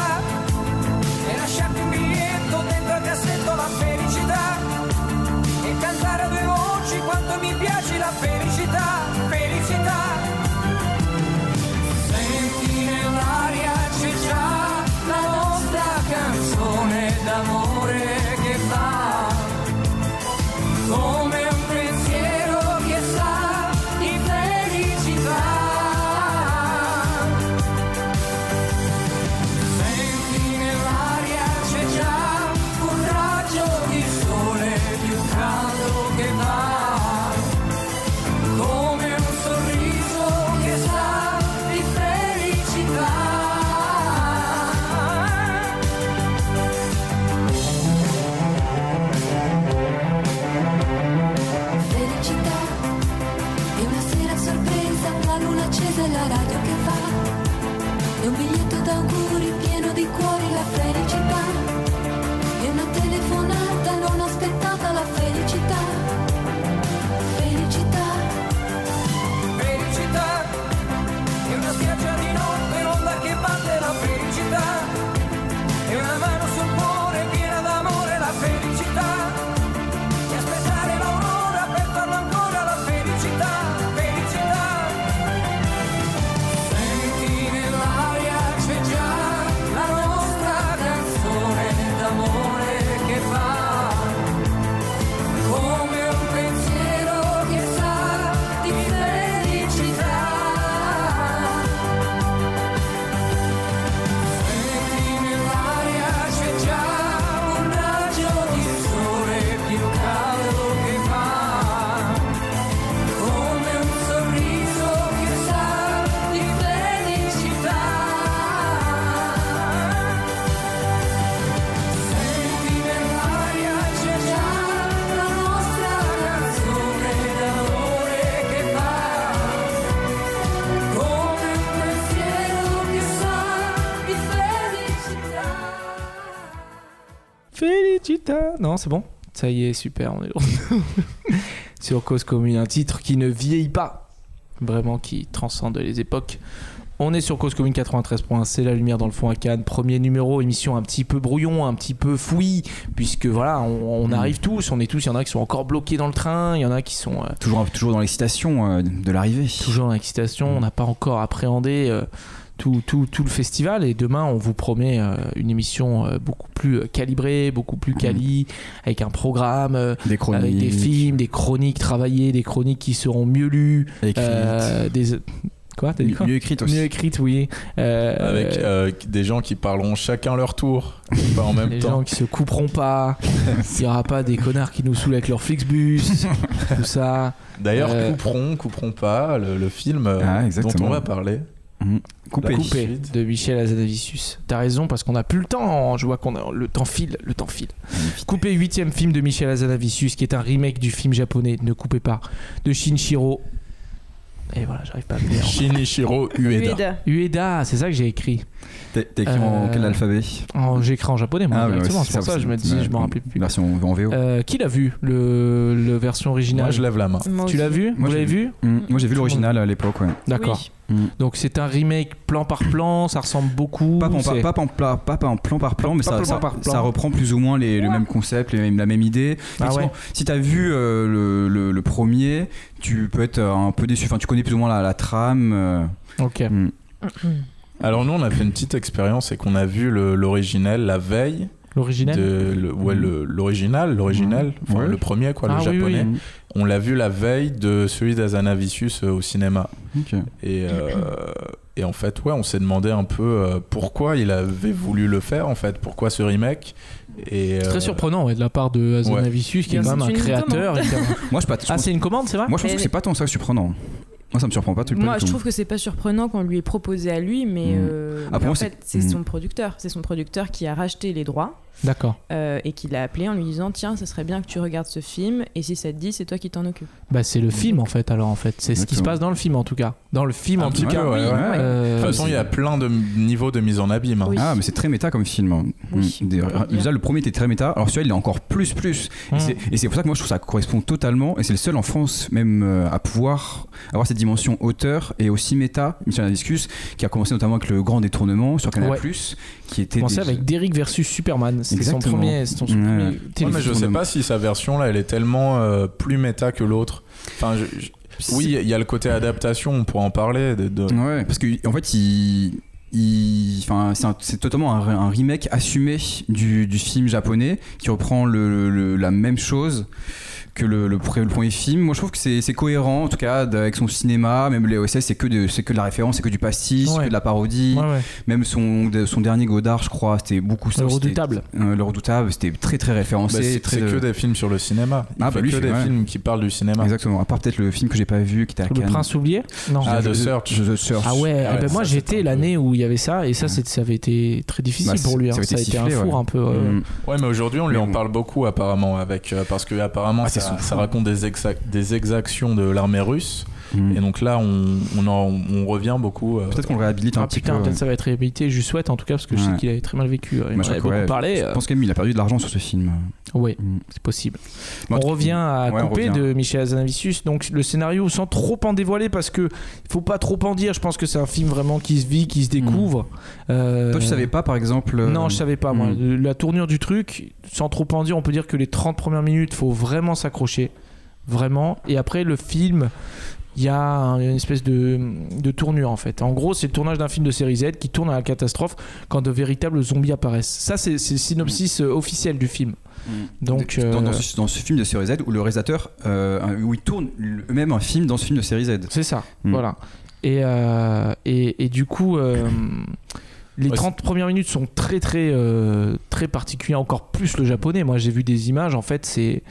S8: e lasciarti un biglietto dentro al cassetto la felicità e cantare a due voci quanto mi piace la felicità felicità senti nell'aria c'è già la nostra canzone d'amore che va
S1: non, c'est bon. Ça y est, super, on est sur Cause Commune, un titre qui ne vieillit pas, vraiment qui transcende les époques. On est sur Cause Commune 93.1, c'est la lumière dans le fond à Cannes. Premier numéro, émission un petit peu brouillon, un petit peu fouillis, puisque voilà, on, on arrive tous, on est tous. Il y en a qui sont encore bloqués dans le train, il y en a qui sont euh,
S3: Toujours, toujours dans l'excitation euh, de l'arrivée.
S1: toujours dans l'excitation, on n'a pas encore appréhendé euh, tout, tout, tout le festival. Et demain, on vous promet euh, une émission euh, beaucoup plus euh, calibrée, beaucoup plus quali, avec un programme, euh,
S3: Des chroniques.
S1: avec des films, des chroniques travaillées, des chroniques qui seront mieux lues,
S3: Écrites.
S1: euh, des quoi, t'as dit
S3: Mieux-
S1: quoi
S3: mieux écrites aussi.
S1: Mieux écrites, oui. Euh,
S4: Avec
S1: euh,
S4: euh, des gens qui parleront chacun leur tour, pas en même
S1: les
S4: temps.
S1: gens qui se couperont pas, il n'y aura pas des connards qui nous saoulent avec leur Flixbus, tout ça.
S4: D'ailleurs,
S1: Euh,
S4: couperont, couperont pas, le, le film euh,
S3: Ah,
S4: dont
S3: exactement.
S4: on va parler.
S3: Coupé.
S4: La coupe.
S1: Coupé
S4: Suite.
S1: de Michel Azanavicius. T'as raison parce qu'on n'a plus le temps. hein. Je vois qu'on a le temps file, le temps file. Coupé huitième film de Michel Azanavicius qui est un remake du film japonais Ne coupez pas de Shinichiro. Et voilà, j'arrive pas à le dire.
S4: Shinichiro Ueda.
S6: Ueda.
S1: Ueda, c'est ça que j'ai écrit.
S3: T'as t'as écrit en
S1: Euh,
S3: quel alphabet
S1: En- J'ai écrit en japonais, moi,
S3: ouais,
S1: directement.
S3: Ah, ouais,
S1: c'est pour ça que je me dis,
S3: ouais,
S1: je m'en rappelais plus.
S3: Version en VO.
S1: Euh, qui l'a vu, le, le version
S4: Moi,
S1: originale
S4: je lève la main.
S6: Moi
S1: Tu l'as
S6: aussi.
S1: vu
S3: Moi,
S1: Vous
S3: je l'ai
S1: l'avez vu
S3: Mm. Moi j'ai vu l'original à l'époque, ouais.
S1: D'accord.
S6: Oui.
S1: Donc c'est un remake plan par plan, ça ressemble beaucoup.
S3: Pas en,
S1: c'est-
S3: pas, en pla- pas en plan par plan, mais
S1: Pas
S3: ça,
S1: plan
S3: ça-
S1: par plan.
S3: ça reprend plus ou moins les- le même concept, les mêmes- la même idée.
S1: Ah ouais.
S3: Effectivement, Si t'as vu euh, le, le- le premier, tu peux être euh, un peu déçu. Enfin, tu connais plus ou moins la, la trame. euh,
S1: Ok.
S3: mm.
S4: Alors nous, on a fait une petite expérience et qu'on a vu le- l'original la veille
S1: L'original
S4: de le- ouais, le- l'original, l'original, enfin,
S3: Ouais.
S4: le premier quoi, le
S1: Ah, oui,
S4: japonais.
S1: oui.
S4: On l'a vu la veille de celui d'Azanavicius euh, au cinéma.
S3: Ok.
S4: Et, euh, et en fait, ouais, on s'est demandé un peu euh, pourquoi il avait voulu le faire, en fait, pourquoi ce remake. Et,
S1: C'est
S4: euh,
S1: très surprenant ouais, de la part de Azanavicius qui est
S6: Mais
S1: quand même
S6: c'est
S1: un
S6: une
S1: créateur. et qui a-
S3: Moi, je, pas, je
S1: Ah,
S3: pense,
S1: c'est une commande, c'est vrai
S3: moi, je pense
S6: Mais-
S3: que c'est pas tant ça surprenant. Moi, ça me surprend pas tout le
S6: Eh, Moi,
S3: pas du
S6: je
S3: Ah, tout.
S6: trouve que c'est pas surprenant qu'on lui ait proposé à lui, mais,
S3: Mm.
S6: euh,
S3: Ah, pour
S6: mais en
S3: moi,
S6: fait,
S3: c'est-
S6: c'est
S3: Mm.
S6: son producteur. C'est son producteur qui a racheté les droits
S1: D'accord.
S6: euh, et qui l'a appelé en lui disant Tiens, ça serait bien que tu regardes ce film, et si ça te dit, c'est toi qui t'en occupes.
S1: Bah, c'est le film en fait, alors en fait. C'est ce qui se
S3: Exactement. Ah,
S1: passe dans le film en tout cas. Dans le film
S4: Un
S1: en
S4: petit
S1: tout
S4: peu,
S1: cas.
S4: ouais, ouais.
S1: Euh,
S4: De toute façon, il y a plein de m- niveaux de mise en abîme. hein.
S6: Oui.
S3: Ah, mais c'est très méta comme film. hein.
S6: Oui.
S3: Mm. Des- Déjà, le premier était très méta. Alors, celui-là, il est encore plus, plus.
S1: Mm.
S3: Et c'est- Et c'est pour ça que moi, je trouve ça correspond totalement. Et c'est le seul en France, même, euh, à pouvoir avoir cette dimension auteur et aussi méta. Michel Discus, qui a commencé notamment avec le grand détournement sur Canal,
S1: Ouais.
S3: qui
S1: On
S3: était.
S1: commençait
S3: des-
S1: avec Derrick versus Superman. C'était son
S3: Exactement.
S1: premier. Son
S3: Ouais.
S1: premier
S3: Ouais,
S4: Ouais,
S1: téléfilm.
S4: mais je sais pas si sa version là, elle est tellement euh, plus méta que l'autre. Enfin, je- je- oui, il y a le côté adaptation, on pourra en parler. De, bah, de-
S3: euh, Ouais, parce que en fait, il. il- enfin, c'est un- c'est totalement un, un remake assumé du, du film japonais qui reprend le, le- la même chose que le, le pre- le premier film. Moi, je trouve que c'est c'est cohérent, en tout cas, d- avec son cinéma. Même les OSS, c'est que, de- c'est que de la référence, c'est que du pastis, c'est
S1: Ouais.
S3: que de la parodie.
S1: Ouais, ouais.
S3: Même son, de- son dernier Godard, je crois, c'était beaucoup ça.
S1: Le
S3: c'était-
S1: redoutable.
S3: Euh, le redoutable, c'était très très
S4: Bah,
S3: référencé.
S4: c'est
S3: très
S4: c'est
S3: de-
S4: que des films sur le cinéma. Il
S3: Ah,
S4: fait
S3: bah, lui,
S4: que
S3: fait-
S4: des
S3: ouais.
S4: films qui parlent du cinéma.
S3: Exactement, à part peut-être le film que j'ai pas vu qui était à
S1: Le
S3: Cannes.
S1: prince oublié Non.
S4: Ah,
S3: Je-
S4: The
S3: je-
S4: Search.
S3: je- The Search.
S1: Ah ouais,
S4: Ah
S1: eh ben
S4: ouais,
S1: moi
S4: ça,
S1: j'étais
S4: c'était un peu-
S1: l'année où il y avait ça et ça,
S3: Ouais.
S1: c'est- ça avait été très difficile
S3: Bah,
S1: pour lui. hein.
S3: ça
S1: Ça, a
S3: avait été
S1: été un
S3: sifflé,
S1: four
S3: ouais.
S1: un peu. euh,
S3: Mm.
S4: Ouais, mais aujourd'hui, on lui
S3: Mais
S4: en
S3: bon.
S4: parle beaucoup, apparemment, avec, euh, parce que apparemment,
S3: Ah, c'est son
S4: ça,
S3: fou.
S4: ça raconte des, exa- des exactions de l'armée russe.
S3: Mm.
S4: Et donc là, on, on, en- on revient beaucoup. euh,
S3: Peut-être qu'on le réhabilite un
S1: Ah
S3: petit
S1: putain,
S3: peu.
S1: peut-être ça va être réhabilité. Je lui souhaite en tout cas parce que je sais
S3: Ouais.
S1: qu'il avait très mal vécu. Il
S3: Moi,
S1: m'en
S3: je
S1: avait
S3: crois que,
S1: beaucoup
S3: ouais,
S1: parlé.
S3: Je pense qu'Emile a perdu de l'argent sur ce film.
S1: Oui,
S3: Mm.
S1: c'est possible.
S3: Bon,
S1: on
S3: en tout-
S1: revient à
S3: ouais, on
S1: couper
S3: revient.
S1: de Michel Azanavicius. Donc le scénario, sans trop en dévoiler, parce que il faut pas trop en dire. Je pense que c'est un film vraiment qui se vit, qui se découvre. Euh,
S3: Hmm. Toi, tu savais pas, par exemple. euh,
S1: Non, je savais pas moi. La tournure du truc, sans trop en dire, on peut dire que les 30 premières minutes, faut vraiment s'accrocher. Vraiment. Et après, le film, il y a un- une espèce de, de tournure en fait. En gros, c'est le tournage d'un film de série Z qui tourne à la catastrophe quand de véritables zombies apparaissent. Ça, c'est c'est le synopsis euh, officiel du film. Donc,
S3: Mm. dans,
S1: euh,
S3: dans ce, dans ce film de série Z, où le réalisateur, euh, où il tourne eux-mêmes un film dans ce film de série Z.
S1: C'est ça,
S3: Mm.
S1: voilà. Et, euh, et, et du coup, euh, les
S4: Ouais,
S1: 30 premières minutes sont très, très, euh, très particulières, encore plus le japonais. Moi, j'ai vu des images, en fait, c'est.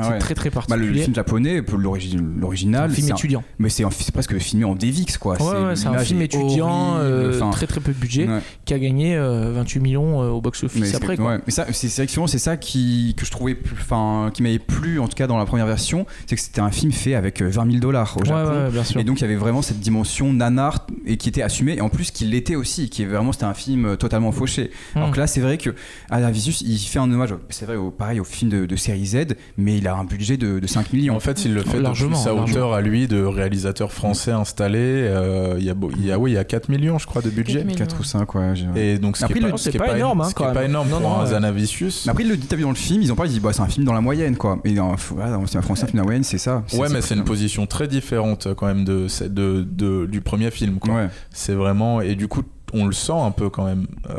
S1: c'est
S3: ouais.
S1: très très
S3: Bah,
S1: particulier.
S3: le film japonais, peu l'origi- l'original,
S1: Un film
S3: c'est un-
S1: étudiant.
S3: mais c'est un- c'est presque filmé en DVX quoi.
S1: Ouais, ouais, c'est un
S3: l'image
S1: film
S3: est
S1: étudiant,
S3: horrible,
S1: euh,
S3: enfin,
S1: très très peu de budget,
S3: ouais.
S1: qui a gagné euh, 28 millions euh, au
S3: Mais
S1: box-office
S3: c'est-
S1: après. quoi.
S3: ouais, mais ça, c'est c'est effectivement, c'est ça qui que je trouvais, plus- enfin, qui m'avait plu en tout cas dans la première version, c'est que c'était un film fait avec euh, 20 000 dollars au
S1: Ouais,
S3: Japon.
S1: ouais, ouais, bien sûr.
S3: Et donc il y avait vraiment cette dimension nanar et qui était assumée et en plus qui l'était aussi, qui est vraiment c'était un film euh, totalement fauché. Alors
S1: Mm.
S3: que là c'est vrai que Adavisus il fait un hommage, c'est vrai au, pareil au film de, de série Z, mais il a un budget de, de 5
S4: Et
S3: millions.
S4: en fait, il le fait de
S1: Largement,
S4: plus à
S1: largement.
S4: hauteur à lui de réalisateur français installé. euh, Il y, a, beau- il y a- oui, il y a 4 millions, je crois, de budget.
S3: 4 ou 5 ouais. j'ai-
S4: Et donc, ce qui
S3: Après,
S4: est
S3: le-
S4: pas- ce
S1: c'est
S4: qui est
S1: pas énorme, hein,
S4: ce qui
S1: quand
S4: est pas
S1: même.
S4: énorme
S1: Non,
S4: pour
S1: non,
S4: un
S1: ouais.
S4: Zanavicius.
S3: Mais après, il le dit, t'as vu dans le film, ils ont pas, ils disent, bah, c'est un film dans la moyenne, quoi. Et dans, voilà, c'est un français, un film dans la moyenne, c'est ça.
S4: Ouais, mais c'est une position très différente euh, quand même de, c'est- de, de- du premier film. quoi.
S3: Ouais.
S4: C'est vraiment et du coup on le sent un peu quand même euh,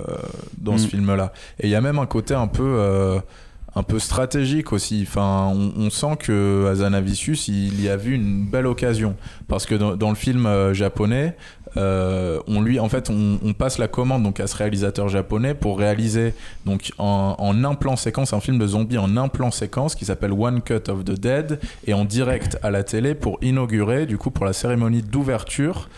S4: dans ce
S3: Mm.
S4: film là. Et il y a même un côté un peu euh, un peu stratégique aussi. Enfin, on, on sent que Azanavicius il y a vu une belle occasion parce que dans, dans le film euh, japonais, euh, on lui en fait on, on passe la commande donc à ce réalisateur japonais pour réaliser donc en, en un plan séquence un film de zombie en un plan séquence qui s'appelle One Cut of the Dead et en direct à la télé pour inaugurer du coup pour la cérémonie d'ouverture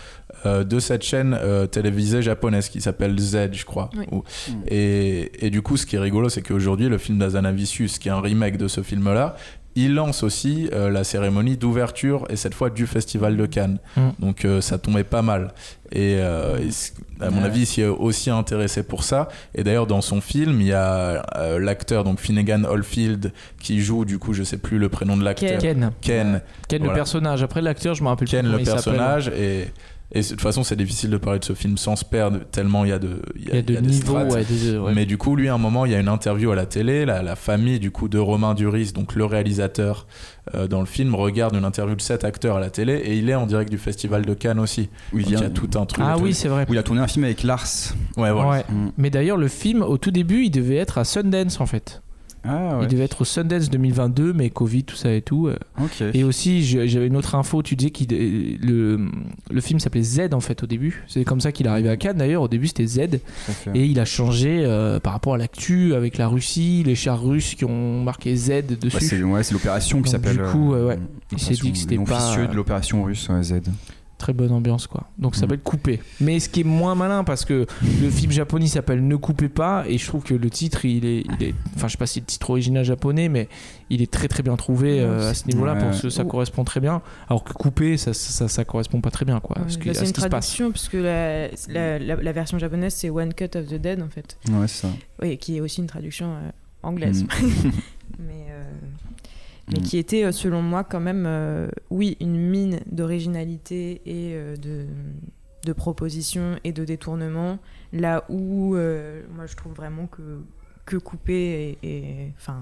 S4: euh, de cette chaîne euh, télévisée japonaise qui s'appelle Z, je crois.
S6: Oui.
S4: Ou- Et, et du coup, ce qui est rigolo, c'est qu'aujourd'hui, le film d'Azanavicius, qui est un remake de ce film-là, il lance aussi euh, la cérémonie d'ouverture, et cette fois du Festival de Cannes.
S1: Mm.
S4: Donc euh, ça tombait pas mal. Et, euh, et c- à mon
S3: Ouais.
S4: avis, il s'y est aussi intéressé pour ça. Et d'ailleurs, dans son film, il y a euh, l'acteur, donc Finnegan Oldfield, qui joue, du coup, je sais plus le prénom de
S3: euh,
S4: l'acteur.
S6: Ken.
S1: Ken,
S4: Ken.
S1: Ken le
S4: Voilà.
S1: personnage. Après l'acteur, je me rappelle
S4: Ken
S1: plus
S4: le
S1: comment il s'appelle. hein.
S4: personnage et et de toute façon c'est difficile de parler de ce film sans se perdre tellement il y a de
S1: Il y a de
S4: des
S1: niveaux,
S4: strates.
S1: ouais, des- ouais.
S4: mais du coup lui à un moment il y a une interview à la télé la, la famille du coup de Romain Duris donc le réalisateur euh, dans le film regarde une interview de cet acteur à la télé et il est en direct du festival de Cannes aussi
S3: Où il,
S4: Donc, il y
S3: vient-
S4: a tout un truc
S1: Ah
S4: tout-
S1: oui, c'est vrai.
S3: où il a tourné un film avec Lars.
S4: ouais voilà
S1: Ouais.
S3: Mm.
S1: Mais d'ailleurs, le film, au tout début, il devait être à Sundance en fait.
S3: Ah
S1: Il devait être au Sundance 2022, mais Covid, tout ça et tout. euh,
S3: Ok.
S1: Et aussi, j'ai- j'avais une autre info. Tu disais que le, le film s'appelait Z en fait au début. C'est comme ça qu'il est arrivé à Cannes d'ailleurs. Au début, c'était Z. Et il a changé euh, par rapport à l'actu avec la Russie, les chars russes qui ont marqué Z
S3: Ouais,
S1: dessus.
S3: c'est ouais, c'est l'opération
S1: Donc,
S3: qui s'appelle.
S1: du coup,
S3: euh,
S1: ouais, ouais. Il s'est
S3: l'opération-
S1: dit que c'était
S3: le nom
S1: pas-
S3: officieux de l'opération russe ouais, Z.
S1: Très bonne ambiance quoi. Donc ça
S3: Mm.
S1: s'appelle Couper. Mais ce qui est moins malin parce que le film japonais s'appelle Ne coupez pas et je trouve que le titre il est, il est- enfin je sais pas si le titre original japonais mais il est très très bien trouvé euh, à ce niveau-là
S3: Ouais.
S1: parce que
S6: Oh.
S1: ça correspond très bien. Alors que Couper ça ça, ça- ça correspond pas très bien quoi. à
S6: Ouais,
S1: ce qui-
S6: bah,
S1: à
S6: c'est
S1: ce
S6: une
S1: qui se passe.
S6: traduction puisque la, la, la- la version japonaise c'est One Cut of the Dead en fait,
S3: Ouais, c'est ça.
S6: oui, qui est aussi une traduction euh, anglaise,
S3: Mm.
S6: mais, euh, mais
S3: Mm.
S6: qui était euh, selon moi quand même euh, oui une mine d'originalité et euh, de, de propositions et de détournements là où euh, moi je trouve vraiment que que couper et, et- enfin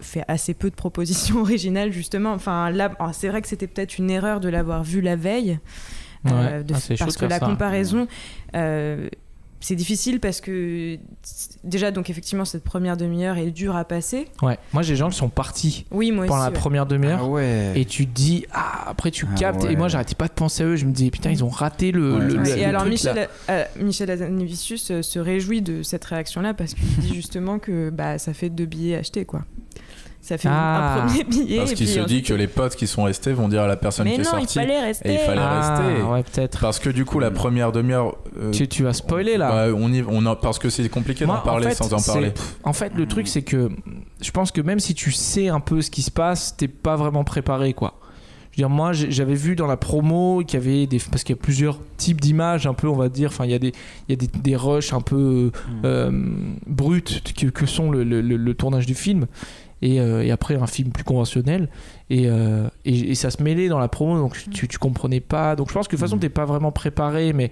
S6: fait assez peu de propositions originales justement. Enfin là, oh, c'est vrai que c'était peut-être une erreur de l'avoir vu la veille,
S1: Ouais.
S6: euh, de-
S1: Ah, c'est chaud
S6: parce
S1: de
S6: que
S1: faire
S6: la
S1: ça.
S6: comparaison. euh, c'est difficile parce que c'est- déjà donc effectivement cette première demi-heure est dure à passer.
S1: Ouais. Moi j'ai des gens qui sont partis
S6: Oui moi
S1: pendant
S6: aussi.
S1: la
S6: ouais.
S1: première demi-heure.
S3: Ah ouais.
S1: Et tu te dis, ah, après tu
S3: Ah
S1: captes. Et
S3: ouais.
S1: moi, j'arrêtais pas de penser à eux. Je me disais, putain, ils ont raté le.
S3: Ouais.
S1: le-
S6: Ouais,
S1: le-
S6: et
S1: le
S6: alors
S1: truc, là.
S6: Michel, euh, Michel Hazanavicius, euh, se réjouit de cette réaction-là parce qu'il dit justement que bah, ça fait deux billets achetés quoi. Ça fait
S1: Ah.
S6: un premier billet.
S4: parce
S6: et
S4: qu'il
S6: puis
S4: se
S6: ensuite-
S4: dit que les potes qui sont restés vont dire à la personne
S6: Mais
S4: qui est
S6: non, il
S4: sortie
S6: fallait rester.
S4: et il fallait
S1: Ah,
S4: rester
S1: ouais, peut-être.
S4: parce que du coup la première demi-heure euh,
S3: Bah,
S1: Tu, tu vas spoiler là.
S4: bah, on y on en- parce que c'est compliqué
S1: Moi,
S4: d'en parler
S1: en fait,
S4: sans en
S1: c'est-
S4: parler
S1: En fait, le truc, c'est que je pense que même si tu sais un peu ce qui se passe, t'es pas vraiment préparé, quoi. Je veux dire, moi, j'ai- j'avais vu dans la promo qu'il y avait des. Parce qu'il y a plusieurs types d'images, un peu, on va dire. Enfin, il y a des, il y a des, des rushs un peu euh, brutes que, que sont le, le- le- le tournage du film. Et, euh, et après, un film plus conventionnel. Et, euh, et- et ça se mêlait dans la promo, donc tu, tu comprenais pas. Donc je pense que de toute façon, t'es pas vraiment préparé, mais.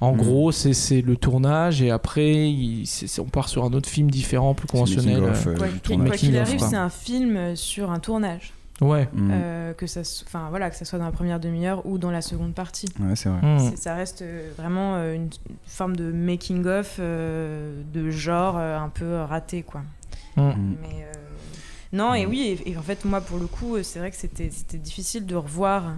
S1: En
S3: Mm.
S1: gros, c'est- c'est le tournage et après, il- c'est- c'est- on part sur un autre film différent, plus conventionnel. euh,
S3: euh,
S6: Quoi qu'il
S1: tournage.
S6: quoi qu'il
S1: Making of,
S6: arrive,
S1: quoi.
S6: c'est un film euh, sur un tournage.
S1: euh, Ouais.
S3: Mm.
S6: Euh, que, ça, so- enfin, voilà, que ça soit dans la première demi-heure ou dans la seconde partie.
S3: Ouais, c'est vrai.
S1: Mm.
S6: C'est- Ça reste euh, vraiment euh, une une forme de making-of euh, de genre euh, un peu raté. Quoi.
S1: Mm.
S3: Mm.
S6: Mais, euh, non, et oui, et, et en fait, moi, pour le coup, euh, c'est vrai que c'était c'était difficile de revoir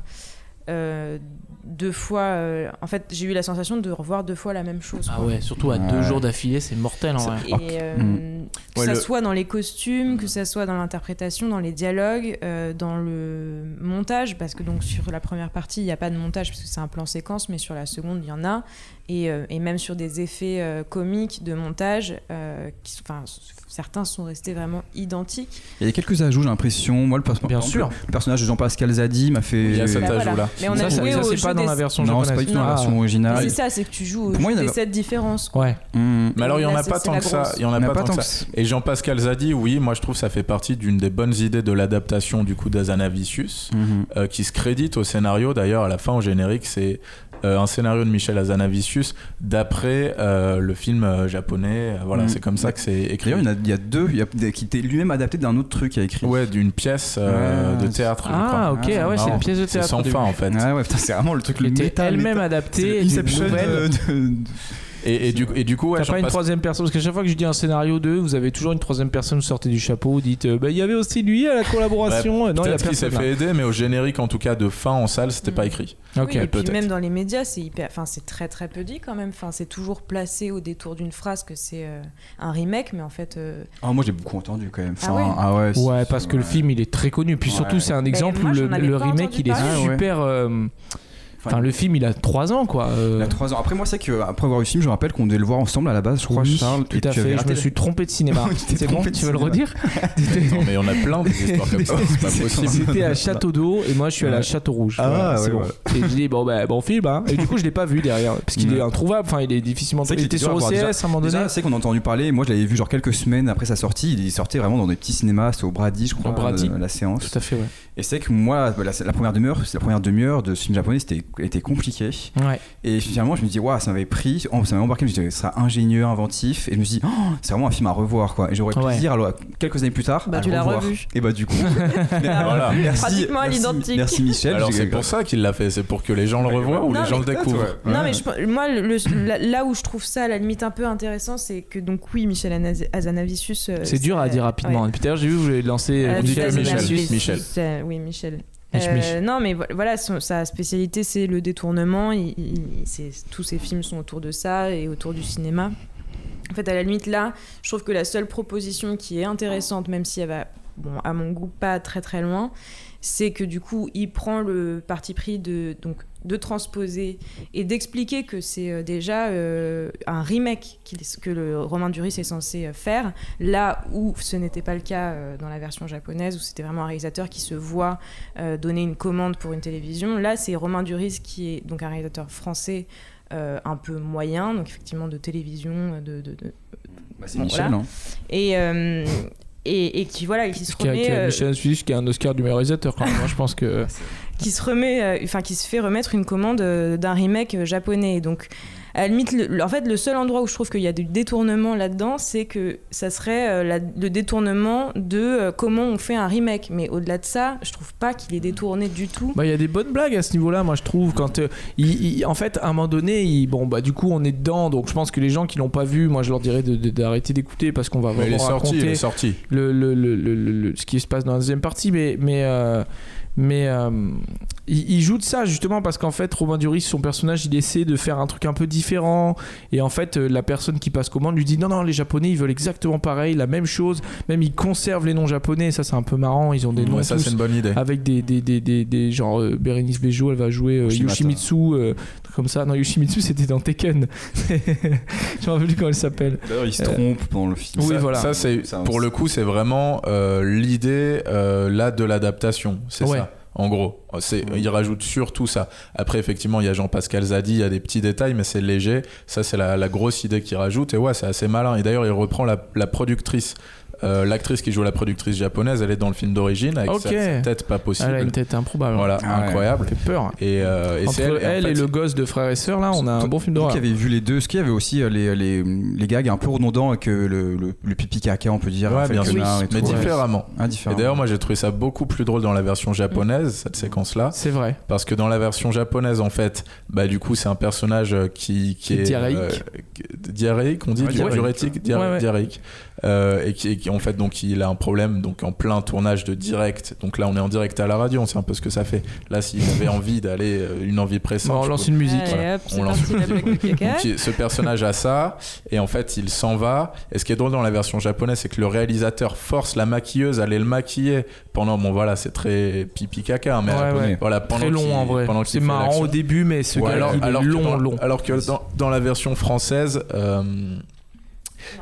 S6: euh, deux fois. euh, en fait, j'ai eu la sensation de revoir deux fois la même chose.
S1: Ah
S6: quoi.
S1: ouais, surtout à deux
S3: Ouais.
S1: jours d'affilée, c'est mortel en vrai.
S6: Et euh,
S3: Mm.
S6: que
S4: Ouais,
S6: ça
S4: le-
S6: soit dans les costumes, que ça soit dans l'interprétation, dans les dialogues, euh, dans le montage, parce que donc sur la première partie, il n'y a pas de montage parce que c'est un plan séquence, mais sur la seconde, il y en a. Et, euh, et même sur des effets euh, comiques de montage, euh, qui, enfin, s- certains sont restés vraiment identiques.
S3: Il y a quelques ajouts, j'ai l'impression. Moi, le, perso-
S1: Bien
S3: par
S1: sûr.
S3: exemple, le personnage de Jean-Pascal Zadi m'a fait.
S4: Il y a cet
S6: Bah
S4: ajout
S6: voilà.
S4: là.
S6: Mais on
S1: ça,
S6: a
S1: ça-
S6: joué
S1: ça,
S6: au
S1: c'est
S6: jeu
S1: pas dans
S6: des-
S1: la version
S3: non, c'est pas
S1: japonaise.
S3: du tout dans la
S1: Ah,
S3: version originale.
S6: C'est ça, c'est que tu joues au
S3: Pour moi, il
S6: jeu
S3: y en
S6: des
S3: avait-
S6: sept différences. quoi.
S1: Ouais.
S3: Mm.
S4: Mais alors, il n'y en
S6: Là,
S4: a
S6: c'est-
S4: pas
S6: c'est
S4: tant
S6: la
S4: que ça.
S6: grosse.
S4: Il y en a
S3: On n'a
S4: pas,
S3: pas
S4: tant
S3: tant
S4: que
S3: que
S4: ça.
S3: ça.
S4: Et Jean-Pascal Zadi, oui, moi je trouve ça fait partie d'une des bonnes idées de l'adaptation du coup d'Azanavicius,
S3: Mhm.
S4: euh, qui se crédite au scénario. D'ailleurs, à la fin, au générique, c'est euh, un scénario de Michel Azanavicius d'après euh, le film euh, japonais. Voilà,
S3: Mhm.
S4: c'est comme ça que c'est écrit.
S3: D'ailleurs, il y en a- il y a deux il y a des- qui étaient lui-même adapté d'un autre truc à écrit.
S4: Ouais, d'une pièce euh,
S3: Ah,
S4: de
S3: c'est-
S4: théâtre. je crois.
S1: Ah ok,
S3: c'est
S1: ah ouais, c'est
S4: marrant.
S1: une pièce de
S4: C'est
S1: théâtre.
S4: sans
S1: au
S4: fin en fait.
S3: Ah ouais, putain, c'est vraiment le truc
S1: début.
S3: le
S1: Qui était
S3: métal.
S1: elle-même
S3: C'est
S1: adaptée
S3: le
S1: d'une
S3: Inception euh,
S1: nouvelle.
S3: de- de-
S4: Et, et du, et du coup,
S1: T'as
S4: ouais,
S1: pas une
S4: Jean-Pascal-
S1: troisième personne, parce que chaque fois que je dis un scénario 2, vous avez toujours une troisième personne sortie du chapeau, vous dites euh, bah, il y avait aussi lui à la collaboration. non, il y a
S4: Peut-être qu'il s'est
S1: personne.
S4: fait aider, mais au générique, en tout cas, de fin en salle, c'était
S6: Mhm.
S4: pas écrit.
S1: là.
S6: Oui, et
S1: Ok.
S6: puis
S4: peut-être.
S6: même dans les médias, c'est hyper, enfin c'est très très peu dit quand même. Enfin c'est toujours placé au détour d'une phrase que c'est euh, un remake, mais en fait. euh,
S3: Ah, moi, j'ai beaucoup entendu quand même.
S6: Ah
S3: Enfin,
S6: ouais.
S3: ah ouais, c'est-
S1: Ouais, parce que le
S3: ouais.
S1: film il est très connu. Puis
S3: Ouais.
S1: surtout, c'est un exemple
S6: moi,
S1: où
S6: j'en
S1: le,
S6: avais
S1: le
S6: pas
S1: remake
S6: entendu
S1: il est
S6: parler.
S3: Ah ouais.
S1: super. euh, Enfin, le film il a 3 ans quoi. euh,
S3: Il a 3 ans. Après, moi, c'est que après avoir vu le film, je me rappelle qu'on devait le voir ensemble à la base, je crois,
S1: oui,
S3: Charles.
S1: tout
S3: et
S1: à
S3: tu avais
S1: fait. Je
S3: raté
S1: me
S3: la-
S1: suis trompé de cinéma.
S3: Oui, tu t'es
S1: C'est bon,
S3: trompé de
S1: tu veux le
S3: cinéma.
S1: redire
S4: Non, mais on a plein des histoires comme ça. C'est pas possible.
S1: C'était à Château d'eau et moi je suis allé à Château Rouge.
S7: Ah,
S1: Voilà,
S7: ouais,
S1: c'est bon.
S7: ouais.
S1: Et je dis bon bah bon film hein. Et du coup je l'ai pas vu derrière parce qu'il
S3: Ouais.
S1: est introuvable. Enfin il est difficilement.
S3: C'est vrai
S1: Il
S3: qu'il
S1: était
S3: était
S1: sur
S3: dur à
S1: OCS
S3: voir. Déjà-
S1: à un moment donné.
S3: Déjà, c'est qu'on a entendu parler. Moi, je l'avais vu genre quelques semaines après sa sortie. Il sortait vraiment dans des petits cinémas. C'était au Brady, je crois,
S1: Au Brady.
S3: euh, la séance.
S1: Tout à fait ouais.
S3: Et c'est que moi, la, la première demi-heure, c'est la première demi-heure de ce film japonais, c'était était compliqué.
S1: Ouais.
S3: Et finalement, je me dis, waouh, ça m'avait pris, oh, ça m'avait embarqué. Je me dis, ça ingénieux, inventif. Et je me suis dit, oh, c'est vraiment un film à revoir, quoi. Et j'aurais
S1: Ouais.
S3: plaisir, alors, quelques années plus tard,
S6: Bah,
S3: à
S6: tu
S3: le
S6: l'as
S3: revoir.
S6: revu. Ah,
S3: Et bah, du coup,
S4: Voilà.
S3: merci,
S6: Pratiquement à
S3: merci-
S6: l'identique.
S3: Merci Michel. Ah,
S4: Alors
S3: J'ai-
S4: c'est pour ça qu'il l'a fait, c'est pour que les gens le revoient ou
S6: Non,
S4: les gens le
S6: mais-
S4: découvrent.
S6: Non mais je pe- moi le- le- là, là où je trouve ça à la limite un peu intéressant, c'est que donc oui Michel Anaz- Azanavicius. euh,
S1: C'est dur à dire rapidement.
S6: ouais.
S1: Et puis d'ailleurs, j'ai vu que vous avez lancé.
S6: Euh,
S1: vous dites
S4: que
S6: Michel
S4: Michel.
S6: Azanavicius,
S4: Michel.
S6: euh, Oui Michel.
S1: Mich,
S6: Euh,
S1: mich.
S6: non, mais vo- voilà, son- sa spécialité, c'est le détournement. Il- il- c'est- tous ses films sont autour de ça et autour du cinéma. En fait, à la limite, là, je trouve que la seule proposition qui est intéressante, même si elle va, bon, à mon goût, pas très très loin, c'est que du coup, il prend le parti pris de, donc, de transposer et d'expliquer que c'est euh, déjà euh, un remake qu'il est- que le Romain Duris est censé euh, faire, là où ce n'était pas le cas euh, dans la version japonaise, où c'était vraiment un réalisateur qui se voit euh, donner une commande pour une télévision. Là, c'est Romain Duris qui est donc un réalisateur français. euh, un peu moyen, donc effectivement de télévision, euh, de- de- de,
S3: Bah, c'est
S6: Bon,
S3: Michel,
S6: voilà.
S3: hein.
S6: et, euh, et, et qui voilà qui se
S1: Qui a- qui
S6: remet
S1: a-
S6: euh,
S1: Michel Azanavicius qui a un Oscar du meilleur réalisateur quand même. hein. Je pense que.
S6: qui se remet euh, enfin qui se fait remettre une commande euh, d'un remake euh, japonais donc à la limite le- le- en fait le seul endroit où je trouve qu'il y a du détournement là-dedans c'est que ça serait euh, la- le détournement de euh, comment on fait un remake mais au-delà de ça je trouve pas qu'il est détourné du tout
S1: Bah, il y a des bonnes blagues à ce niveau-là, moi je trouve. Quand euh, il- il- en fait, à un moment donné, il- bon bah du coup on est dedans, donc je pense que les gens qui l'ont pas vu, moi je leur dirais de- de- d'arrêter d'écouter parce qu'on va
S4: Mais il est
S1: vraiment
S4: sorti, il
S1: raconter
S4: est sorti.
S1: le, le- le- le- le- le- ce qui se passe dans la deuxième partie, mais mais euh, mais euh, il, il joue de ça justement parce qu'en fait Robin Duris, son personnage, il essaie de faire un truc un peu différent et en fait euh, la personne qui passe commande lui dit non non les Japonais ils veulent exactement pareil, la même chose, même ils conservent les noms japonais, ça c'est un peu marrant, ils ont des Ah, noms
S4: Mmh. Ouais, ça
S1: tous
S4: c'est une bonne idée.
S1: avec des, des, des, des, des- genre euh, Bérénice Bejo elle va jouer euh,
S3: Yoshimata.
S1: Yoshimitsu euh, truc comme ça non Yoshimitsu c'était dans Tekken je me rappelle plus comment elle s'appelle
S3: D'ailleurs, il se
S1: Euh,
S3: trompe pendant le film.
S1: oui,
S4: ça,
S1: voilà.
S4: ça, c'est
S3: Ça, on
S4: pour
S3: sait.
S4: le coup c'est vraiment euh, l'idée euh, là de l'adaptation, c'est
S1: Ouais.
S4: ça. En gros, c'est il rajoute surtout ça. Après effectivement il y a Jean-Pascal Zadi, il y a des petits détails mais c'est léger. Ça c'est la, la grosse idée qu'il rajoute et ouais c'est assez malin. Et d'ailleurs il reprend la, la productrice. Euh, L'actrice qui joue la productrice japonaise, elle est dans le film d'origine avec
S1: Ok.
S4: sa- sa tête pas possible.
S1: elle a une tête improbable hein.
S4: Voilà,
S3: Ah ouais.
S4: incroyable.
S1: fait peur
S4: Et, euh, et
S1: entre
S4: c'est
S1: elle,
S4: en fait,
S1: et le gosse de frère et sœur là on a un
S3: Toi-
S1: bon film
S3: Vous
S1: d'horreur
S3: qui avez vu les deux, ce qu'il y avait aussi euh, les, les, les gags un peu redondants avec euh, le, le, le pipi caca, on peut dire.
S4: Ouais,
S3: fait,
S4: bien
S3: que
S4: sûr.
S3: là, et
S4: Mais
S3: tout, ouais.
S4: différemment.
S3: Ah, différent.
S4: Et d'ailleurs, moi j'ai trouvé ça beaucoup plus drôle dans la version japonaise, cette séquence-là.
S1: c'est vrai
S4: Parce que dans la version japonaise, en fait, bah du coup, c'est un personnage euh, qui, qui
S1: Qui est
S4: est.
S1: diarrhéique.
S4: euh, qui- diarrhéique, on dit
S3: Ouais,
S4: du-
S1: diarrhéique.
S4: diurétique, diar-
S1: Ouais, ouais.
S4: diarrhéique. euh, et, qui, et qui, en fait donc il a un problème donc en plein tournage de direct. Donc là on est en direct à la radio, on sait un peu ce que ça fait. Là s'il avait envie d'aller euh, une envie pressante,
S1: Bon, on
S4: je
S1: lance
S4: peux-
S1: une musique.
S6: Allez, Euh, hop,
S4: on
S6: c'est
S4: lance-
S6: parti, la blague de caca.
S4: donc, il- ce personnage a ça, et en fait, il s'en va. Et ce qui est drôle dans la version japonaise, c'est que le réalisateur force la maquilleuse à aller le maquiller pendant. Bon, voilà, c'est très pipi caca, hein, mais
S1: Ouais, ouais.
S4: voilà, pendant
S1: Très long
S4: qu'il-
S1: en vrai.
S4: pendant qu'il
S1: C'est
S4: fait
S1: marrant
S4: l'action.
S1: au début, mais ce
S4: Ouais,
S1: gars il est
S4: que
S1: long,
S4: dans,
S1: long.
S4: alors que dans, dans la version française, euh,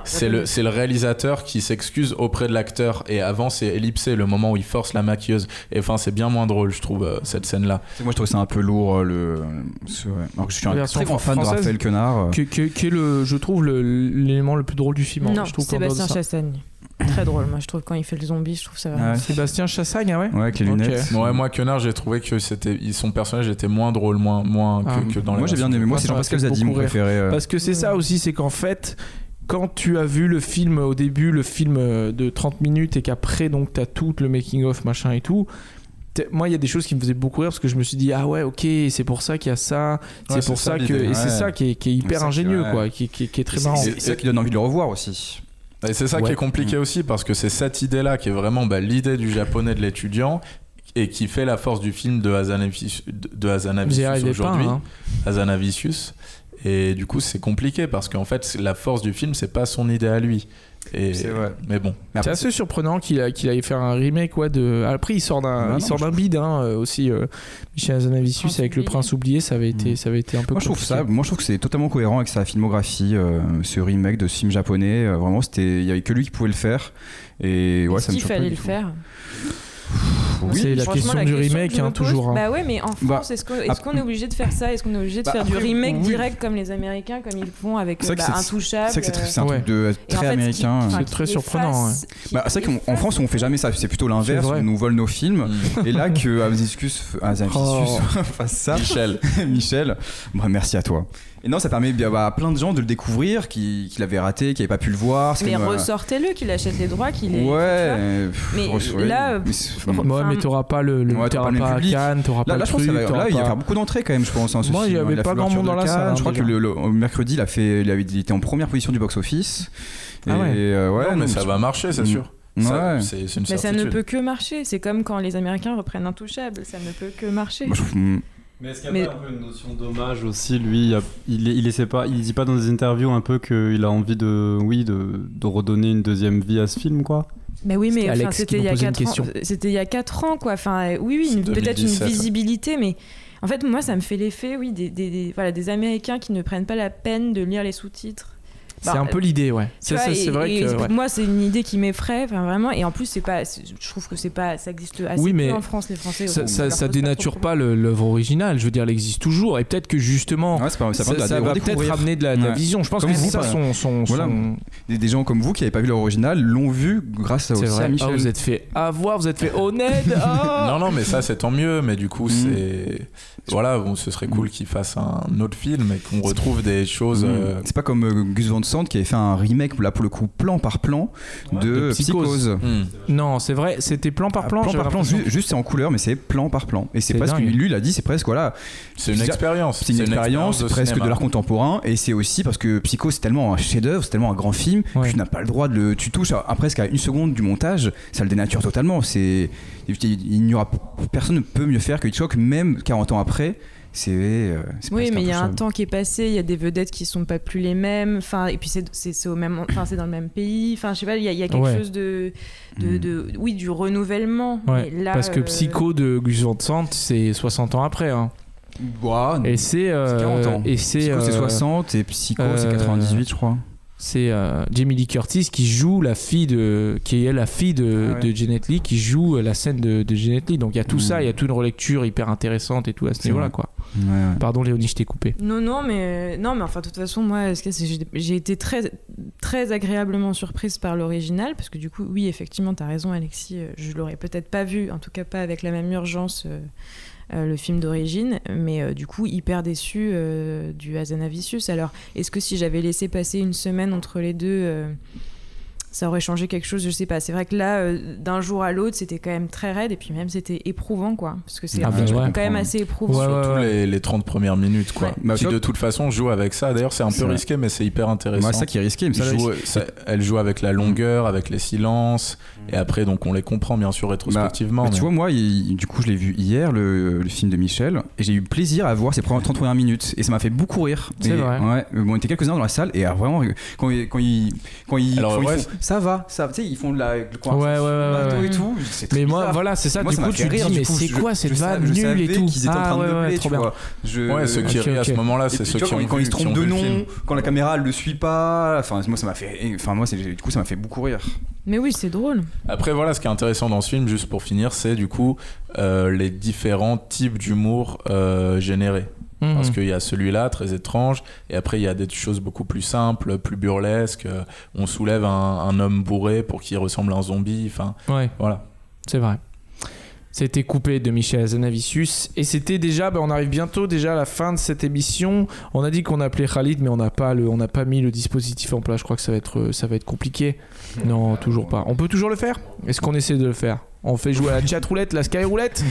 S4: c'est le, c'est le réalisateur qui s'excuse auprès de l'acteur. Et avant, c'est ellipsé, le moment où il force la maquilleuse. Et enfin, c'est bien moins drôle, je trouve, euh, cette scène-là.
S3: Moi, je trouve ça un peu lourd. euh, Le... ce- Alors que je suis
S1: La
S3: un
S1: version
S3: très grand fan de
S1: française.
S3: Raphaël Quenard. euh,
S1: Qui, qui- qui est le, je trouve le- l'élément le plus drôle du film.
S6: Non,
S1: je trouve qu'en dehors de
S6: Sébastien
S1: ça-
S6: Chastagne. Très drôle, moi je trouve quand il fait le zombie, je trouve ça vraiment.
S3: Ouais.
S1: Sébastien Chassagne, ah ouais.
S3: Ouais, avec les
S1: Ok.
S3: lunettes.
S4: Ouais, moi, Quenard, j'ai trouvé que c'était, il- son personnage était moins drôle, moins, moins que,
S1: Ah,
S4: que dans la
S3: Moi, j'ai
S4: version.
S3: bien aimé. Moi,
S1: Moi,
S3: c'est
S1: ça m'a
S3: Jean-Pascal
S1: fait
S3: Zadi, mon
S1: beaucoup rire.
S3: préféré. euh.
S1: Parce que c'est
S6: Ouais.
S1: ça aussi, c'est qu'en fait, quand tu as vu le film au début, le film euh, de 30 minutes, et qu'après, donc, tu as tout le making-of, machin et tout. t'es- Moi, il y a des choses qui me faisaient beaucoup rire parce que je me suis dit, ah ouais, ok, c'est pour ça qu'il y a ça,
S3: Ouais,
S1: c'est pour
S3: c'est
S1: ça,
S3: ça
S1: que.
S3: l'idée,
S1: Et c'est
S3: ouais.
S1: ça qui est, qui est
S3: C'est
S1: hyper
S3: ça qui-
S1: ingénieux,
S3: ouais.
S1: quoi, qui, qui- qui est très
S3: C'est-
S1: marrant.
S3: C'est ça qui donne envie de le revoir aussi.
S4: Et c'est ça
S1: Ouais.
S4: qui est
S3: Mm.
S4: compliqué aussi parce que c'est cette idée-là qui est vraiment bah, l'idée du japonais de l'étudiant et qui fait la force du film de Hazanavicius, de- de
S1: Vous y
S4: Hazanavicius
S1: arrivez pas,
S4: aujourd'hui.
S1: hein.
S4: Hazanavicius. Et du coup, c'est compliqué parce qu'en fait, c'est- la force du film, c'est pas son idée à lui. Et...
S3: C'est vrai.
S4: Mais bon,
S3: Mais
S1: C'est
S3: après,
S1: assez surprenant qu'il a- qu'il aille faire un remake ouais, de. Après, il sort d'un
S3: Bah non,
S1: il sort
S3: je
S1: d'un bide hein, euh, aussi. euh, Michel Hazanavicius
S6: Prince
S1: avec Le
S6: oublié.
S1: Prince oublié, ça avait été, ça avait été un peu.
S3: Mm. Moi je trouve
S1: compliqué.
S3: ça, moi je trouve que c'est totalement cohérent avec sa filmographie, euh, ce remake de ce film japonais. euh, vraiment, c'était, il y avait que lui qui pouvait le faire. Et ouais,
S6: Est-ce
S3: ça me
S6: qu'il
S3: choque pas
S6: fallait
S3: du
S6: le
S3: tout.
S6: faire
S3: Oui,
S1: C'est la
S6: Franchement,
S1: question du
S6: question
S1: remake,
S6: que je me
S1: hein,
S6: pose,
S1: toujours. hein.
S6: Bah ouais, mais en France, est-ce qu'on est,
S3: ap-
S6: qu'on est obligé de faire ça Est-ce qu'on est obligé de
S3: Bah,
S6: faire du
S3: après,
S6: remake
S3: oui.
S6: direct comme les Américains, comme ils font avec
S3: C'est
S6: euh,
S3: vrai que
S6: bah,
S3: c'est-
S6: Intouchable
S3: C'est vrai que c'est, c'est un
S1: Ouais.
S3: truc de euh,
S6: Et en
S3: très
S6: fait,
S3: américain. euh.
S6: qui- enfin,
S1: C'est
S6: qui
S1: très
S6: les
S1: surprenant,
S6: fasse- qui
S3: Bah, c'est
S6: les
S3: vrai qu'en en
S6: fasse-
S3: France on fait jamais ça, c'est plutôt l'inverse,
S1: C'est vrai.
S3: on nous vole nos films.
S4: Mm.
S3: Et là que Hazanavicius
S1: Oh.
S3: fasse ça,
S4: Michel,
S3: Michel, bah, merci à toi. Et non, ça permet bien, bah, à plein de gens de le découvrir, qui, qui l'avaient raté, qui n'avaient pas pu le voir. c'est
S6: Mais
S3: comme, euh,
S6: ressortez-le, qu'il achète les droits, qu'il est.
S3: Ouais,
S6: tu
S3: euh, pff,
S6: Mais
S3: ouais,
S6: là, euh,
S3: mais c'est-
S6: Enfin,
S1: Ouais, mais t'auras pas le, le
S3: Ouais, t'auras
S1: t'auras
S3: pas le même
S1: pas
S3: public.
S1: Cannes, t'auras pas
S3: Là,
S1: le
S3: là, je pense
S1: truc.
S3: que ça va,
S1: t'auras
S3: là, il va
S1: pas-
S3: faire beaucoup d'entrées quand même, je pense. hein, ce
S1: Moi, il y
S3: film.
S1: avait
S3: a
S1: pas
S3: fait
S1: grand monde dans
S3: l'ouverture de
S1: la salle, hein,
S3: Cannes. Je crois que
S1: déjà.
S3: le, le- au mercredi, il, a fait, il, avait, il était en première position du box-office.
S1: Ah
S3: Et,
S1: ouais.
S3: euh, ouais,
S4: non, mais
S3: non,
S4: ça
S3: mais-
S4: va marcher, c'est
S3: Mm.
S4: sûr. Ça,
S3: Ouais.
S4: c'est c'est une
S6: Mais ça ne
S4: certitude.
S6: peut que marcher. C'est comme quand les Américains reprennent Intouchable. Ça ne peut que marcher.
S3: Moi, je trouve- mm.
S5: Mais est-ce qu'il
S6: Mais-
S5: n'y a pas un peu une notion d'hommage aussi Lui, il, y a- il, il essaie pas, il dit pas dans des interviews un peu qu'il a envie de, oui, de, de redonner une deuxième vie à ce film, quoi.
S6: Mais oui, mais
S1: C'était Alex
S6: enfin,
S1: qui
S6: c'était
S1: nous
S6: il y a
S1: posait une
S6: 4 ans. euh,
S1: question.
S6: C'était il y a quatre ans, quoi. Enfin, euh, oui, oui,
S4: C'est
S6: une- peut-être une
S4: 2017, ouais.
S6: visibilité, mais en fait, moi, ça me fait l'effet, oui, des, des, des- voilà, des Américains qui ne prennent pas la peine de lire les sous-titres.
S1: C'est
S6: Bah,
S1: un peu l'idée, ouais.
S6: Tu
S1: C'est
S6: vois,
S1: c'est-
S6: et-
S1: c'est vrai
S6: et
S1: que. ouais.
S6: moi, c'est une idée qui m'effraie, enfin, vraiment. Et en plus, c'est pas, c'est- je trouve que c'est pas, ça existe assez
S1: Oui, mais
S6: peu en France, les Français.
S1: Ça,
S6: on
S1: ça-
S6: leur
S1: ça
S6: pose pas
S1: dénature
S6: trop
S1: pas le- l'œuvre originale, je veux dire, elle existe toujours, et peut-être que justement,
S3: Ouais, c'est pas-
S1: ça,
S3: ça permet de la-
S1: ça
S3: de
S1: va
S3: redécouvrir.
S1: peut-être ramener de la, de la
S3: Ouais.
S1: vision. Je pense
S3: Comme
S1: que c'est
S3: vous,
S1: ça
S3: par
S1: son. son,
S3: Voilà.
S1: son-
S3: Des, des gens comme vous qui n'avaient pas vu leur original l'ont vu grâce à,
S1: C'est
S3: aussi à
S1: vrai. Ah,
S3: Michel.
S1: vous êtes fait avoir, vous êtes fait honnête. ah
S4: Non, non, mais ça, c'est tant mieux. Mais du coup,
S3: Mm.
S4: c'est. Voilà, bon, ce serait cool qu'il fasse un autre film et qu'on retrouve des choses.
S3: Mm.
S4: euh,
S3: C'est pas comme euh, Gus Van Sant qui avait fait un remake, là pour le coup, plan par plan de,
S1: de Psychose.
S3: Psychose.
S4: mm.
S1: Non, c'est vrai, c'était plan par
S3: Ah,
S1: plan. j'avais
S3: par plan,
S1: l'impression.
S3: ju- juste c'est en couleur, mais c'est plan par plan. Et c'est
S1: C'est
S3: presque,
S1: dingue.
S3: lui il a dit, c'est presque, voilà,
S4: C'est une
S3: C'est-
S4: expérience.
S3: c'est une expérience,
S4: de
S3: c'est presque
S4: cinéma.
S3: de l'art contemporain, et c'est aussi parce que Psycho c'est tellement un chef-d'œuvre, c'est tellement un grand film,
S1: Ouais.
S3: tu n'as pas le droit de le. Tu touches à, à presque à une seconde du montage, ça le dénature totalement. C'est, il n'y aura personne ne peut mieux faire que Hitchcock, même 40 ans après. C'est, euh, c'est
S6: Oui,
S3: presque
S6: mais il y a un
S3: intouchable.
S6: temps qui est passé, il y a des vedettes qui sont pas plus les mêmes, enfin, et puis c'est c'est- c'est au même, enfin, c'est dans le même pays, enfin, je sais pas, il y, a- il y a quelque
S1: Ouais. Hmm.
S6: chose de, de,
S3: Mm.
S6: de- oui, du renouvellement.
S1: Ouais,
S6: mais là,
S1: parce que
S6: euh,
S1: Psycho de Gus Van Sant, c'est 60 ans après. hein.
S3: Ouah,
S1: Et c'est. euh,
S3: 40 ans.
S1: Et c'est.
S3: Psycho c'est
S1: euh,
S3: 60 et Psycho c'est
S1: euh,
S3: 98, je crois.
S1: c'est euh, Jamie Lee Curtis qui joue la fille de qui est la fille de,
S3: Ah ouais.
S1: de Janet Leigh qui joue euh, la scène de, de Janet Leigh donc il y a tout
S3: Mm.
S1: ça il y a toute une relecture hyper intéressante et tout à ce
S3: C'est
S1: niveau là
S3: vrai.
S1: quoi
S3: Ouais, ouais.
S1: pardon Léonie je t'ai coupé
S6: Non, non, mais non, mais enfin, de toute façon, moi, ce que c'est- j'ai j'ai été très, très agréablement surprise par l'original, parce que du coup, oui, effectivement, t'as raison, Alexis, euh, je l'aurais peut-être pas vu, en tout cas pas avec la même urgence. euh, euh, le film d'origine, mais euh, du coup hyper déçu du Hazanavicius. Alors, est-ce que si j'avais laissé passer une semaine entre les deux, euh, ça aurait changé quelque chose, je sais pas. C'est vrai que là, euh, d'un jour à l'autre, c'était quand même très raide et puis même c'était éprouvant, quoi. Parce que c'est
S4: Ah
S6: un
S4: bah
S6: film
S4: ouais.
S6: quand même assez éprouvant.
S4: Surtout Les, les 30 premières minutes, quoi.
S3: Bah,
S4: qui
S3: toi-
S4: de toute façon joue avec ça. D'ailleurs, c'est un
S3: C'est
S4: peu
S3: vrai.
S4: risqué, mais c'est hyper intéressant.
S3: Moi, Bah, ça qui est risqué, mais ça,
S4: Il joue-
S3: risque-
S4: ça- elle joue avec la longueur, avec les silences, et après, donc on les comprend bien sûr
S3: Mm.
S4: rétrospectivement.
S3: Bah,
S4: mais-
S3: Tu vois, moi, il- du coup, je l'ai vu hier, le, le film de Michel, et j'ai eu plaisir à voir ses premières 30 premières minutes, et ça m'a fait beaucoup rire.
S1: C'est
S3: Et-
S1: vrai.
S3: Ouais, mais bon, on était quelques-uns dans la salle, et ah, vraiment, quand ils. Quand ils, quand ils,
S4: Alors,
S3: quand ils
S4: ouais,
S3: font, ça va, ça va, tu sais, ils font de la. le coin-
S1: Ouais, ouais, ouais,
S3: bateau
S1: ouais,
S3: et tout, c'est très
S1: Mais moi,
S3: bizarre.
S1: voilà, c'est ça.
S3: Moi,
S1: du
S3: m'a
S1: coup,
S3: fait
S1: tu te
S3: rire,
S1: dis,
S3: du
S1: mais
S3: coup,
S1: c'est
S3: je-
S1: quoi cette
S3: je savais-
S1: vanne
S3: je
S1: nulle et
S3: savais
S1: tout
S3: qu'ils étaient en
S1: Ah
S3: train de
S1: ouais, ouais,
S3: meubler,
S1: trop
S3: tu
S1: bien.
S3: vois. Je-
S4: Ouais, ceux qui
S1: ok,
S4: rient à
S1: ok.
S4: ce moment-là,
S3: Et
S4: c'est
S3: puis,
S4: ceux
S3: tu vois,
S4: qui ont
S3: quand, quand
S4: vu,
S3: il se
S4: qui
S3: trompe
S4: ont
S3: de
S4: vu le
S3: nom,
S4: film.
S3: quand la caméra elle le suit pas, enfin moi ça m'a fait, et- enfin moi c'est, du coup ça m'a fait beaucoup rire.
S6: Mais oui, c'est drôle.
S4: Après, voilà, ce qui est intéressant dans ce film, juste pour finir, c'est du coup euh, les différents types d'humour euh, générés.
S1: Mhm. Mmh.
S4: Parce qu'il y a celui-là, très étrange, et après il y a des choses beaucoup plus simples, plus burlesques. euh, On soulève un, un homme bourré pour qu'il ressemble à un zombie. Enfin,
S1: Ouais,
S4: voilà.
S1: c'est vrai. C'était coupé de Michel Azanavicius. Et c'était déjà, bah, on arrive bientôt déjà à la fin de cette émission. On a dit qu'on appelait Khalid, mais on n'a pas, le- on n'a pas mis le dispositif en place. Je crois que ça va être, euh, ça va être compliqué. Non, toujours pas. On peut toujours le faire Est-ce qu'on essaie de le faire On fait jouer à la chat roulette, la sky roulette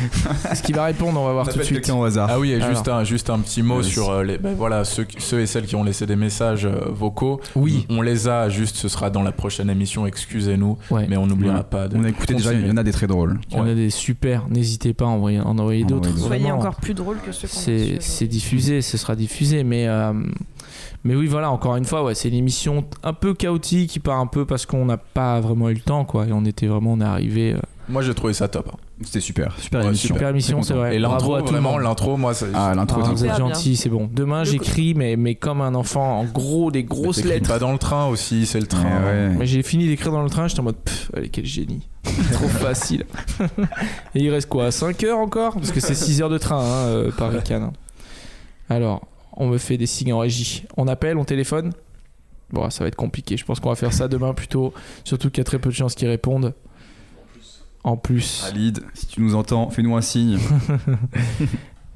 S1: Est-ce qu'il va répondre On va voir tout de suite.
S3: au hasard.
S4: Ah oui, et
S1: Alors.
S4: juste un, juste un petit mot
S3: Yes.
S4: sur euh, les, ben voilà, ceux, qui- ceux et celles qui ont laissé des messages euh, vocaux.
S1: Oui.
S4: On les a, juste ce sera dans la prochaine émission, excusez-nous,
S1: Ouais.
S4: mais on n'oubliera
S3: Ouais.
S4: pas de.
S3: On a écouté déjà, il y en a des très drôles.
S1: Il y en a des super. N'hésitez pas à envoyer, à en envoyer
S3: En
S1: d'autres.
S3: envoyer d'autres.
S6: Soyez
S1: Vraiment.
S6: encore plus drôle que ceux qu'on
S1: C'est
S6: a
S1: c'est
S6: sur-
S1: diffusé, ce sera diffusé, mais euh, mais oui voilà encore une fois ouais c'est une émission un peu chaotique qui part un peu parce qu'on n'a pas vraiment eu le temps quoi et on était vraiment on est arrivé euh,
S4: Moi j'ai trouvé ça top. hein.
S3: C'était super, super
S4: Ouais,
S3: émission.
S1: super émission
S3: très
S1: c'est
S3: content.
S1: vrai.
S4: et
S1: Bravo
S4: l'intro,
S1: à tout le
S4: vraiment,
S1: monde.
S4: l'intro, moi, ça-
S3: Ah l'intro,
S1: Ah,
S3: est
S1: vous êtes
S6: Super bien.
S1: gentil, c'est bon. Demain
S6: Le co-
S1: j'écris mais mais comme un enfant en gros
S3: Bah,
S1: des grosses
S4: Bah, T'écris
S1: lettres.
S4: Pas dans le train aussi, c'est le train.
S3: Ouais, ouais.
S1: Mais j'ai fini d'écrire dans le train, j'étais en mode pff, allez quel génie. Trop facile. et il reste quoi 5 heures encore parce que c'est 6 heures de train hein, euh, Paris-Cannes. hein. Alors, on me fait des signes en régie. On appelle, on téléphone Bon, ça va être compliqué. Je pense qu'on va faire ça demain plutôt. Surtout qu'il y a très peu de chances qu'ils répondent. En plus.
S3: Khalid, si tu nous entends, fais-nous un signe.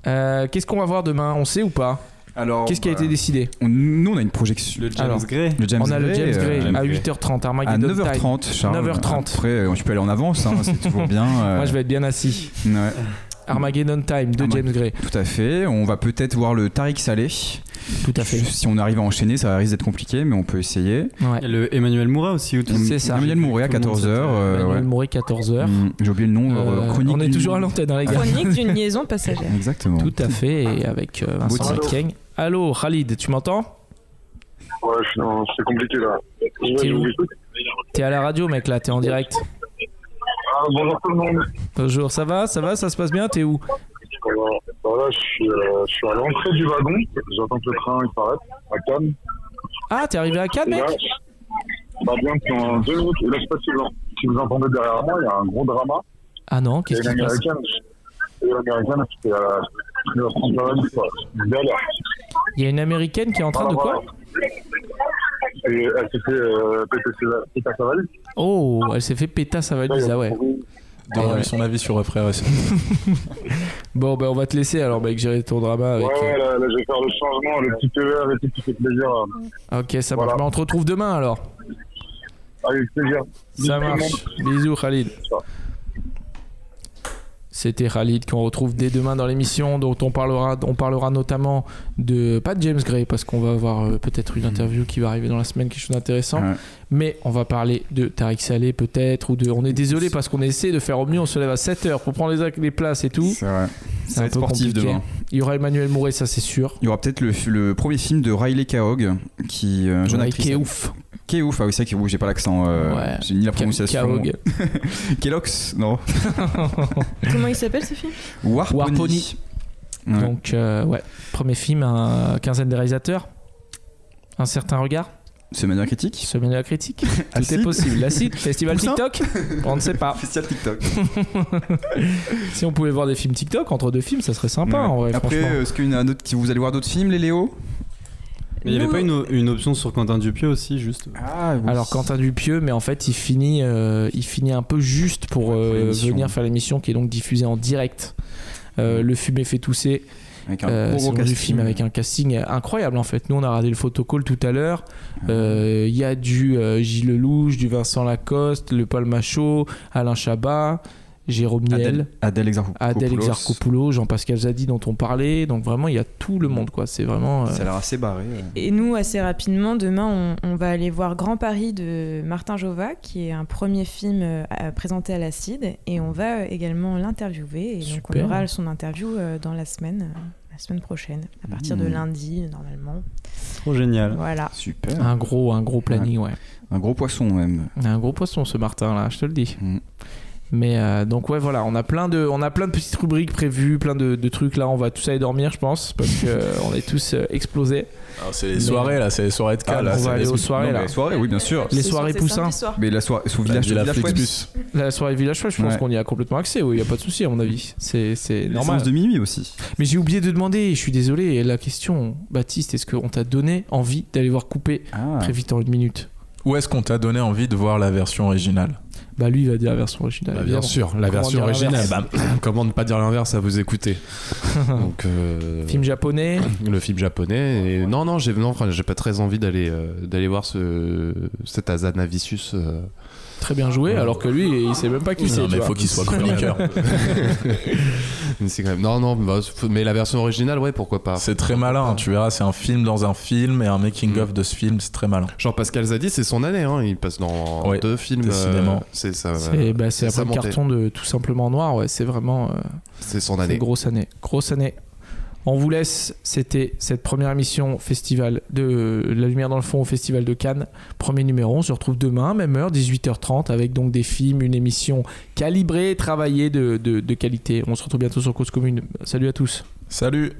S1: Euh, Qu'est-ce qu'on va voir demain On sait ou pas
S3: Alors, bah,
S1: Qu'est-ce qui a été décidé
S3: on- Nous, on a une projection.
S5: Le James
S1: Alors,
S5: Gray.
S3: Le James
S1: On a le
S3: Gray,
S1: James
S3: euh,
S1: Gray
S5: James
S1: à
S5: Gray.
S1: 8h30.
S3: à
S1: Armageddon time.
S3: 9h30, Charles.
S1: 9h30.
S3: Après, euh, tu peux aller en avance, hein, c'est toujours bien. euh,
S1: Moi, je vais être bien assis.
S3: ouais,
S1: Armageddon Time de
S3: Armageddon.
S1: James Gray.
S3: tout à fait. On va peut-être voir le Tariq Saleh.
S1: Tout à fait.
S3: Si on arrive à enchaîner, ça risque d'être compliqué, mais on peut essayer.
S1: Ouais.
S5: Il y a le Emmanuel Moura aussi. où tout le
S1: C'est
S5: monde-
S1: ça.
S3: Emmanuel Mouret à
S5: Tout le monde
S3: 14h.
S5: s'était-
S3: euh,
S1: Manuel
S3: ouais.
S1: Mouret, 14h.
S3: Mmh, J'ai oublié le nom. euh, chronique
S1: on est
S3: du-
S1: toujours à l'antenne, hein, les gars.
S6: Chronique d'une liaison passagère.
S3: Exactement.
S1: Tout à fait, et avec euh, Vincent
S3: Gauthier.
S1: Macaigne. Allô, Khalid, tu m'entends
S10: Ouais, je- non, c'est compliqué là.
S1: T'es
S10: Je
S1: où
S10: vous écoute.
S1: T'es à la radio, mec, là, t'es en direct.
S10: Ah, bonjour tout le monde.
S1: Bonjour, ça va, ça va, ça se passe bien, t'es où
S10: Alors, voilà, je suis, euh, je suis à l'entrée du wagon. J'attends que le train il s'arrête à Cannes.
S1: Ah, t'es arrivé à Cannes,
S10: Et
S1: mec
S10: là, bah bien, dans deux minutes. Et là, je sais pas si vous, si vous entendez derrière moi, il y a un gros drama.
S1: Ah non,
S10: Et
S1: qu'est-ce qui se passe
S10: l'américaine, et l'américaine, c'était euh, une Australienne, quoi. Une galère.
S1: Il y a une américaine qui est en train
S10: Voilà,
S1: de quoi
S10: voilà. Et elle s'est fait euh, péter ses- péter sa valise.
S1: Oh, elle s'est fait péter sa
S10: Là, il y
S1: valise,
S10: a
S1: ah ouais.
S10: le bruit.
S4: Donne-lui
S1: Ah Ouais.
S4: son avis sur euh, Frère et Sœurs.
S1: Bon, ben on va te laisser alors, mec, gérer ton drama avec.
S10: Ouais, ouais,
S1: euh,
S10: là, là, je vais faire le changement, le petit PVR et tout qui fait plaisir. euh.
S1: Ok, ça marche.
S10: Voilà.
S1: Ben, on te retrouve demain alors.
S10: Avec plaisir.
S1: Ça marche. Bisous Khalid.
S10: Ciao.
S1: C'était Khalid qu'on retrouve dès demain dans l'émission dont on parlera, on parlera notamment de pas de James Gray parce qu'on va avoir euh, peut-être une interview qui va arriver dans la semaine quelque chose d'intéressant,
S3: Mm. Ouais.
S1: mais on va parler de Tariq Saleh peut-être ou de on est désolé parce qu'on essaie de faire au mieux, on se lève à 7h pour prendre les, les places et tout.
S3: C'est vrai.
S1: C'est
S3: Ça
S1: un
S3: va être
S1: peu
S3: sportif
S1: compliqué.
S3: demain.
S1: Il y aura Emmanuel Mouret, ça c'est sûr.
S3: Il y aura peut-être le, le premier film de Riley Kaog, qui euh, jeune
S1: Ouais,
S3: actrice.
S1: qui est ouf.
S3: Qui est ouf, ah oui, c'est vrai que oui, j'ai pas l'accent, euh,
S1: Ouais.
S3: j'ai ni la prononciation.
S1: Kaog.
S3: Kellogg's, non.
S6: Comment il s'appelle ce film
S3: Warpony.
S1: Warpony.
S3: Ouais.
S1: Donc euh, ouais, premier film, un quinzaine de réalisateurs, un certain regard.
S3: C'est manière critique.
S1: Semaine de la critique. Tout est
S3: Acide.
S1: possible. L'acide, festival
S3: Poussin.
S1: TikTok, on ne sait pas.
S3: Spécial TikTok.
S1: Si on pouvait voir des films TikTok entre deux films, ça serait sympa en vrai,
S3: Après,
S1: franchement.
S3: euh, est-ce qu'il y en a d'autres qui vous allez voir d'autres films, les Léo
S5: Mais il n'y avait
S6: Nous-
S5: pas une, une option sur Quentin Dupieux aussi, juste.
S3: Ah, oui.
S1: Alors Quentin Dupieux, mais en fait il finit, euh, il finit un peu juste pour,
S3: Ouais, pour
S1: euh,
S3: l'émission.
S1: venir faire l'émission qui est donc diffusée en direct. Euh, le fumé fait tousser.
S3: Avec un
S1: Euh,
S3: gros,
S1: c'est
S3: gros
S1: le nom du
S3: casting.
S1: film avec un casting incroyable en fait. Nous on a regardé le photocall tout à l'heure.
S3: Ah.
S1: Euh, Il y a du euh, Gilles Lelouch, du Vincent Lacoste, le Paul Machaud, Alain Chabat, Jérôme Niel,
S3: Adèle, Adèle Exarchopoulos.
S1: Adèle Exarchopoulos, Jean-Pascal Zadi dont on parlait. Donc vraiment il y a tout le monde quoi. C'est vraiment. euh,
S3: Ça a l'air assez barré. euh.
S6: Et nous, assez rapidement, demain, on, on va aller voir Grand Paris de Martin Jova, qui est un premier film euh, à- présenté à l'acide. Et on va euh, également l'interviewer. Et donc, on
S1: Super.
S6: aura son interview euh, dans la semaine, euh, la semaine prochaine, à partir de
S3: Mmh.
S6: lundi, normalement.
S5: Trop génial.
S6: Voilà.
S3: Super.
S1: Un gros, un gros planning, ouais.
S3: Un gros poisson même.
S1: Un gros poisson ce Martin là, je te le dis.
S3: Mm.
S1: Mais euh, donc ouais voilà, on a plein de, on a plein de petites rubriques prévues, plein de, de trucs là, on va tous aller dormir je pense parce que euh, on est tous euh, explosés.
S4: Alors, Ah, c'est les
S1: Mais-
S4: soirées là, c'est les soirées de
S1: Ah,
S4: cas là.
S1: on
S4: c'est
S1: va aller
S4: les-
S1: aux soirées
S3: Non,
S1: là.
S3: mais soirée, oui, bien sûr.
S1: Les Bah, soirées poussins.
S3: Mais la soirée, sous village,
S4: la
S3: village Web.
S4: Flixbus.
S1: La soirée village Web, je pense
S3: Ouais.
S1: qu'on y a complètement accès, oui, y a pas de souci à mon avis. C'est c'est
S7: Les
S1: normal.
S7: séances de minuit aussi.
S1: Mais j'ai oublié de demander, je suis désolé, la question Baptiste, est-ce qu'on t'a donné envie d'aller voir couper
S3: Ah.
S1: très vite en une minute
S4: Où est-ce qu'on t'a donné envie de voir la version originale
S1: Bah lui il va dire la version originale.
S2: Bah, bien
S1: évidemment.
S2: sûr, la
S1: Comment
S2: version
S1: dire
S2: originale.
S1: l'inverse
S2: Bah, comment ne pas dire l'inverse à vous écouter Donc, euh,
S1: Film japonais,
S2: le film japonais. Et non, non, j'ai non, enfin, j'ai pas très envie d'aller euh, d'aller voir ce cet Azanavicius. euh,
S1: très bien joué, alors que lui il sait même pas qui c'est.
S4: Non,
S1: tu
S4: mais
S1: vois.
S4: faut qu'il soit chroniqueur.
S2: mais c'est quand même- Non, non, bah, faut- mais la version originale, ouais, pourquoi pas.
S4: C'est très malin, tu verras. C'est un film dans un film et un making-of de ce film, c'est très malin.
S2: Genre Pascal Zadi, c'est son année, hein. Il passe dans
S4: Ouais,
S2: deux films. euh,
S4: décidément.
S2: c'est ça.
S1: C'est bah, c'est
S2: ça
S1: après le
S2: montait.
S1: carton de tout simplement noir, ouais, c'est vraiment euh,
S2: C'est son
S1: c'est
S2: année.
S1: grosse année, grosse année. On vous laisse, c'était cette première émission festival de La Lumière dans le fond au festival de Cannes, premier numéro, on se retrouve demain, même heure, 18h30, avec donc des films, une émission calibrée, travaillée de, de- de qualité. On se retrouve bientôt sur Cause Commune, salut à tous.
S4: Salut